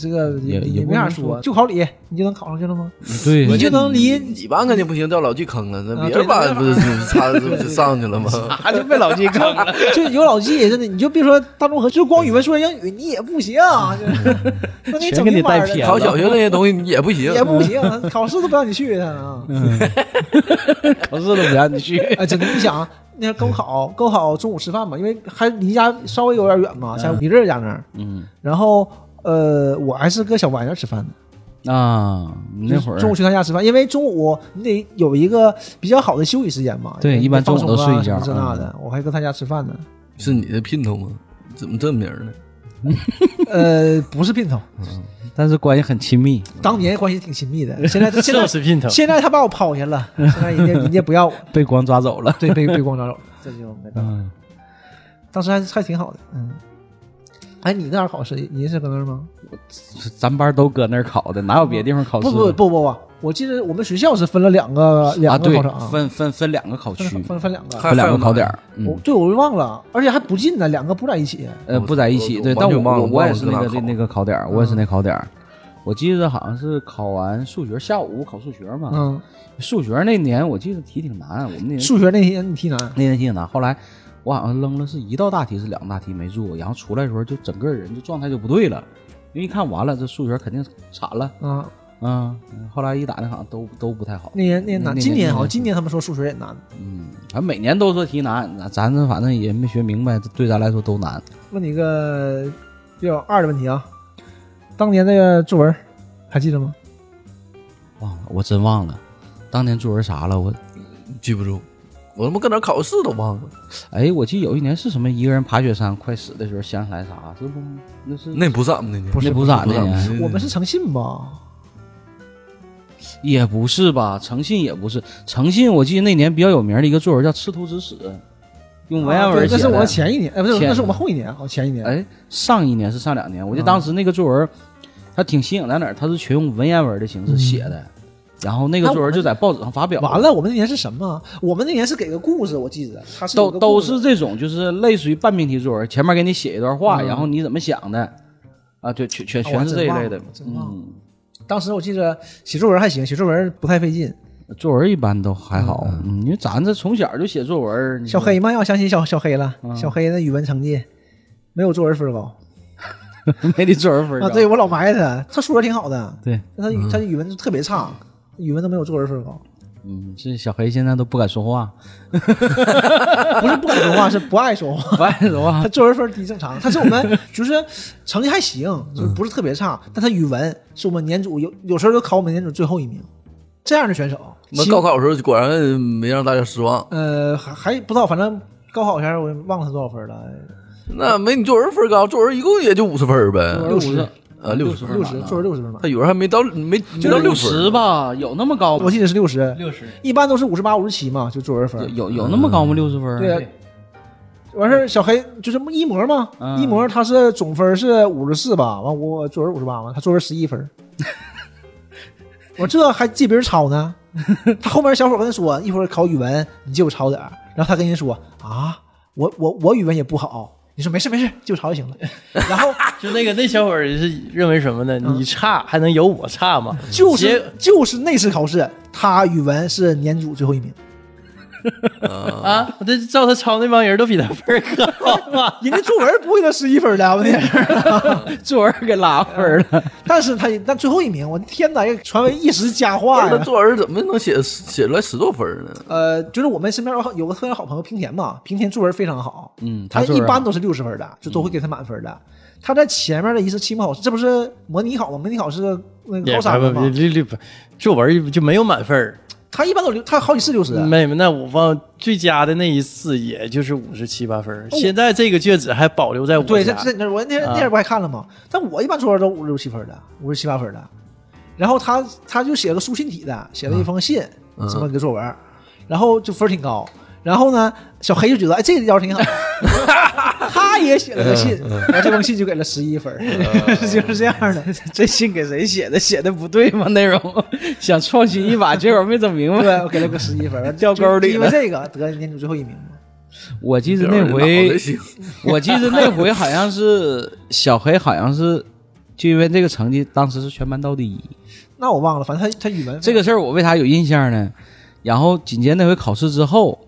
Speaker 4: 这个
Speaker 3: 也也
Speaker 4: 没
Speaker 3: 不
Speaker 4: 啥
Speaker 3: 能
Speaker 4: 说，
Speaker 3: 说
Speaker 4: 就考理你就能考上去了吗？
Speaker 3: 对
Speaker 4: 你就能离
Speaker 2: 你班肯定不行，掉老季坑了，那
Speaker 4: 嗯啊
Speaker 2: 别
Speaker 4: 对
Speaker 2: 人班
Speaker 4: 那
Speaker 2: 不是他不是上去了吗？
Speaker 3: 他就被老季坑了。
Speaker 1: <laughs>
Speaker 4: 就有老纪真的，你就别说大综合，就光语文、数学、英语你也不行，啊就是那你
Speaker 3: 全
Speaker 4: 整
Speaker 3: 给
Speaker 4: 一
Speaker 3: 你
Speaker 2: <laughs>
Speaker 3: 带
Speaker 4: 班儿的
Speaker 3: 偏
Speaker 2: 考小学那些东西你也不行，
Speaker 4: 也不行，
Speaker 3: <laughs>
Speaker 4: 考试都不让你去他啊！
Speaker 3: 嗯考试都不让你去，
Speaker 4: 哎，真的，你想那高考，高考中午吃饭嘛，因为还离家稍微有点远嘛，在米勒家那儿。
Speaker 3: 嗯
Speaker 4: 然后呃，我还是搁小白那儿吃饭的，
Speaker 3: 啊，你那会儿
Speaker 4: 中午去他家吃饭，因为中午你得有一个比较好的休息时间嘛。
Speaker 3: 对
Speaker 4: 你
Speaker 3: 一般
Speaker 4: 放
Speaker 3: 中午都
Speaker 4: 松啊
Speaker 3: 睡一觉嗯
Speaker 4: 什么这那的，我还搁他家吃饭呢。
Speaker 2: 是你的姘头吗？怎么这名儿呢？
Speaker 4: 呃，不是姘头，
Speaker 3: 但是关系很亲密。
Speaker 4: 当年关系挺亲密的，
Speaker 3: <laughs>
Speaker 4: 现在现
Speaker 1: 就
Speaker 4: 在
Speaker 1: 是姘头。
Speaker 4: 现在他把我抛下了，现在人家人家不要我，
Speaker 3: 被光抓走了。 <laughs>
Speaker 4: <laughs> 对，被被光抓走了，这就没办法。
Speaker 3: 嗯，
Speaker 4: 当时还还挺好的，嗯。哎，你那儿考试你也是搁那儿吗？
Speaker 3: 咱班都搁那儿考的，哪有别地方考试
Speaker 4: 不
Speaker 3: 的？
Speaker 4: 不不不不，我记得我们学校是分了两个
Speaker 3: 啊，
Speaker 4: 两个
Speaker 3: 对
Speaker 4: 考场，，
Speaker 3: 分分分两个考区，
Speaker 4: 分分分两个。
Speaker 2: 还
Speaker 3: 分两个
Speaker 2: 还有
Speaker 3: 考点儿。
Speaker 4: 我
Speaker 3: 嗯，
Speaker 4: 对，我就忘了，而且还不近呢，两个不在一起。
Speaker 3: 呃，
Speaker 2: 我
Speaker 3: 不在一起。
Speaker 2: 我
Speaker 3: 对，
Speaker 2: 我
Speaker 3: 但
Speaker 2: 完
Speaker 3: 我
Speaker 2: 全忘了
Speaker 3: 我我也
Speaker 2: 忘了
Speaker 3: 是
Speaker 2: 搁哪考
Speaker 3: 那个
Speaker 2: 嗯
Speaker 3: 那个考点儿，我也是那考点儿。我记得好像是考完数学，下午考数学嘛。
Speaker 4: 嗯，
Speaker 3: 数学那年我记得题挺难，我们那年
Speaker 4: 数学那天你题难，
Speaker 3: 那天挺难。后来我好像扔了是一道大题是两道大题没做，然后出来的时候就整个人就状态就不对了，因为一看完了这数学肯定惨了。
Speaker 4: 啊，
Speaker 3: 嗯，后来一打听好像都都不太好。
Speaker 4: 那年那年难，
Speaker 3: 那
Speaker 4: 今
Speaker 3: 年
Speaker 4: 年
Speaker 3: 那
Speaker 4: 好像
Speaker 3: 年
Speaker 4: 今年他们说数学也难。
Speaker 3: 嗯，反正每年都说题难，咱咱这反正也没学明白，对咱来说都难。
Speaker 4: 问你一个比较二的问题啊，当年那个作文还记得吗？
Speaker 3: 呃忘了，我真忘了，当年作文啥了？我
Speaker 2: 记不住，我他妈搁哪儿考试都忘了。
Speaker 3: 哎，我记得有一年是什么一个人爬雪山快死的时候想起来啥，这不那是
Speaker 2: 那不是俺们的年，
Speaker 3: 那不是俺
Speaker 2: 不
Speaker 3: 那
Speaker 2: 是俺
Speaker 3: 年，
Speaker 2: 的
Speaker 4: 我们是诚信吧？
Speaker 3: 也不是吧？诚信也不是，诚信我记得那年比较有名的一个作文叫《赤兔之死》，用文言
Speaker 4: 啊
Speaker 3: 文
Speaker 4: 对
Speaker 3: 写
Speaker 4: 那
Speaker 3: 的。
Speaker 4: 是我前一年，哎，不是，
Speaker 3: 前
Speaker 4: 那是我们后一年，哦，前一年。
Speaker 3: 哎，上一年是上两年，我记得当时那个作文，它挺新颖在哪儿？它是全用文言文的形式写的，然后那个作文就在报纸上发表。
Speaker 4: 完了，我们那年是什么？我们那年是给个故事，我记得他是有
Speaker 3: 都
Speaker 4: 个
Speaker 3: 都
Speaker 4: 故事
Speaker 3: 是这种，就是类似于半命题作文，前面给你写一段话，
Speaker 4: 嗯
Speaker 3: 然后你怎么想的，啊，对，全全
Speaker 4: 哦我还
Speaker 3: 全是这一类的
Speaker 4: 真忘了，真忘了
Speaker 3: 嗯，
Speaker 4: 当时我记得写作文还行，写作文不太费劲。
Speaker 3: 作文一般都还好，嗯因为咱这从小就写作文，你
Speaker 4: 小黑嘛，要相信小小黑了，
Speaker 3: 嗯
Speaker 4: 小黑那语文成绩没有作文分高
Speaker 3: <laughs> 没你作文分
Speaker 4: 啊。
Speaker 3: 高嗯
Speaker 4: 对，我老埋汰他，他数学挺好的，
Speaker 3: 对，
Speaker 4: 但他语他语文就特别差，语文都没有作文分高。
Speaker 3: 嗯，这小黑现在都不敢说话，
Speaker 4: 不是不敢说话，是不爱说话。
Speaker 3: 不爱说
Speaker 2: 啊
Speaker 3: 话
Speaker 4: <laughs> 他，作文分低
Speaker 2: <laughs>
Speaker 4: 正常，他是我们就是成绩还行，就是
Speaker 2: 嗯
Speaker 4: 不是特别差，但他语文是我们年组有有时候都考我们年组最后一名，这样的选手。
Speaker 2: 那
Speaker 4: 其
Speaker 2: 高考的时候果然没让大家失望，
Speaker 4: 呃还还不知道，反正高考前我也忘了他多少分了，
Speaker 2: 那没你作文分高，作文一共也就五十分呗，
Speaker 3: 六十
Speaker 2: 啊六十
Speaker 3: 十
Speaker 2: 分
Speaker 4: 六十作文六十分吧
Speaker 2: 他，语文还没到没没到
Speaker 3: 就
Speaker 2: 六
Speaker 3: 六
Speaker 2: 分
Speaker 3: 十
Speaker 2: 呢，
Speaker 3: 吧，有那么高吗
Speaker 4: 我？记得是六十，
Speaker 1: 六十，
Speaker 4: 一般都是五十八、五十七嘛，就作文
Speaker 3: 有
Speaker 4: 分。
Speaker 3: 有有那么高吗？六十分？
Speaker 4: 对呀，完事儿小黑就是一模嘛，
Speaker 3: 嗯
Speaker 4: 一模他是总分是五十四吧，完我作文五十八嘛，他作文十一分儿。我这还记别人抄呢，他后面小伙跟他说，一会儿考语文你借我抄点儿，然后他跟人说啊，我我我语文也不好，你说没事没事，借我抄就行了。然后
Speaker 1: 就那个那小伙儿是认为什么呢？你差还能有我差吗？
Speaker 4: 就
Speaker 1: 结
Speaker 4: 是就是那次考试，他语文是年组最后一名，
Speaker 1: 啊，那照他抄那帮人都比他分儿高
Speaker 4: 人家作文不会得十一分儿的，问题是。
Speaker 3: 作文给拉分了。
Speaker 4: 但是他但最后一名，我的天哪，也传为一时佳话
Speaker 2: 那
Speaker 4: 呀！
Speaker 2: 作文怎么能写写出来十多分呢？
Speaker 4: 呃，就是我们身边有有个特别好朋友平田嘛，平田作文非常好，
Speaker 3: 嗯他
Speaker 4: 他
Speaker 3: 作
Speaker 4: 哎一
Speaker 3: 文
Speaker 4: 般都是六十分的，就都会给他满分的。他在前面的一次期末考试，这不是模拟考吗？模拟考试那个
Speaker 1: 也
Speaker 4: 高三了
Speaker 1: 不
Speaker 4: 吗？
Speaker 1: 这这作文就没有满分儿。
Speaker 4: 他一般都六，他好几次六十。
Speaker 1: 没有，那我忘最佳的那一次也就是五十七八分儿。现在这个卷子还保留在我
Speaker 4: 对，这
Speaker 1: 家
Speaker 4: 这那我那
Speaker 3: 啊
Speaker 4: 那天不还看了吗？但我一般作文都五六七分的，五十七八分的。然后他他就写了个书信体的，写
Speaker 3: 嗯
Speaker 4: 了一封信，这么一个作文，然后就分儿挺高。然后呢，小黑就觉得哎，这个要是挺
Speaker 3: <laughs>
Speaker 4: 好，他也写了个信，
Speaker 3: 嗯
Speaker 4: 然后这封信就给了十一分儿， <laughs> 就是这样的。
Speaker 3: <laughs> 这信给谁写的？写的不对吗？内容想创新一把，结果没整明白。
Speaker 4: 对，我给了个十一分儿，
Speaker 3: 嗯掉沟里
Speaker 4: 就因为这个得年度最后一名嘛。
Speaker 3: <laughs> 我记得
Speaker 2: 这
Speaker 3: 那
Speaker 2: 玩意儿脑
Speaker 3: 回
Speaker 2: 袋，行
Speaker 3: 我记得那回好像是小黑，好像是就因为这个成绩，当时是全班倒第一。
Speaker 4: 那我忘了，反正他他语文
Speaker 3: 这个事儿我为啥有印象呢？然后紧接着那回考试之后，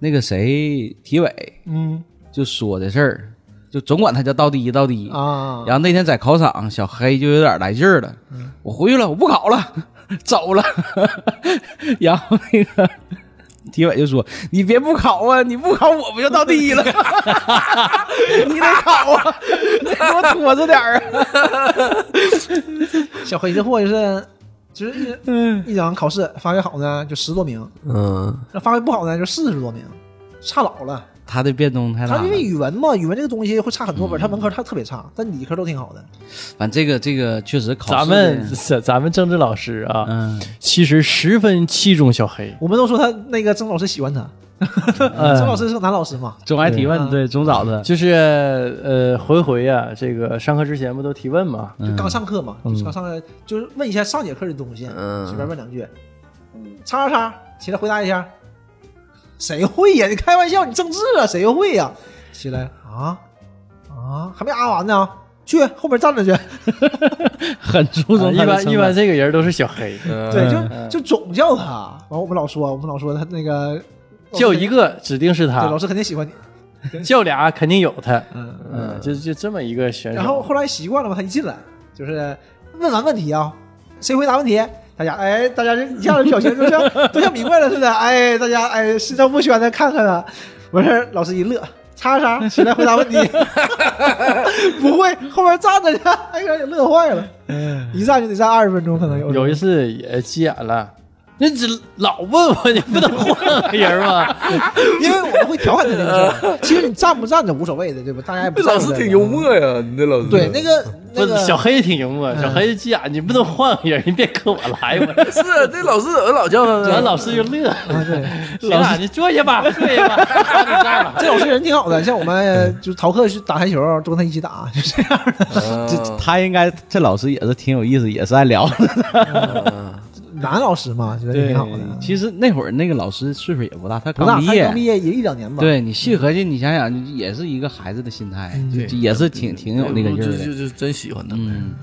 Speaker 3: 那个谁体委
Speaker 4: 嗯
Speaker 3: 就说这事儿，就总管他叫倒第一，倒第一。
Speaker 4: 啊，
Speaker 3: 然后那天在考场，小黑就有点来劲儿了，
Speaker 4: 嗯
Speaker 3: 我回去了，我不考了， <laughs> 走了。然后那个体委就说：“你别不考啊，你不考我不就到第一了？ <laughs> 你得考啊，你给我拖着点儿啊。
Speaker 4: 小黑这货就是就是
Speaker 3: 嗯
Speaker 4: 一一场考试发挥好呢就十多名，
Speaker 2: 嗯，
Speaker 4: 那发挥不好呢就四十多名，差老了。
Speaker 3: 他的变动太大
Speaker 4: 他因
Speaker 3: 了嗯
Speaker 4: 为。语文嘛，语文这个东西会差很多分，他文科他特别差，但理科都挺好的。
Speaker 3: 反正这个这个确实考试
Speaker 1: 咱们
Speaker 3: 的
Speaker 1: 咱咱们政治老师啊，
Speaker 3: 嗯，
Speaker 1: 其实十分器重小黑。
Speaker 4: 我们都说他那个曾老师喜欢他，曾老
Speaker 1: 嗯，
Speaker 4: 师是个男老师嘛，
Speaker 3: 总爱提问，
Speaker 4: 啊
Speaker 3: 对，总找他。
Speaker 1: 就是呃，回回呀、这个上课之前不都提问吗？
Speaker 3: 嗯
Speaker 4: 就刚上课嘛，就刚上来就是问一下上节课的东西，
Speaker 3: 嗯
Speaker 4: 随便问两句，嗯叉叉叉，起来回答一下。谁会呀？你开玩笑，你政治啊，谁会呀？起来啊啊，还没啊完呢，去后边站着去。
Speaker 3: 很注重
Speaker 1: 啊呃一
Speaker 3: 他的
Speaker 1: 般
Speaker 3: 成
Speaker 1: 一般
Speaker 3: 本
Speaker 1: 这个人都是小黑，
Speaker 2: 嗯
Speaker 4: 对，就就总叫他。完，我们老说，我们老说他那个
Speaker 1: 叫一个指定是
Speaker 4: 对，老
Speaker 1: 他，
Speaker 4: 师肯定喜欢你。
Speaker 1: 叫俩肯定有他。
Speaker 4: 嗯，
Speaker 1: 嗯，就就这么一个选手。
Speaker 4: 然后后来习惯了嘛，他一进来就是问完问题啊，谁回答问题？大家哎，大家这一下子表情都像 <laughs> 都像明白了似的，哎，大家哎心照不宣的看看他，完事儿老师一乐，
Speaker 1: <laughs>
Speaker 4: 叉叉起来回答问题，不会后边站着去，哎呀也乐坏了，
Speaker 1: 嗯
Speaker 4: 一站就得站二十分钟可能有，
Speaker 1: 有一次也急眼了，那这老问我，你不能换个人吗？ <laughs>
Speaker 4: 因为我们会调侃他这个
Speaker 2: <laughs>
Speaker 4: 事儿，其实你站不站着无所谓的，对吧？大家也不
Speaker 2: 呃这老
Speaker 4: 在乎
Speaker 2: 师
Speaker 4: 这个
Speaker 2: 挺幽，默呀，你这老师
Speaker 4: 嗯对
Speaker 2: <laughs>
Speaker 4: 那个那
Speaker 1: 不
Speaker 4: 个
Speaker 1: 是，小黑挺幽默，小黑急眼，你不能换个人，你别跟我来， <laughs> 我
Speaker 2: 是啊这老师怎么老叫他
Speaker 1: 完
Speaker 2: 呢？
Speaker 1: 老师就乐。
Speaker 4: 啊对。
Speaker 1: <laughs> 老师，你坐下吧，坐下吧，到你这儿了。
Speaker 4: 这老师人挺好的，像我们
Speaker 2: 嗯
Speaker 4: 就是逃课去打台球，都跟他一起打，就
Speaker 2: <laughs>
Speaker 4: 这样的。
Speaker 3: 这
Speaker 2: 嗯
Speaker 3: 他应该这老师也是挺有意思，也是爱聊的。
Speaker 4: 男老师嘛，觉得挺好的。
Speaker 3: 其实那会儿那个老师岁数也不大，他
Speaker 4: 不大，
Speaker 3: 刚毕
Speaker 4: 他
Speaker 3: 业
Speaker 4: 刚，毕业也一两年吧。，
Speaker 3: 对你细合计，你想想，也是一个孩子的心态，就就也是挺挺有那个劲
Speaker 2: 嗯就
Speaker 3: 儿
Speaker 2: 就
Speaker 3: 的。
Speaker 2: 就真喜欢他。
Speaker 3: 嗯，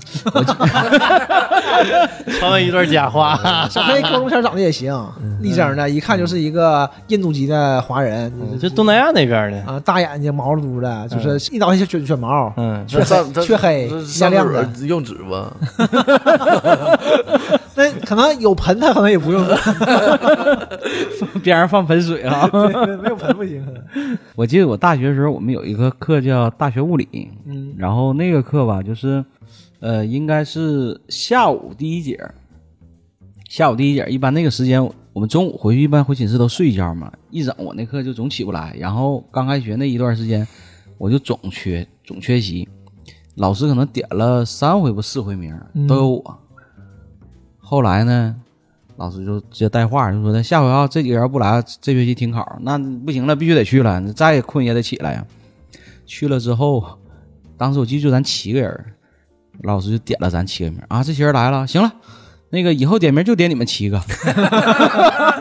Speaker 1: 传闻一段假话，
Speaker 4: 小黑高中前长得也行，
Speaker 2: 嗯
Speaker 4: 立正的，一看就是一个印度籍的华人，
Speaker 2: 嗯
Speaker 1: <laughs>
Speaker 4: 就是
Speaker 1: 就东南亚那边的。
Speaker 4: 啊，大眼睛毛嘟嘟的，就是一脑袋就卷卷毛，
Speaker 1: 嗯，
Speaker 4: 黢
Speaker 2: 上
Speaker 4: 黑黢黑
Speaker 2: 上
Speaker 4: 亮亮的。
Speaker 2: 厕所用纸吧，
Speaker 4: 那可能有盆，他可能也不用，
Speaker 2: <laughs>
Speaker 3: 边上放盆水 <laughs> 啊。
Speaker 4: 没有盆不行。
Speaker 3: 我记得我大学的时候，我们有一个课叫大学物理，
Speaker 4: 嗯，
Speaker 3: 然后那个课吧，就是，呃，应该是下午第一节儿，下午第一节儿，一般那个时间我们中午回去一般回寝室都睡一觉嘛，一整我那课就总起不来，然后刚开学那一段时间，我就总缺总缺席，老师可能点了三回不四回名儿都有我，后来呢，老师就直接带话，就说那下回啊，这几个人不来，这学期停考，那不行了，必须得去了，你再困也得起来呀。去了之后，当时我记住咱七个人，老师就点了咱七个名啊，这些人来了，行了，那个以后点名就点你们七个。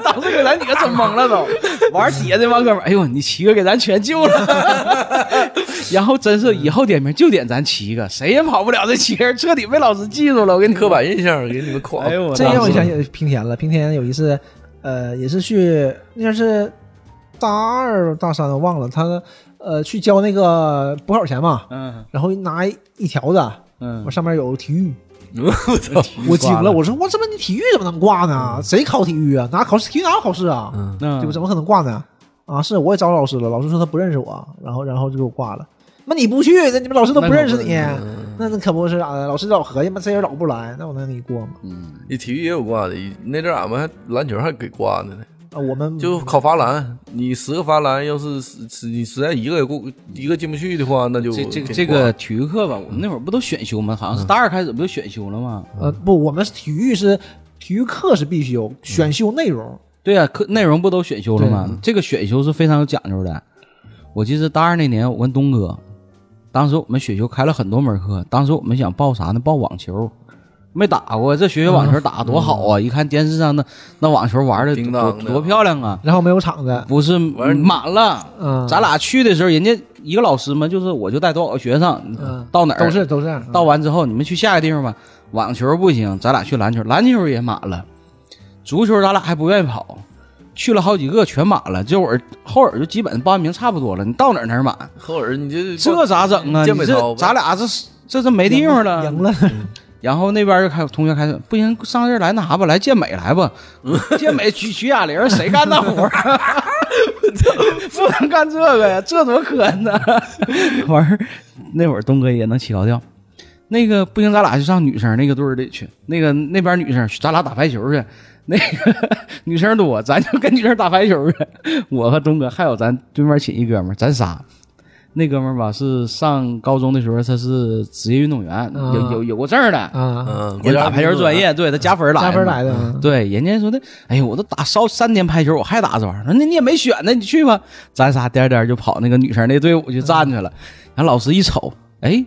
Speaker 3: 当时给咱几个整懵了都， <laughs> 玩底下那帮哥们儿，哎呦，你七个给咱全救了。 <laughs> 然后真是以后点名就点咱七个，谁也跑不了这七个人，彻底被老师记住了。我跟你
Speaker 2: 刻
Speaker 3: 说，
Speaker 2: 板印象给你们垮。
Speaker 3: <laughs> 哎呦，我
Speaker 4: 这让
Speaker 3: 当
Speaker 4: 我
Speaker 3: 时
Speaker 4: 想起平田了。平田有一次，呃，也是去那天是大二大三，我忘了，他呃去交那个补考钱嘛，
Speaker 3: 嗯
Speaker 4: 然后拿一条子，
Speaker 3: 嗯
Speaker 4: 我，上面有体育，
Speaker 2: 我操！
Speaker 4: 我惊了，我说我怎么你体育怎么能挂呢？谁考体育啊？哪考试？体育哪有考试
Speaker 2: 嗯
Speaker 4: 啊？
Speaker 3: 那
Speaker 4: 对吧？怎么可能挂呢？啊，是我也找老师了，老师说他不认识我，然后然后就给我挂了。那你不去，那你们老师都不认识你，那那可不是咋的？老师老合计嘛，这人老不来，那我能给你过吗？
Speaker 2: 你体育也有挂的，那阵儿俺们还篮球还给挂的呢，
Speaker 4: 啊，我们
Speaker 2: 就考罚篮，你十个罚篮，要是十十你实在一个也过一个进不去的话，那就
Speaker 3: 这这个
Speaker 2: 给
Speaker 3: 这
Speaker 2: 挂
Speaker 4: 啊
Speaker 3: 个体育课吧，我们那会儿不都选修吗？好
Speaker 4: 嗯
Speaker 3: 像是大二开始不就选修了吗？
Speaker 4: 呃不，我们是体育是体育课是必修，选修内容。
Speaker 3: 对啊，课内容不都选修了
Speaker 4: 嗯
Speaker 3: 吗？这个选修是非常有讲究的。我记得大二那年，我跟东哥，当时我们选修开了很多门课，当时我们想报啥呢？报网球，没打过，这学学网球打得多好
Speaker 4: 嗯
Speaker 3: 啊！一看电视上那那网球玩的
Speaker 2: 叮
Speaker 3: 多
Speaker 2: 当的
Speaker 3: 多漂亮啊！
Speaker 4: 然后没有场子，
Speaker 3: 不是
Speaker 2: 完事儿
Speaker 3: 满了，
Speaker 4: 嗯，
Speaker 3: 咱俩去的时候，人家一个老师嘛，就是我就带多少个学生，
Speaker 4: 嗯
Speaker 3: 到哪儿
Speaker 4: 都是都是这样。
Speaker 3: 到完之后，你们去下一个地方吧。网球不行，咱俩去篮球，篮球也满了，足球咱俩还不愿意跑，去了好几个全满了。这会儿后耳就基本报完名差不多了，你到哪儿哪儿满，
Speaker 2: 后耳你这
Speaker 3: 这咋整啊？你
Speaker 2: 健美操
Speaker 3: 这
Speaker 2: 吧
Speaker 3: 咱俩这是这这没地方了
Speaker 4: 赢。了，
Speaker 3: 然后那边就开同学开始，不行，上这儿来那啥吧，来健美来吧，健美举举哑铃，谁干那活儿 <laughs> 啊？不能干这个呀，这多可恨呐！ <laughs> 完事儿那会儿东哥也能起高调，那个不行，咱俩就上女生那个队儿里去，那个那边女生咱俩打排球去， <laughs> 那个女生多，咱就跟女生打排球去。我和东哥还有咱对面寝一哥们儿，咱仨。那哥们儿吧是上高中的时候，他是职业运动员，有有有过证儿的，
Speaker 4: 啊，
Speaker 2: 嗯，
Speaker 3: 人打排球专业，对他加分儿来的
Speaker 4: 加
Speaker 3: 嘛，
Speaker 4: 分来的啊，
Speaker 3: 对，人家说的，哎呦，我都打烧三年排球，我还打这玩意儿。那你也没选呢，你去吧。咱仨颠颠就跑那个女生那队伍去站去了。然后老师一瞅，哎，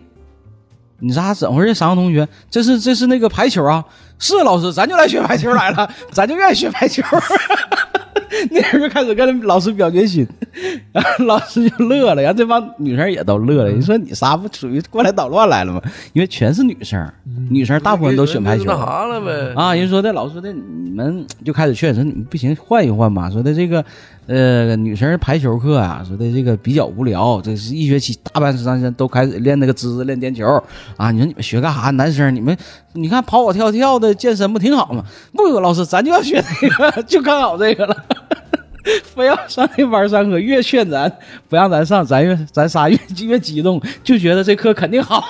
Speaker 3: 你仨怎么回事？三个同学，这是这是那个排球啊？是老师，咱就来学排球来了， <laughs> 咱就愿意学排球。 <laughs> 那人就开始跟老师表决心，然后老师就乐了，然后这帮女生也都乐了。你说你仨不属于过来捣乱来了吗？因为全是女生，女生大部分都选排球。
Speaker 2: 那啥了呗？
Speaker 3: 啊，人说的老师说的你们就开始劝说你们不行换一换吧，说的这个呃女生排球课啊，说的这个比较无聊，这是一学期大半上山都开始练那个姿势练颠球啊，你说你们学干啥？男生你们你看跑跑跳跳的健身不挺好吗？不，老师咱就要学这个，就看好这个了。 <laughs> 非要上那班上课，越劝咱不让咱上，咱越咱仨越越激动，就觉得这课肯定好。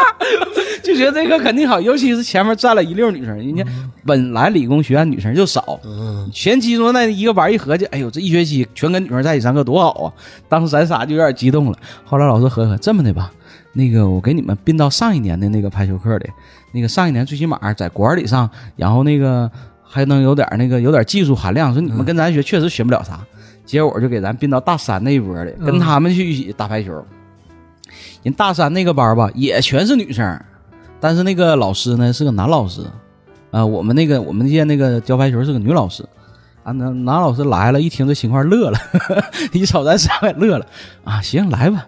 Speaker 3: <laughs> 就觉得这个肯定好，尤其是前面站了一溜女生，人家本来理工学院女生就少，全其中那一个班一合计，哎呦，这一学期全跟女生在一起上课多好啊！ <laughs> 当时咱仨就有点激动了。后来老师合合，这么的吧，那个我给你们并到上一年的那个排球课里，那个上一年最起码在国二里上，然后那个还能有点那个有点技术含量，说你们跟咱学确实学不了啥。结果就给咱并到大三那一波里，跟他们去一起打排球。人大三那个班吧，也全是女生，但是那个老师呢是个男老师，啊、我们那个我们那届那个教排球是个女老师，啊，男男老师来了，一听这情况乐了， <laughs> 一瞅咱仨也乐了，啊，行，来吧。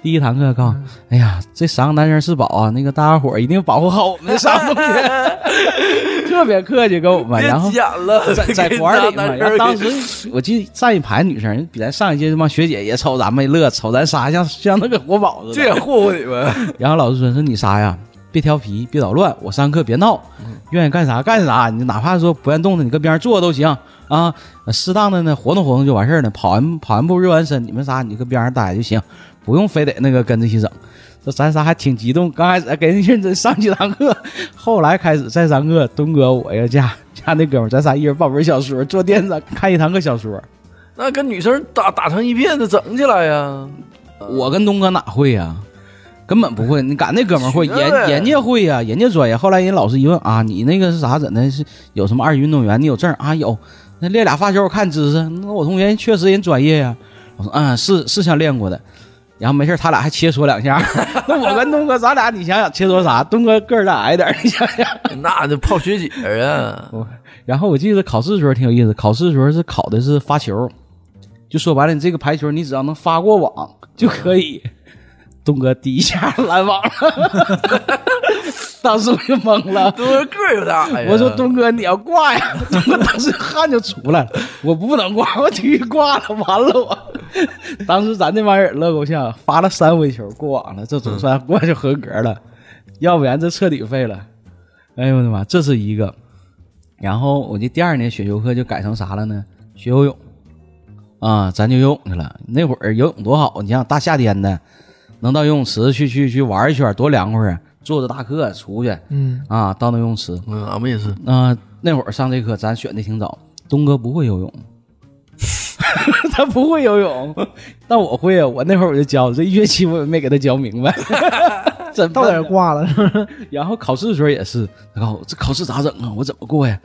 Speaker 3: 第一堂课告诉
Speaker 2: 嗯
Speaker 3: 我，哎呀，这三个男生是宝啊！那个大家伙儿一定保护好我们的三个
Speaker 2: <laughs>
Speaker 3: 同学，特别客气跟我们。
Speaker 2: 别
Speaker 3: 然后
Speaker 2: 捡了，
Speaker 3: 在在
Speaker 2: 给
Speaker 3: 馆里嘛，
Speaker 2: 拿
Speaker 3: 然后当
Speaker 2: 拿
Speaker 3: 时我记得站一排女生，比咱上一届这帮学姐也瞅咱们乐，瞅咱仨像像那个活宝似的。
Speaker 2: 这也霍霍你们。
Speaker 3: 然后老师说：“说你仨呀，别调皮，别捣乱，我上课别闹，愿意干啥干啥。你哪怕说不愿动弹，你搁边上坐都行啊。呃适当的呢活动活动就完事儿了。跑完跑完步热完身，你们仨你就搁边上待就行，不用非得那个跟着一起整。”这咱仨还挺激动，刚开始还给人认真上几堂课，后来开始再上课，东哥我呀加加那哥们儿，咱仨一人抱本小说，坐垫子看一堂课小说。
Speaker 2: 那跟女生打打成一片，那整起来呀？
Speaker 3: 我跟东哥哪会呀、根本不会。你赶那哥们儿会，
Speaker 2: 学
Speaker 3: 人
Speaker 2: 呗
Speaker 3: 人家会呀、人家专业。后来人老师一问啊，你那个是啥整的？是有什么二级运动员？你有证儿啊？有。那练俩发球，我看姿势。那我同学确实人专业呀、我说啊，是是像练过的。然后没事儿，他俩还切磋两下。 <laughs> 那我跟东哥，咱俩你想想切磋啥？东哥个儿大矮点儿，你想想。
Speaker 2: <laughs> 那就泡学姐 <laughs> 啊！
Speaker 3: 然后我记得考试的时候挺有意思，考试的时候是考的是发球，就说白了，你这个排球你只要能发过网就可以。东哥第一下拦网了， <laughs> 当时我就懵了。
Speaker 2: 东哥个儿有点矮哎呀。
Speaker 3: 我说东哥，你要挂呀！东哥当时汗就出来了，我不能挂，我体育挂了，完了我。当时咱这帮人乐够呛，发了三回球过网了，这总算过去合格了，要不然这彻底废了。哎呦我的妈，这是一个。然后我这第二年选修课就改成啥了呢？学游泳啊，咱就游泳去了。那会儿游泳多好，你想大夏天的，能到游泳池去去去玩一圈，多凉快啊！坐着大课出去
Speaker 4: 嗯，
Speaker 3: 啊，到那游泳池，
Speaker 2: 嗯，俺们也是，
Speaker 3: 啊、那会儿上这课咱选的挺早，东哥不会游泳， <laughs> 他不会游泳，但我会啊，我 <laughs> 那会儿我就教，这一学期我也没给他教明白，真
Speaker 4: 到
Speaker 3: 笨
Speaker 4: 点儿挂了， <laughs> 是不是？
Speaker 3: 然后考试的时候也是，他告诉我这考试咋整啊？我怎么过呀？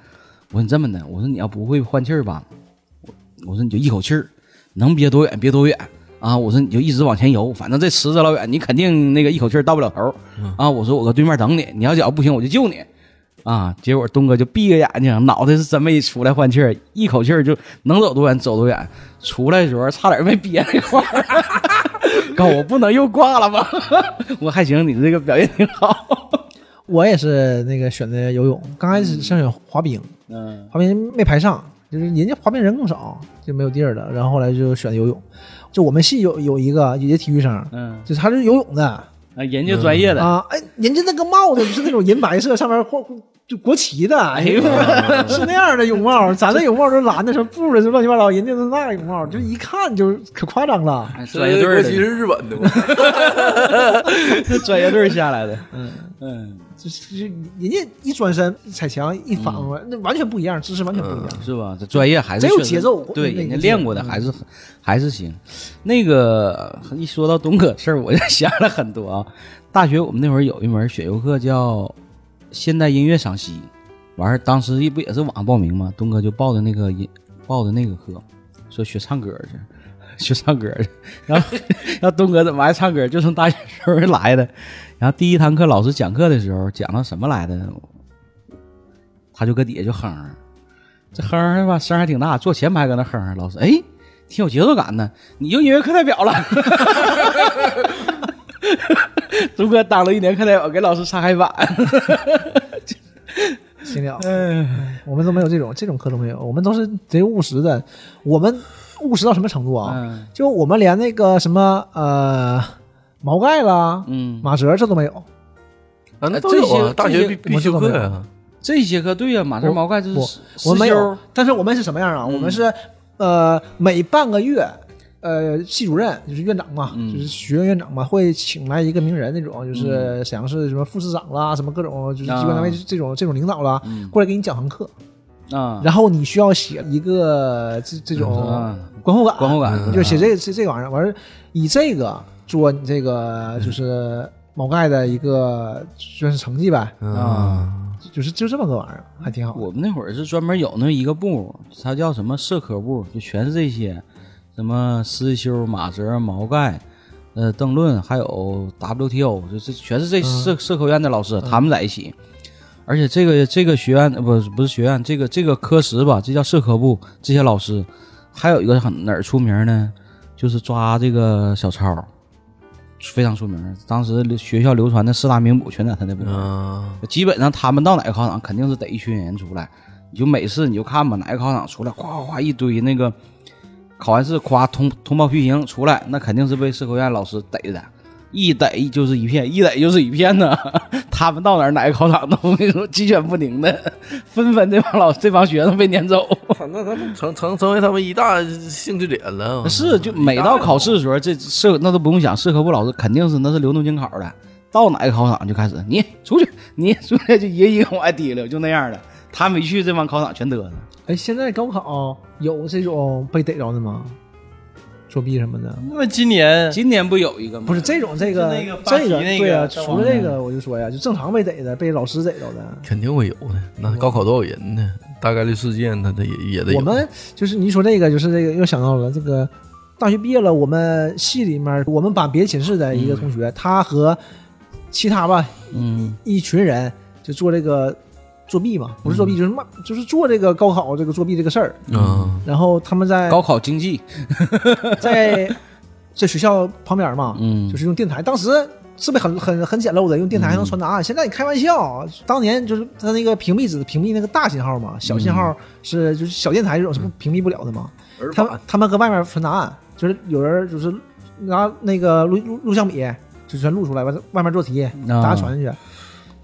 Speaker 3: 我说你这么的，我说你要不会换气儿吧，我我说你就一口气儿，能憋多远憋多远啊！我说你就一直往前游，反正这池子老远，你肯定那个一口气儿到不了头儿啊！我说我搁对面等你，你要觉不行我就救你啊！结果东哥就闭个眼睛，脑袋是真没出来换气儿，一口气儿就能走多远走多远，出来的时候差点没憋那块儿。 <laughs> 告我不能又挂了吧？ <laughs> 我还行，你这个表现挺好。
Speaker 4: 我也是那个选的游泳，刚开始想选滑冰，
Speaker 3: 嗯
Speaker 4: 滑冰没排上，就是人家滑冰人更少，就没有地儿了。然后后来就选的游泳，就我们系有有一个也体育生，
Speaker 3: 嗯，
Speaker 4: 就是他是游泳的，
Speaker 3: 啊，人家专业的，
Speaker 4: 啊，哎，人家那个帽子不是那种银白色，上面画就国旗的，哎呦， <laughs> 是那样的泳帽，咱这泳帽都蓝的，什么布的，什么乱七八糟，人家都那个泳哎帽，就一看就可夸张了。
Speaker 3: 哎专业队
Speaker 2: 呃尤
Speaker 3: 儿
Speaker 2: 其是
Speaker 3: 的，
Speaker 2: 日本的嘛。
Speaker 3: <laughs> 专业队儿下来的。嗯嗯，
Speaker 4: 就是就是人家一转身踩墙一反过来，那完全不一样，姿势完全不一样。
Speaker 3: 是吧？这专业还是
Speaker 4: 贼有
Speaker 3: 确实
Speaker 4: 节奏
Speaker 3: 对，
Speaker 4: 那个
Speaker 3: 人家
Speaker 4: 节
Speaker 3: 练
Speaker 4: 奏
Speaker 3: 过的
Speaker 4: 嗯
Speaker 3: 还是很还是行。那个一说到东葛事儿，我就 <laughs> 想了很多啊。大学我们那会儿有一门选修课叫现代音乐赏析，完事儿当时不也是网上报名吗？东哥就报的那个音报的那个课，说学唱歌去，学唱歌去。 <laughs> 然
Speaker 4: <laughs>
Speaker 3: 后然后东哥怎么爱唱歌，就从大学时候来的。然后第一堂课老师讲课的时候讲到什么来的，他就搁底下就哼儿。这哼儿吧，声儿还挺大，坐前排搁那哼儿，老师哎，挺有节奏感呢，你就音乐课代表了。 <laughs> 朱哥当了一年课代表，给老师擦黑板。
Speaker 4: 行了，嗯我们都没有这种这种课都没有，我们都是贼务实的。我们务实到什么程度啊？
Speaker 3: 嗯
Speaker 4: 就我们连那个什么呃毛概啦、
Speaker 3: 嗯，
Speaker 4: 马哲这都没有。
Speaker 2: <laughs> 啊，那
Speaker 3: 哎
Speaker 2: 都
Speaker 3: 这
Speaker 2: 有
Speaker 3: 些
Speaker 2: 啊，大
Speaker 3: 这
Speaker 2: 学必
Speaker 3: 些
Speaker 4: 我
Speaker 2: 必
Speaker 4: 知
Speaker 2: 修
Speaker 4: 道
Speaker 2: 课
Speaker 4: 没有
Speaker 2: 呀。啊
Speaker 3: 这些课对呀、马哲
Speaker 4: 我
Speaker 3: 毛概就是
Speaker 4: 我
Speaker 3: 实
Speaker 4: 我没
Speaker 3: 实
Speaker 4: 有
Speaker 3: 修，
Speaker 4: 但是我们是什么样啊？
Speaker 3: 嗯
Speaker 4: 我们是呃每半个月，呃系主任就是院长嘛，
Speaker 3: 嗯
Speaker 4: 就是学院院长嘛，会请来一个名人那种，就是沈阳市什么副市长啦，什么各种就是机关单位
Speaker 3: 嗯啊嗯
Speaker 4: 这种、这种领导啦，过来给你讲堂课，
Speaker 3: 啊，
Speaker 4: 然后你需要写一个这这种
Speaker 3: 啊
Speaker 4: 观后感，嗯
Speaker 3: 观后感
Speaker 4: 你就写这个这这玩意儿，完事儿以这个做你这个
Speaker 3: 嗯
Speaker 4: 就是毛概的一个算是成绩呗，
Speaker 3: 啊。
Speaker 4: 就是就这么个玩意儿，还挺好。
Speaker 3: 我们那会儿是专门有那一个部，它叫什么社科部，就全是这些，什么思修、马哲、毛概，呃，邓论，还有 WTO，就这全是这
Speaker 4: 嗯
Speaker 3: 社社科院的老师，他们在一起。而且这个这个学院呃不是不是学院，这个这个科室吧，这叫社科部，这些老师，还有一个很哪儿出名呢？就是抓这个小抄，非常出名。当时流学校流传的四大名捕全在他那部。
Speaker 2: 啊，
Speaker 3: 基本上他们到哪个考场，肯定是逮一群人出来。你就每次你就看吧，哪个考场出来，哗哗哗一堆那个考完试，夸通通报批评出来，那肯定是被社科院老师逮的。一逮就是一片，一逮就是一片呢。 <laughs> 他们到哪儿哪个考场都我跟你说鸡犬不宁的，纷纷这帮老这帮学生被撵走。
Speaker 2: 操那他们嗯成成成为他们一大兴趣点了。啊
Speaker 3: 是，就每到考试的时候，这社那都不用想，社科部老师肯定是那是流动监考的，到哪个考场就开始你出去，你出去就一个一个往外提溜，就那样的。他没去，这帮考场全嘚瑟。
Speaker 4: 哎，现在高考有这种被逮着的吗？作弊什么的？
Speaker 1: 那么今年
Speaker 3: 今年不有一个吗？
Speaker 4: 不是这种，这个
Speaker 1: 就那个八
Speaker 4: 这
Speaker 1: 级
Speaker 4: 个
Speaker 1: 那个
Speaker 4: 对啊，
Speaker 1: 在
Speaker 4: 除
Speaker 1: 网
Speaker 4: 了这
Speaker 1: 上
Speaker 4: 个，我就说呀，就正常被逮的，被老师逮着的。
Speaker 2: 肯定会有的。那高考多少人呢？大概率事件，他他也也得有。
Speaker 4: 我们就是你一说这个，就是这个又想到了这个，大学毕业了，我们系里面我们班别的寝室的一个同学，他和其他吧
Speaker 3: 嗯，
Speaker 4: 一群人就做这个作弊嘛，不是作弊就是骂，
Speaker 3: 嗯
Speaker 4: 就是做这个高考这个作弊这个事儿。
Speaker 2: 啊，
Speaker 4: 然后他们在
Speaker 3: 高考经济，
Speaker 4: 在在学校旁边嘛，
Speaker 3: 嗯
Speaker 4: 就是用电台，当时设备很很很简陋的，用电台还能传达。现在你开玩笑，当年就是它那个屏蔽只屏蔽那个大信号嘛，小信号是就是小电台这种是不屏蔽不了的嘛。他们他们搁外面传答，就是有人就是拿那个录录录像笔就全录出来，完外面做题，
Speaker 3: 嗯啊
Speaker 4: 大家传进去。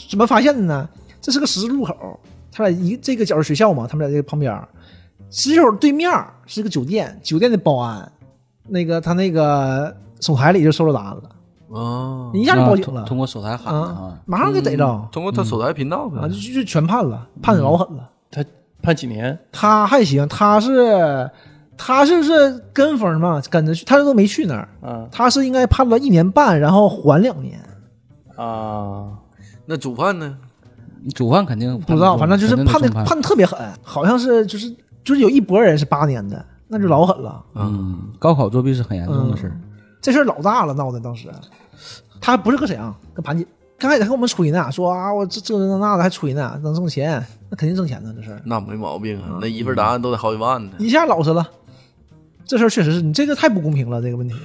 Speaker 4: 怎么发现的呢？这是个十字路口，他俩一这个角是学校嘛，他们俩这个旁边儿，十字路口对面儿是个酒店，酒店的保安，那个他那个手台里就收到答案了，
Speaker 2: 啊，
Speaker 4: 一下就报警
Speaker 3: 啊
Speaker 4: 了
Speaker 3: 通通嗯过手台喊的
Speaker 4: 啊
Speaker 3: 啊，，
Speaker 4: 马上就逮着啊，
Speaker 2: 通过他手台频道呗
Speaker 4: 就。就全判了，
Speaker 3: 嗯
Speaker 4: 判的老狠了。
Speaker 1: 他判几年？
Speaker 4: 他还行，他是他是是跟风嘛，跟着去，他都没去那儿，
Speaker 1: 啊
Speaker 4: 他是应该判了一年半，然后缓两年，
Speaker 1: 啊，
Speaker 2: 那主犯呢？
Speaker 3: 主犯肯定
Speaker 4: 不知道，反正就是判
Speaker 3: 判
Speaker 4: 的
Speaker 3: 重
Speaker 4: 判的特别狠，好像是就是就是有一拨人是八年的，那就老狠了。
Speaker 3: 嗯，高考作弊是很严重的事儿。
Speaker 4: 这事儿老大了，闹的当时，他不是搁沈阳，搁盘锦。刚开始还跟我们吹呢，说啊，我这这那那的还吹呢，能挣钱，那肯定挣钱呢，这事儿
Speaker 2: 那没毛病啊，那一份答案都得好几万呢。
Speaker 4: 一下老实了。这事儿确实是你这个太不公平了，这个问题，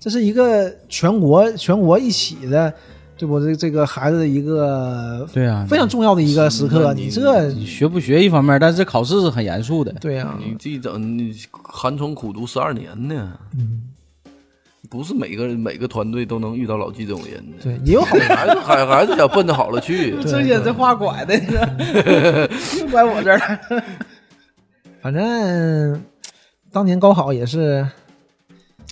Speaker 4: 这是一个全国全国一起的，对不？这这个孩子的一个
Speaker 3: 对啊，
Speaker 4: 非常重要的一个时刻，你这
Speaker 3: 你学不学一方面，但是考试是很严肃的。
Speaker 4: 对啊呀、
Speaker 2: 你这整，你寒窗苦读十二年呢，
Speaker 4: 嗯
Speaker 2: 不是每个人每个团队都能遇到老季这种人的。
Speaker 4: 对，也有好人。
Speaker 2: 还是还还是想奔着好了去。
Speaker 3: 这些这话拐 <laughs> 的，又拐我这儿来。
Speaker 4: 反正当年高考也是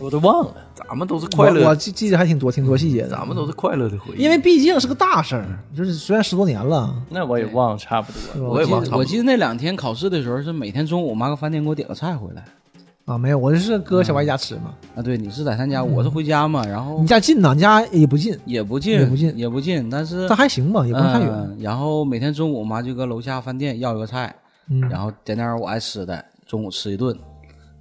Speaker 1: 我都忘了。
Speaker 2: 咱们都是快
Speaker 4: 我我
Speaker 2: 乐，嗯
Speaker 4: 记记得还挺多，挺多细节的。
Speaker 2: 咱们都是快乐的回忆。
Speaker 4: 因为毕竟是个大事儿，就是虽然十多年了，
Speaker 1: 那我也忘了差不多 <laughs>
Speaker 4: 是
Speaker 1: 了。
Speaker 4: 吧
Speaker 2: 我也忘了差不多
Speaker 3: 我记得那两天考试的时候，是每天中午妈搁饭店给我点个菜回来。
Speaker 4: 啊，没有，我就是搁小白家吃嘛。
Speaker 3: 啊，对，你是在他家，我是回家嘛，然后
Speaker 4: 你家近嗯呐，你家也不近，
Speaker 3: 也不近，
Speaker 4: 也不近
Speaker 3: 也不近，但是
Speaker 4: 但还行吧，也不是太远。
Speaker 3: 嗯然后每天中午我妈就搁楼下饭店要一个菜，
Speaker 4: 嗯
Speaker 3: 然后点点儿我爱吃的，中午吃一顿。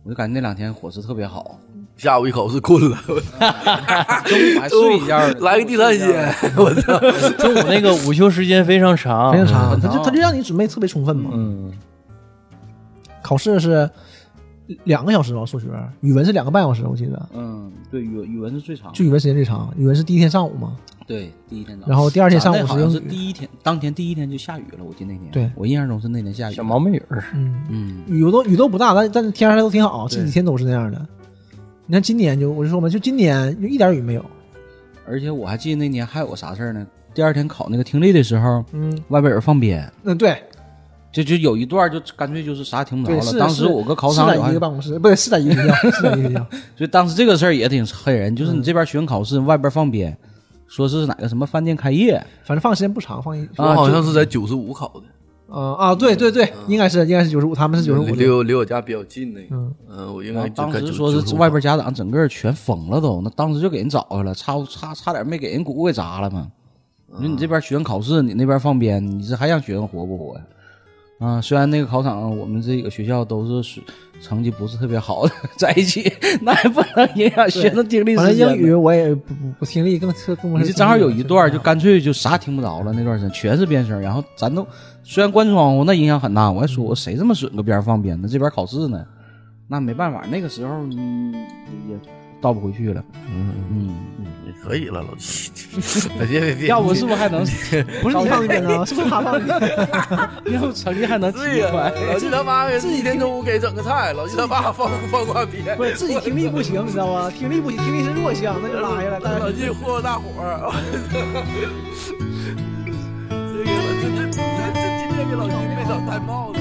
Speaker 3: 我就感觉那两天伙食特别好，
Speaker 4: <laughs>
Speaker 2: 下午一口是困了，
Speaker 3: 中午还睡一觉
Speaker 4: 哦
Speaker 3: 呢
Speaker 2: <laughs> ，来个地三鲜，我操！
Speaker 1: 中午那个午休时间非常长，
Speaker 4: 非常长，
Speaker 3: 嗯
Speaker 4: 他就他就让你准备特别充分嘛。
Speaker 1: 嗯，
Speaker 4: 考试是两个小时吧，数学、语文是两个半小时，我记得。
Speaker 3: 嗯，对，语文语文是最长的，
Speaker 4: 就语文时间最长，语文是第一天上午嘛，
Speaker 3: 对，第一天早上。
Speaker 4: 然后第二天上午
Speaker 3: 咱那好
Speaker 4: 是
Speaker 3: 像
Speaker 4: 英
Speaker 3: 是
Speaker 4: 语。
Speaker 3: 第一天，当天第一天就下雨了，我记得那天。
Speaker 4: 对
Speaker 3: 我印象中是那天下雨。
Speaker 1: 小毛？妹儿，
Speaker 4: 嗯，
Speaker 3: 嗯，
Speaker 4: 雨都雨都不大，但但是天还都挺好，这
Speaker 3: 对
Speaker 4: 几天都是那样的。你看今年就我就说嘛，就今年就一点雨没有。
Speaker 3: 而且我还记得那年还有个啥事儿呢？第二天考那个听力的时候，
Speaker 4: 嗯，
Speaker 3: 外边有人放鞭，
Speaker 4: 那嗯对，
Speaker 3: 就就有一段就干脆就是啥也听不着
Speaker 4: 对，
Speaker 3: 了。
Speaker 4: 是
Speaker 3: 当时我搁考场
Speaker 4: 是
Speaker 3: 里
Speaker 4: 在
Speaker 3: 还
Speaker 4: 一个，办公室，不对，是在一个学校，是在一个学校。
Speaker 3: 所以当时这个事儿也挺黑人，就是
Speaker 4: 嗯
Speaker 3: 你这边学生考试，外边放鞭，说是哪个什么饭店开业，
Speaker 4: 反正放的时间不长，放一
Speaker 3: 啊
Speaker 2: 我好像是在九十五考的，
Speaker 4: 啊啊，对对
Speaker 3: 嗯
Speaker 4: 对，应该是应该是九十五，他们是九十五
Speaker 2: 离我离我家比较近那个，
Speaker 4: 嗯
Speaker 2: 嗯，我应
Speaker 3: 然
Speaker 2: 该
Speaker 3: 后啊当时
Speaker 2: 就
Speaker 3: 说是
Speaker 2: 95
Speaker 3: 外边家长整个全疯了都，那当时就给人找回来，差差差点没给人骨给砸了嘛。你说你这
Speaker 2: 嗯
Speaker 3: 边学生考试，你那边放鞭，你这还让学生活不活呀？啊，虽然那个考场我们这个学校都是水成绩不是特考好的 <laughs> 在一起，那也不能影响学生听力
Speaker 4: 反
Speaker 3: 时
Speaker 4: 正
Speaker 3: 间
Speaker 4: 英
Speaker 3: 呢。
Speaker 4: 语我也不不不听力更更更不
Speaker 3: 你
Speaker 4: 是
Speaker 3: 这正好有一段儿就干脆就啥听不着了，那段儿时间全是鞭声，然后咱都虽然关窗户，那影响很大。我还
Speaker 4: 嗯
Speaker 3: 说我谁这么损搁边儿放鞭呢？这边儿考试呢，那没办法，那个时候嗯也也倒不回去了。嗯嗯，
Speaker 2: 可以了，老七， <laughs> 别别别，
Speaker 3: 要不是不是还能，
Speaker 4: <laughs> 不是你放的鞭啊，是不是他放的 <laughs> 鞭？
Speaker 3: 要不成绩还能提
Speaker 2: 对呀
Speaker 3: 出来？，
Speaker 2: 老七他妈自己天中午给整个菜，老七他爸放 <laughs> 放挂鞭，
Speaker 4: 不是自己听力不行，你知道吗？听力不行，听力是弱项，那就拉下来。但是
Speaker 2: 老七忽悠大伙儿，我操！这个这这这这今天给老七没少戴帽子。